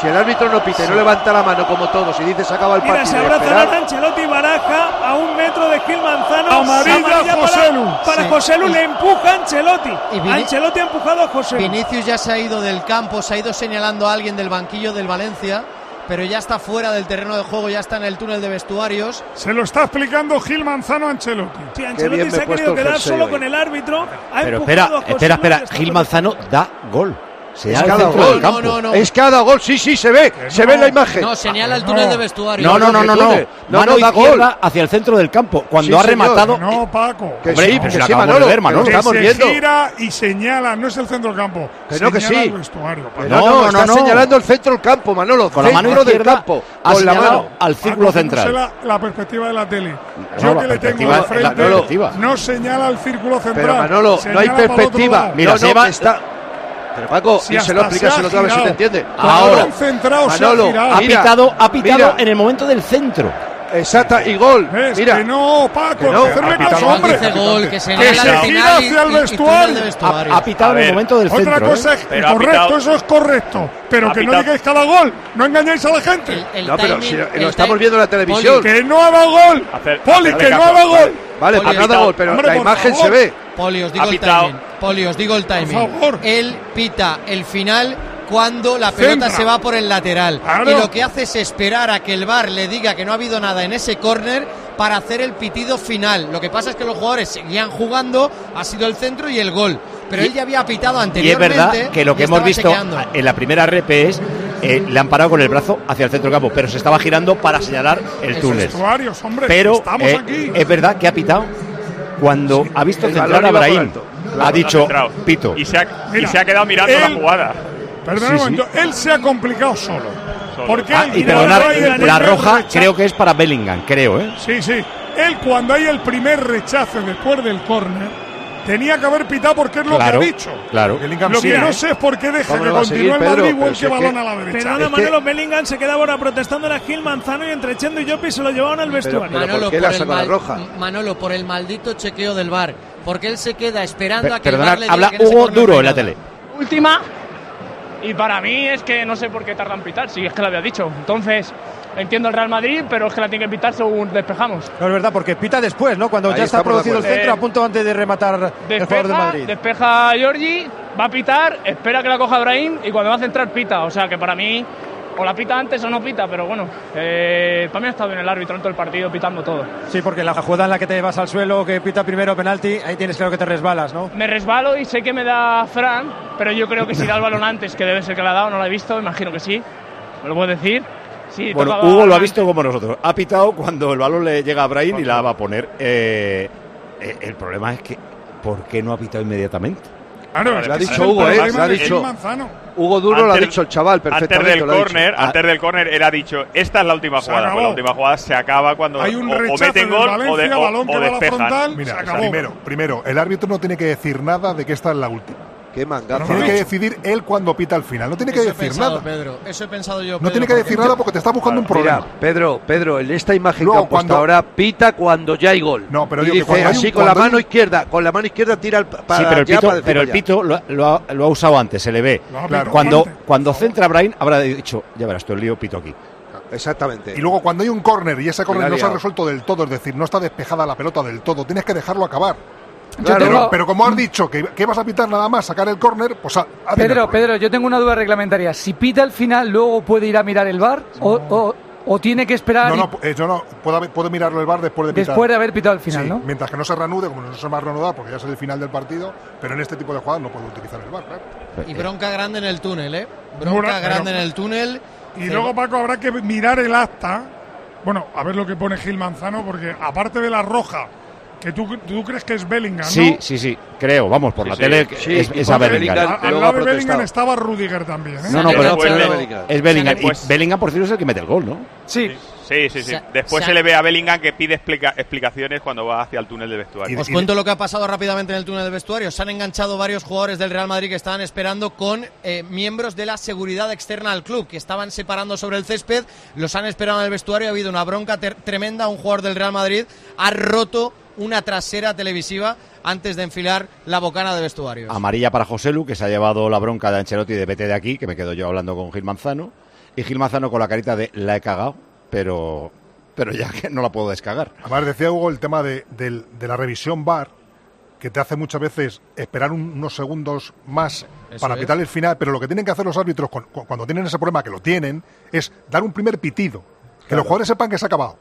Speaker 7: Si el árbitro no pita y no levanta la mano como todos y dice se acaba el
Speaker 5: Mira,
Speaker 7: partido.
Speaker 5: se abrazan
Speaker 7: esperar-
Speaker 5: ahora Ancelotti y Baraja a un metro de Gil Manzano.
Speaker 8: Amarilla,
Speaker 5: para,
Speaker 8: Joselu.
Speaker 5: para
Speaker 8: Sí.
Speaker 5: Joselu, le empuja Ancelotti.
Speaker 10: Y Vini-
Speaker 5: Ancelotti ha empujado a Joselu.
Speaker 10: Vinicius ya se ha ido del campo, se ha ido señalando a alguien del banquillo del Valencia. pero ya está fuera del terreno de juego, ya está en el túnel de vestuarios.
Speaker 8: Se lo está explicando Gil Manzano a Ancelotti.
Speaker 5: Sí, Ancelotti se ha querido quedar solo con el árbitro. Ha
Speaker 3: Pero
Speaker 5: empujado
Speaker 3: espera,
Speaker 5: a Joselu
Speaker 3: espera, espera.
Speaker 5: y está
Speaker 3: Gil Manzano da gol. Se
Speaker 7: Es
Speaker 3: da al
Speaker 7: cada
Speaker 3: centro
Speaker 7: gol.
Speaker 3: del campo.
Speaker 7: No, no, no. Es cada gol, sí, sí, se ve. Se ve en la imagen.
Speaker 10: No, señala el túnel de vestuarios.
Speaker 3: No, no, no, no, no.
Speaker 7: No,
Speaker 3: Mano
Speaker 7: no, da
Speaker 3: izquierda hacia el centro del campo. Cuando
Speaker 7: Sí,
Speaker 3: ha
Speaker 7: señor.
Speaker 3: rematado.
Speaker 8: No, Paco.
Speaker 3: Que Hombre, sí, pero
Speaker 8: que
Speaker 3: si lo acabamos de ver, Manolo.
Speaker 8: que
Speaker 3: Estamos
Speaker 8: se
Speaker 3: viendo.
Speaker 8: gira y señala, no es el centro del campo.
Speaker 7: Que no, que
Speaker 8: señala
Speaker 7: sí.
Speaker 8: el vestuario, Paco.
Speaker 7: No, no, está señalando el centro del campo, Manolo.
Speaker 3: Con la mano
Speaker 7: centro del
Speaker 3: izquierda
Speaker 7: campo.
Speaker 3: ha
Speaker 7: Con la
Speaker 3: señalado
Speaker 7: mano.
Speaker 3: al círculo central.
Speaker 8: La, la perspectiva de la tele.
Speaker 3: No,
Speaker 8: Yo
Speaker 3: la
Speaker 8: que le tengo
Speaker 3: perspectiva
Speaker 8: de
Speaker 3: es la
Speaker 8: frente,
Speaker 3: perspectiva.
Speaker 8: no señala el círculo central.
Speaker 7: Pero Manolo, no hay
Speaker 8: señala para el otro
Speaker 7: perspectiva.
Speaker 8: lado.
Speaker 7: Mira, se va. Está... Pero Paco,
Speaker 8: Si
Speaker 7: y se lo
Speaker 8: hasta se
Speaker 7: explicas
Speaker 8: ha
Speaker 7: otra vez si te
Speaker 8: girado.
Speaker 7: entiende.
Speaker 8: Cuando lo han centrado, se ha girado.
Speaker 3: ha
Speaker 7: mira,
Speaker 3: pitado, ha pitado
Speaker 7: mira.
Speaker 3: en el momento del centro.
Speaker 7: Exacta, y gol.
Speaker 3: Mira.
Speaker 8: Que no, Paco,
Speaker 3: Que no,
Speaker 8: hacerme
Speaker 3: ha pitado.
Speaker 8: caso,
Speaker 3: Juan
Speaker 8: hombre.
Speaker 3: dice gol, que se
Speaker 8: Que
Speaker 3: señala
Speaker 8: se
Speaker 3: al
Speaker 8: gira
Speaker 3: final y-
Speaker 8: hacia el
Speaker 3: y- y túnel
Speaker 8: vestuario.
Speaker 3: de vestuario. Ha- ha pitado en el momento del
Speaker 8: Otra
Speaker 3: centro,
Speaker 8: cosa
Speaker 3: ¿eh?
Speaker 8: es
Speaker 3: Pero ha
Speaker 8: correcto,
Speaker 3: pitado-
Speaker 8: eso es correcto. Pero
Speaker 3: Ha
Speaker 8: que no
Speaker 3: pitado-
Speaker 8: digáis cada gol. No engañéis a la gente.
Speaker 7: No, pero si lo estamos viendo en la televisión.
Speaker 8: Que no haga gol. Poli, que no haga gol.
Speaker 7: Vale,
Speaker 10: Poli,
Speaker 7: pues pero
Speaker 10: ha
Speaker 7: nada
Speaker 10: pitado.
Speaker 7: gol, pero
Speaker 10: Hombre,
Speaker 7: la
Speaker 10: por
Speaker 7: imagen
Speaker 10: favor.
Speaker 7: se ve.
Speaker 10: Poli, os digo
Speaker 7: Ha
Speaker 10: el
Speaker 7: pitado.
Speaker 10: timing. Poli, os digo el timing. Él pita el final cuando la pelota
Speaker 5: Centra.
Speaker 10: se va por el lateral.
Speaker 5: Claro.
Speaker 10: Y lo que hace es esperar a que el VAR le diga que no ha habido nada en ese córner para hacer el pitido final. Lo que pasa es que los jugadores seguían jugando, ha sido el centro y el gol. Pero
Speaker 3: Y-
Speaker 10: él ya había pitado
Speaker 3: Y es
Speaker 10: anteriormente.
Speaker 3: verdad que lo que
Speaker 10: y
Speaker 3: hemos
Speaker 10: estaba
Speaker 3: visto eh,
Speaker 10: chequeando.
Speaker 3: en la primera RP es eh, le han parado con el brazo hacia el centro del campo, pero se estaba girando para señalar el túnel.
Speaker 8: Vestuarios, hombre,
Speaker 3: Pero
Speaker 8: estamos
Speaker 3: eh,
Speaker 8: aquí.
Speaker 3: es verdad que ha pitado cuando ha visto
Speaker 8: El
Speaker 3: centrar a
Speaker 8: balón iba por
Speaker 3: Brahim.
Speaker 8: alto.
Speaker 3: Ha
Speaker 8: Claro,
Speaker 3: dicho
Speaker 8: ha centrado.
Speaker 3: pito.
Speaker 6: Y se ha, y
Speaker 8: Mira,
Speaker 6: se ha quedado mirando
Speaker 8: él-
Speaker 6: la jugada.
Speaker 8: Perdona
Speaker 3: Sí,
Speaker 8: un
Speaker 3: sí.
Speaker 8: momento, él se ha complicado solo. Porque
Speaker 3: Ah,
Speaker 8: él
Speaker 3: y
Speaker 8: mira,
Speaker 3: perdonad,
Speaker 8: cuando hay el
Speaker 3: la
Speaker 8: primer
Speaker 3: roja
Speaker 8: rechazo-
Speaker 3: creo que es para Bellingham, creo, ¿eh?
Speaker 8: Sí, sí. Él cuando hay el primer rechazo después del córner, tenía que haber pitado porque es lo
Speaker 3: Claro,
Speaker 8: que ha dicho.
Speaker 3: claro.
Speaker 8: Lo
Speaker 20: ¿eh?
Speaker 8: que no sé es por qué deja
Speaker 3: ¿Cómo
Speaker 8: que
Speaker 3: no va a seguir,
Speaker 8: continúe el
Speaker 3: Pedro?
Speaker 8: Madrid
Speaker 3: Pero si
Speaker 8: vuelque
Speaker 3: es que-
Speaker 8: balón a la derecha.
Speaker 5: Perdona, Manolo Bellingham se quedaba ahora protestando era Gil Manzano y entre Chendo y Yopi se lo llevaban al vestuario.
Speaker 10: el mal- Manolo, por el maldito chequeo del VAR. Porque él se queda esperando a que el VAR
Speaker 3: Perdonad,
Speaker 10: le diga
Speaker 3: habla
Speaker 10: que en ese
Speaker 3: Hugo
Speaker 10: córner no
Speaker 3: Duro
Speaker 10: hay
Speaker 3: en la
Speaker 10: nada.
Speaker 3: tele.
Speaker 21: última. Y para mí es que no sé por qué tardan en pitar, si es que lo había dicho. Entonces, entiendo el Real Madrid, pero es que la tiene que pitar según despejamos.
Speaker 20: No es verdad, porque pita después, ¿no? Cuando
Speaker 21: Ahí
Speaker 20: ya está
Speaker 21: estamos de
Speaker 20: producido el
Speaker 21: acuerdo.
Speaker 20: centro,
Speaker 21: Eh,
Speaker 20: a punto antes de rematar el
Speaker 21: Despeja,
Speaker 20: jugador del Madrid.
Speaker 21: despeja Giorgi, va a pitar, espera que la coja Brahim y cuando va a centrar pita. O sea que para mí, o la pita antes o no pita, pero bueno, eh, para mí ha estado bien el árbitro en todo el partido pitando todo.
Speaker 20: Sí, porque la jugada en la que te vas al suelo, que pita primero penalti, ahí tienes claro que te resbalas, ¿no?
Speaker 21: Me resbalo y sé que me da Fran, pero yo creo que si da el balón antes, que debe ser que la ha dado, no la he visto, imagino que sí. ¿Me lo puedes decir? Sí,
Speaker 3: Bueno,
Speaker 21: tocaba-
Speaker 3: Hugo lo ha visto como nosotros. Ha pitado cuando el balón le llega a Brahim y la va a poner. Eh, eh, el problema es que, ¿por qué no ha pitado inmediatamente?
Speaker 8: Claro,
Speaker 7: Lo ha dicho Hugo, ¿eh? Lo ha dicho. Hugo Duro lo ha
Speaker 6: Antes-
Speaker 7: dicho el chaval,
Speaker 6: Antes
Speaker 7: perfectamente.
Speaker 6: del
Speaker 7: lo ha dicho. Ah.
Speaker 6: córner, antes del córner, él ha dicho, esta es la última jugada. Pues la última jugada se acaba cuando
Speaker 8: Hay un
Speaker 6: o- o,
Speaker 8: rechazo
Speaker 6: meten
Speaker 8: del
Speaker 6: gol o,
Speaker 8: Valencia,
Speaker 6: de, o-
Speaker 8: balón que
Speaker 6: o
Speaker 8: va a la
Speaker 6: despejan.
Speaker 8: frontal,
Speaker 6: Mira,
Speaker 8: se
Speaker 6: o sea,
Speaker 8: acabó.
Speaker 6: primero,
Speaker 15: Primero, primero, el árbitro no tiene que decir nada de que esta es la última.
Speaker 7: Qué mangazo.
Speaker 15: Tiene
Speaker 7: ¿no?
Speaker 15: que decidir él cuando pita al final. No tiene que
Speaker 10: Eso he
Speaker 15: decir
Speaker 10: pensado,
Speaker 15: nada.
Speaker 10: Pedro. Eso he pensado yo.
Speaker 15: No tiene que decir nada porque te está buscando un problema.
Speaker 7: Mira, Pedro, Pedro, en esta imagen
Speaker 15: Luego,
Speaker 7: que han puesto
Speaker 15: cuando-
Speaker 7: ahora pita cuando ya hay gol.
Speaker 15: No, pero
Speaker 7: y
Speaker 15: digo que
Speaker 7: dice
Speaker 15: cuando hay un-
Speaker 7: así con la
Speaker 15: cuando hay
Speaker 7: mano izquierda, con la mano izquierda tira el pa- para
Speaker 3: sí, pero el
Speaker 7: ya
Speaker 3: pito,
Speaker 7: para
Speaker 3: pero el
Speaker 7: allá.
Speaker 3: pito lo, ha- lo ha, lo ha usado antes, se le ve.
Speaker 7: Lo ha aplicado
Speaker 3: Cuando,
Speaker 7: antes.
Speaker 3: cuando centra Brahim, habrá dicho, ya verás, tú el lío pito aquí.
Speaker 7: Exactamente.
Speaker 15: Y luego cuando hay un córner y ese
Speaker 3: la
Speaker 15: córner
Speaker 3: ha
Speaker 15: no se ha
Speaker 3: liado.
Speaker 15: resuelto del todo, es decir, no está despejada la pelota del todo, tienes que dejarlo acabar.
Speaker 9: Claro.
Speaker 15: pero, pero como has dicho que, que vas a pitar nada más, sacar el córner, pues ha, ha tenido
Speaker 9: Pedro, Pedro, yo tengo una duda reglamentaria. Si pita al final, luego puede ir a mirar el bar o, o- o tiene que esperar
Speaker 15: No,
Speaker 9: y-
Speaker 15: no, eh, yo no. Puedo, haber- puedo mirarlo el bar después de pitar.
Speaker 9: Después de haber pitado el final,
Speaker 15: Sí,
Speaker 9: ¿no?
Speaker 15: Mientras que no se reanude, como no se va a reanudar porque ya es el final del partido, pero en este tipo de jugadas no puedo utilizar el bar, claro.
Speaker 10: Y bronca grande en el túnel, ¿eh? Bronca
Speaker 8: Bueno,
Speaker 10: grande
Speaker 8: pero-
Speaker 10: en el túnel.
Speaker 8: Y luego, Paco, habrá que mirar el acta. Bueno, a ver lo que pone Gil Manzano, porque aparte de la roja, que tú, tú crees que es Bellingham,
Speaker 3: Sí,
Speaker 8: ¿no?
Speaker 3: sí, sí, creo, vamos, por
Speaker 8: Sí,
Speaker 3: la
Speaker 8: sí.
Speaker 3: tele
Speaker 8: Sí,
Speaker 3: es,
Speaker 8: y
Speaker 3: es a
Speaker 8: porque
Speaker 3: Bellingham.
Speaker 8: Al, al lado de Bellingham estaba Rudiger también, ¿eh?
Speaker 3: No, no, pero
Speaker 6: Después
Speaker 3: pero-
Speaker 6: de-
Speaker 3: es Bellingham.
Speaker 6: Sí, pues-
Speaker 3: Y Bellingham, por cierto, es el que mete el gol, ¿no?
Speaker 9: Sí.
Speaker 6: Sí, sí, sí.
Speaker 10: Se-
Speaker 6: Después
Speaker 10: se-
Speaker 6: se le ve a Bellingham que pide explica- explicaciones cuando va hacia el túnel de vestuario.
Speaker 10: Os cuento lo que ha pasado rápidamente en el túnel de vestuario. Se han enganchado varios jugadores del Real Madrid que estaban esperando con eh, miembros de la seguridad externa al club, que estaban separando sobre el césped. Los han esperado en el vestuario. Ha habido una bronca ter- tremenda. Un jugador del Real Madrid ha roto una trasera televisiva antes de enfilar la bocana de vestuario.
Speaker 3: Amarilla para Joselu, que se ha llevado la bronca de Ancelotti de vete de aquí, que me quedo yo hablando con Gil Manzano. Y Gil Manzano con la carita de la he cagado, pero, pero ya que no la puedo descagar.
Speaker 15: Además, decía Hugo el tema de, del- de la revisión VAR. que te hace muchas veces esperar un- unos segundos más
Speaker 22: Eso
Speaker 15: para
Speaker 22: es.
Speaker 15: pitar el final, pero lo que tienen que hacer los árbitros cu- cu- cuando tienen ese problema, que lo tienen, es dar un primer pitido, que los jugadores sepan que se ha acabado.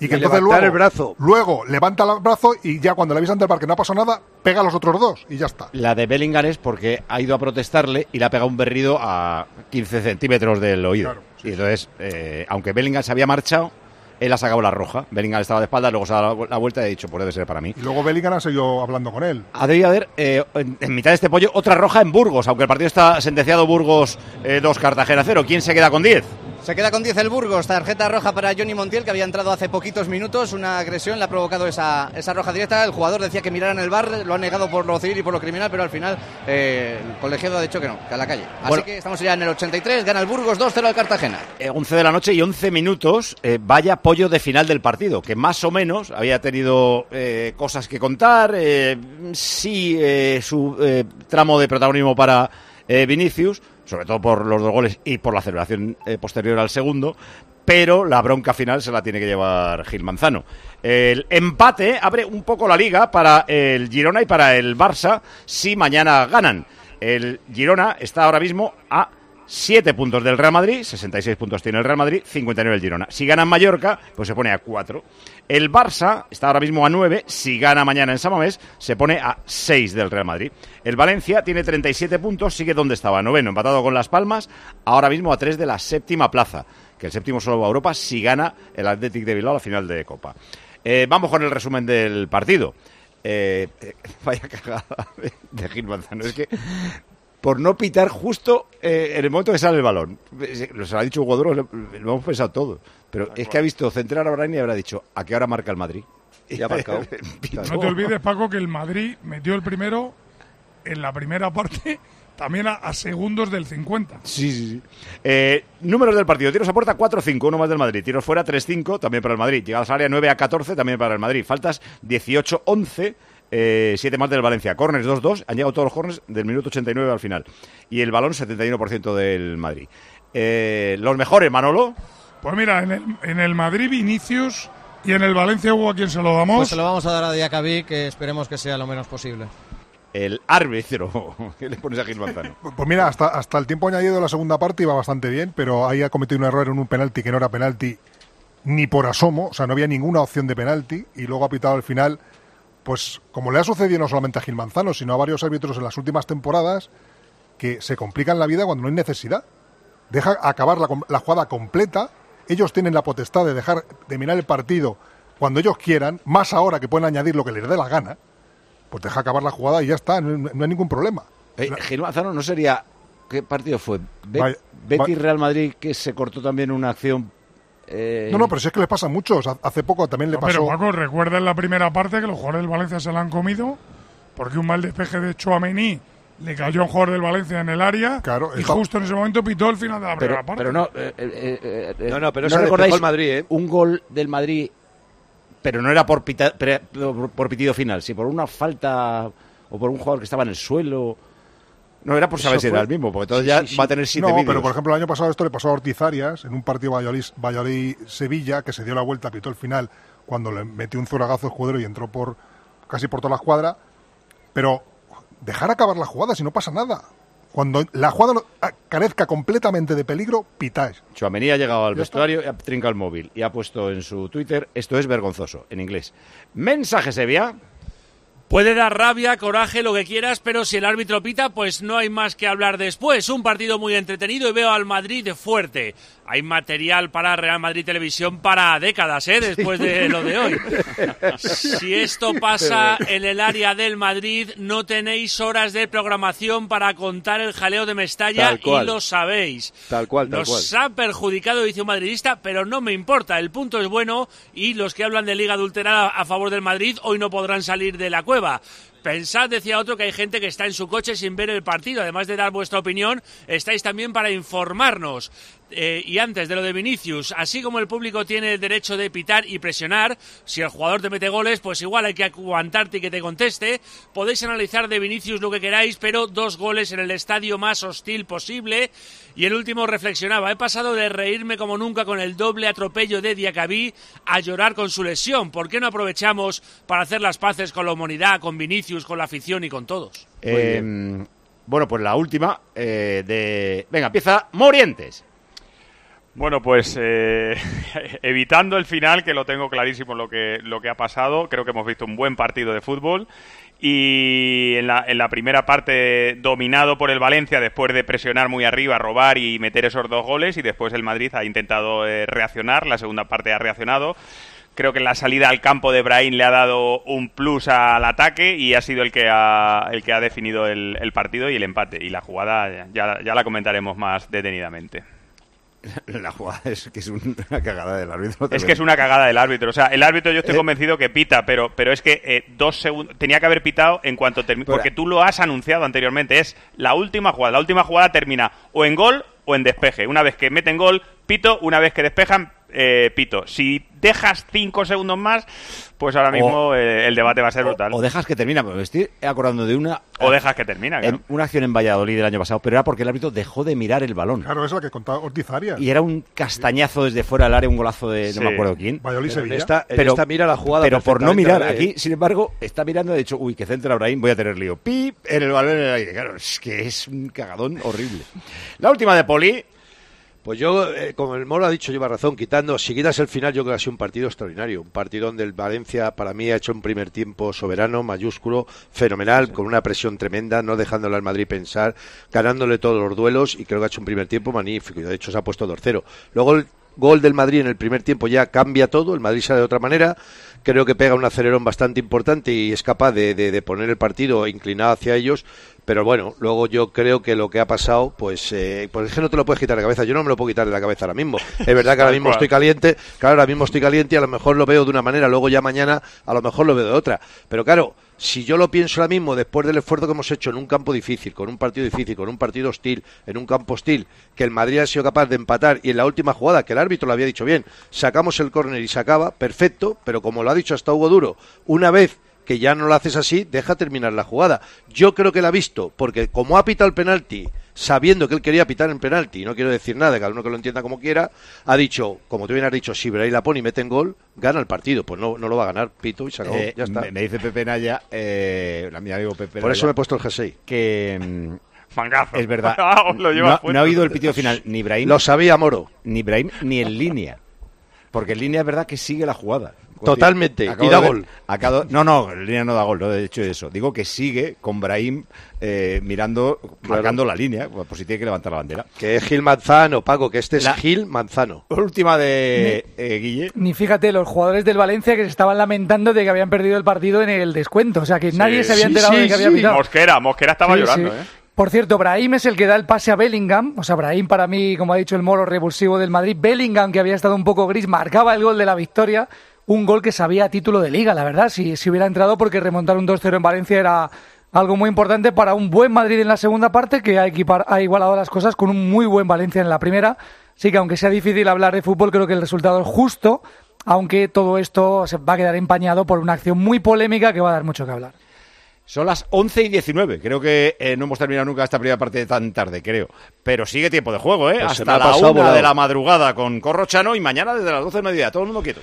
Speaker 15: Y que
Speaker 7: Y
Speaker 15: entonces
Speaker 7: levantar
Speaker 15: luego,
Speaker 7: el brazo.
Speaker 15: luego levanta el brazo y ya cuando le avisan del bar que no ha pasado nada, pega a los otros dos y ya está.
Speaker 3: La de Bellingham es porque ha ido a protestarle y le ha pegado un berrido a 15 centímetros del oído. y entonces, eh, aunque Bellingham se había marchado, él ha sacado la roja. Bellingham estaba de espaldas, luego se ha dado la vuelta y ha dicho, pues debe ser para mí.
Speaker 15: Y luego Bellingham ha seguido hablando con él.
Speaker 3: Ha debido haber, eh, en, en mitad de este pollo, otra roja en Burgos, aunque el partido está sentenciado Burgos 2, Cartagena 0. ¿Quién se queda con 10?
Speaker 4: Se queda con 10 el Burgos, tarjeta roja para Johnny Montiel que había entrado hace poquitos minutos, una agresión le ha provocado esa, esa roja directa, el jugador decía que miraran el bar, lo ha negado por lo civil y por lo criminal, pero al final eh, el colegiado ha dicho que no, que a la calle. Así
Speaker 3: Bueno.
Speaker 4: que estamos ya en el 83, gana el Burgos 2-0 al Cartagena.
Speaker 3: Eh, 11 de la noche y 11 minutos, eh, vaya pollo de final del partido, que más o menos había tenido eh, cosas que contar, eh, sí eh, su eh, tramo de protagonismo para eh, Vinicius, sobre todo por los dos goles y por la celebración eh, posterior al segundo, pero la bronca final se la tiene que llevar Gil Manzano. El empate abre un poco la liga para el Girona y para el Barça si mañana ganan. El Girona está ahora mismo a 7 puntos del Real Madrid, 66 puntos tiene el Real Madrid, 59 el Girona. Si gana en Mallorca, pues se pone a 4. El Barça está ahora mismo a 9, si gana mañana en Samamés, se pone a 6 del Real Madrid. El Valencia tiene 37 puntos, sigue donde estaba, noveno, empatado con Las Palmas, ahora mismo a 3 de la séptima plaza, que el séptimo solo va a Europa si gana el Athletic de Bilbao a la final de Copa. Eh, vamos con el resumen del partido. Eh, eh, vaya cagada de- de Gil Manzano. Es que por no pitar justo eh, en el momento que sale el balón. Eh, Lo se lo ha dicho Hugo Duro, lo, lo hemos pensado todo. Pero es que ha visto centrar a Brani y habrá dicho, ¿a qué hora marca el Madrid? Y
Speaker 7: ha marcado.
Speaker 3: Pitó.
Speaker 23: No te olvides, Paco, que el Madrid metió el primero en la primera parte, también a, a segundos del 50.
Speaker 3: Sí, sí, sí. Eh, números del partido. Tiros a puerta 4-5, uno más del Madrid. Tiros fuera 3-5, también para el Madrid. Llegadas al área 9 a 14, también para el Madrid. Faltas 18-11. 7 más del Valencia. Corners 2-2. Han llegado todos los corners del minuto 89 al final. Y el balón 71% del Madrid. Eh, los mejores, Manolo.
Speaker 23: Pues mira, en el, en el Madrid Vinicius y en el Valencia hubo a quien se lo damos.
Speaker 10: Pues se lo vamos a dar a Diacabí, que esperemos que sea lo menos posible.
Speaker 3: El árbitro. ¿Qué le pones a Gil Manzano?
Speaker 15: Pues mira, hasta, hasta el tiempo añadido de la segunda parte iba bastante bien, pero ahí ha cometido un error en un penalti que no era penalti ni por asomo, o sea, no había ninguna opción de penalti y luego ha pitado al final, pues como le ha sucedido no solamente a Gil Manzano, sino a varios árbitros en las últimas temporadas, que se complican la vida cuando no hay necesidad. Deja acabar la, com- la jugada completa, ellos tienen la potestad de dejar de mirar el partido cuando ellos quieran, más ahora que pueden añadir lo que les dé la gana, pues deja acabar la jugada y ya está, no- no hay ningún problema.
Speaker 3: Eh, Gil Manzano no sería. ¿Qué partido fue? Be-
Speaker 15: Vaya-
Speaker 3: Betis
Speaker 15: va-
Speaker 3: Real Madrid, que se cortó también una acción. eh,
Speaker 15: No, no, pero si es que les pasa a muchos. Ha- Hace poco también le
Speaker 23: No, Pero
Speaker 15: pasó.
Speaker 23: Paco, recuerda en la primera parte que los jugadores del Valencia se la han comido porque un mal despeje de Chouameni le cayó a un jugador del Valencia en el área y
Speaker 3: es-
Speaker 23: justo en ese momento pitó el final de la
Speaker 3: Pero,
Speaker 23: primera parte.
Speaker 3: pero no, eh, eh, eh, eh,
Speaker 23: No, no, pero
Speaker 3: ¿no
Speaker 23: se despejó
Speaker 3: recordáis
Speaker 23: el
Speaker 3: Madrid, ¿eh? un gol del Madrid, pero no era por, pita- pre- por, por pitido final, sino por una falta o por un jugador que estaba en el suelo. No, era por
Speaker 15: Eso
Speaker 3: saber si
Speaker 15: fue-
Speaker 3: era el mismo, porque entonces ya
Speaker 15: Sí, sí, sí.
Speaker 3: va a tener siete
Speaker 15: No,
Speaker 3: vídeos.
Speaker 15: pero por ejemplo, el año pasado esto le pasó a Ortiz Arias en un partido Valladolid- Valladolid-Sevilla que se dio la vuelta, pitó el final cuando le metió un zuragazo el jugador y entró por casi por toda la cuadra. Pero dejar acabar la jugada si no pasa nada. Cuando la jugada no- ah, carezca completamente de peligro, pitáis.
Speaker 3: Tchouaméni ha llegado al vestuario y ha trincado el móvil y ha puesto en su Twitter, esto es vergonzoso, en inglés. Mensaje, Sevilla.
Speaker 24: Puede dar rabia, coraje, lo que quieras, pero si el árbitro pita, pues no hay más que hablar después. Un partido muy entretenido y veo al Madrid fuerte. Hay material para Real Madrid Televisión para décadas, ¿eh? Después de lo de hoy. Si esto pasa en el área del Madrid, no tenéis horas de programación para contar el jaleo de Mestalla
Speaker 7: Tal
Speaker 24: y
Speaker 7: cual.
Speaker 24: lo sabéis.
Speaker 7: Tal cual, tal
Speaker 24: Nos
Speaker 7: cual.
Speaker 24: ha perjudicado, dice un madridista, pero no me importa. El punto es bueno y los que hablan de liga adulterada a favor del Madrid hoy no podrán salir de la cueva. Pensad, decía otro, que hay gente que está en su coche sin ver el partido. Además de dar vuestra opinión, estáis también para informarnos. Eh, y antes de lo de Vinicius, así como el público tiene el derecho de pitar y presionar, si el jugador te mete goles, pues igual hay que aguantarte y que te conteste. Podéis analizar de Vinicius lo que queráis, pero dos goles en el estadio más hostil posible. Y el último reflexionaba, he pasado de reírme como nunca con el doble atropello de Diacabí a llorar con su lesión. ¿Por qué no aprovechamos para hacer las paces con la humanidad, con Vinicius, con la afición y con todos?
Speaker 3: Eh, bueno, pues la última eh, de... Venga, empieza Morientes.
Speaker 6: Bueno, pues eh, evitando el final, que lo tengo clarísimo lo que, lo que ha pasado, creo que hemos visto un buen partido de fútbol y en la, en la primera parte dominado por el Valencia después de presionar muy arriba, robar y meter esos dos goles y después el Madrid ha intentado eh, reaccionar, la segunda parte ha reaccionado. Creo que la salida al campo de Brahim le ha dado un plus al ataque y ha sido el que ha, el que ha definido el, el partido y el empate. Y la jugada ya, ya la comentaremos más detenidamente.
Speaker 3: La jugada es que es una cagada del árbitro.
Speaker 6: Es que es una cagada del árbitro. O sea, el árbitro yo
Speaker 9: Eh,
Speaker 6: estoy convencido que pita, pero, pero es que eh, dos segundos. Tenía que haber pitado en cuanto termine. Porque tú lo has anunciado anteriormente. Es la última jugada. La última jugada termina o en gol o en despeje. Una vez que meten gol, pito. Una vez que despejan, eh, pito. Si dejas cinco segundos más, pues ahora mismo eh, el debate va a ser brutal.
Speaker 3: O dejas que termina, porque me estoy acordando de una.
Speaker 6: O dejas que
Speaker 9: Eh,
Speaker 6: termina, claro.
Speaker 3: en una acción en Valladolid del año pasado, pero era porque el árbitro dejó de mirar el balón.
Speaker 15: Claro, es la que contaba Ortiz Arias.
Speaker 3: Y era un castañazo desde fuera del área, un golazo de no
Speaker 15: Sí.
Speaker 3: me acuerdo quién.
Speaker 15: Valladolid
Speaker 3: Pero en
Speaker 15: Sevilla.
Speaker 3: esta-
Speaker 7: en esta mira la jugada
Speaker 3: Pero por no mirar,
Speaker 7: perfectamente, ¿eh?
Speaker 3: aquí, sin embargo, está mirando y ha dicho, uy, que centra Brahim, voy a tener lío. Pip, en el balón en el aire. Claro, es que es un cagadón horrible. La última de Poli.
Speaker 7: Pues yo, eh, como el Moro ha dicho, lleva razón, quitando, si quitas el final, yo creo que ha sido un partido extraordinario, un partido donde el Valencia para mí ha hecho un primer tiempo soberano, mayúsculo, fenomenal, con una presión tremenda, no dejándole al Madrid pensar, ganándole todos los duelos y creo que ha hecho un primer tiempo magnífico y de hecho se ha puesto 2-0. Luego el gol del Madrid en el primer tiempo ya cambia todo, el Madrid sale de otra manera, creo que pega un acelerón bastante importante y es capaz de, de- de poner el partido inclinado hacia ellos, pero bueno, luego yo creo que lo que ha pasado, pues, eh, pues es que no te lo puedes quitar de la cabeza, yo no me lo puedo quitar de la cabeza ahora mismo, es verdad que ahora
Speaker 6: Tal
Speaker 7: mismo
Speaker 6: cual.
Speaker 7: estoy caliente, claro, ahora mismo estoy caliente y a lo mejor lo veo de una manera, luego ya mañana a lo mejor lo veo de otra, pero claro, si yo lo pienso ahora mismo, después del esfuerzo que hemos hecho en un campo difícil, con un partido difícil, con un partido hostil, en un campo hostil, que el Madrid ha sido capaz de empatar y en la última jugada, que el árbitro lo había dicho bien, sacamos el córner y se acaba, perfecto, pero como lo ha dicho hasta Hugo Duro, una vez que ya no lo haces así, deja terminar la jugada. Yo creo que la ha visto, porque como ha pitado el penalti, sabiendo que él quería pitar en penalti, no quiero decir nada, cada uno que lo entienda como quiera, ha dicho, como tú bien has dicho, si Brahim la pone y mete en gol, gana el partido. Pues no, no lo va a ganar, pito y se acabó,
Speaker 3: Eh,
Speaker 7: ya está.
Speaker 3: Me, me dice Pepe Naya, eh, la- mi amigo Pepe
Speaker 7: Por eso me he
Speaker 3: Naya,
Speaker 7: puesto el jersey.
Speaker 3: que... mm,
Speaker 6: Mangazo.
Speaker 3: Es verdad.
Speaker 6: Ah, os lo llevas
Speaker 3: no,
Speaker 6: puesto.
Speaker 3: no ha oído el pitido final ni Ibrahim.
Speaker 7: Lo sabía Moro.
Speaker 3: Ni Ibrahim ni en línea. Porque en línea es verdad que sigue la jugada.
Speaker 7: Totalmente,
Speaker 3: Acabo
Speaker 7: y da
Speaker 3: de ver-
Speaker 7: gol.
Speaker 3: acabo- no, no, en línea no da gol, no he hecho eso. Digo que sigue con Brahim eh, mirando, marcando la línea, por si tiene que levantar la bandera.
Speaker 7: Que es Gil Manzano, Paco, que este es Gil Manzano.
Speaker 3: Última de eh, Guille.
Speaker 9: Ni fíjate, los jugadores del Valencia que se estaban lamentando de que habían perdido el partido en el descuento. O sea, que nadie se había enterado de que había pitado.
Speaker 6: Mosquera, Mosquera estaba
Speaker 9: Sí,
Speaker 6: llorando,
Speaker 9: sí.
Speaker 6: ¿eh?
Speaker 9: Por cierto, Brahim es el que da el pase a Bellingham. O sea, Brahim para mí, como ha dicho el moro revulsivo del Madrid, Bellingham, que había estado un poco gris, marcaba el gol de la victoria. Un gol que sabía a título de liga, la verdad. Si, si hubiera entrado, porque remontar un 2-0 en Valencia era algo muy importante para un buen Madrid en la segunda parte, que ha, equipar- ha igualado las cosas con un muy buen Valencia en la primera. Así que aunque sea difícil hablar de fútbol, creo que el resultado es justo, aunque todo esto se va a quedar empañado por una acción muy polémica que va a dar mucho que hablar.
Speaker 3: Son las 11 y 19. Creo que eh, no hemos terminado nunca esta primera parte tan tarde, creo. Pero sigue tiempo de juego, ¿eh?
Speaker 7: Pues se me
Speaker 3: Hasta
Speaker 7: ha
Speaker 3: la
Speaker 7: pasado
Speaker 3: una
Speaker 7: volado.
Speaker 3: de la madrugada con Corrochano y mañana desde las 12 del mediodía. Todo el mundo quieto.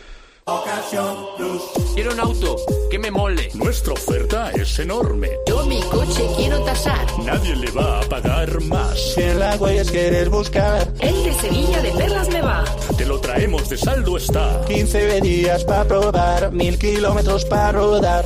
Speaker 12: Quiero un auto que me mole. Nuestra oferta es enorme.
Speaker 2: Yo mi coche quiero tasar.
Speaker 12: Nadie le va a pagar más. Si en la quieres buscar,
Speaker 2: El de Sevilla de Perlas me va.
Speaker 12: te lo traemos de saldo está.
Speaker 22: 15 días para probar, mil kilómetros para rodar.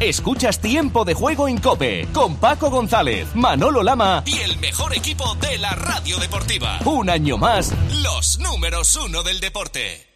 Speaker 21: Escuchas Tiempo de Juego en Cope con Paco González, Manolo Lama y el mejor equipo de la radio deportiva. Un año más, los números uno del deporte.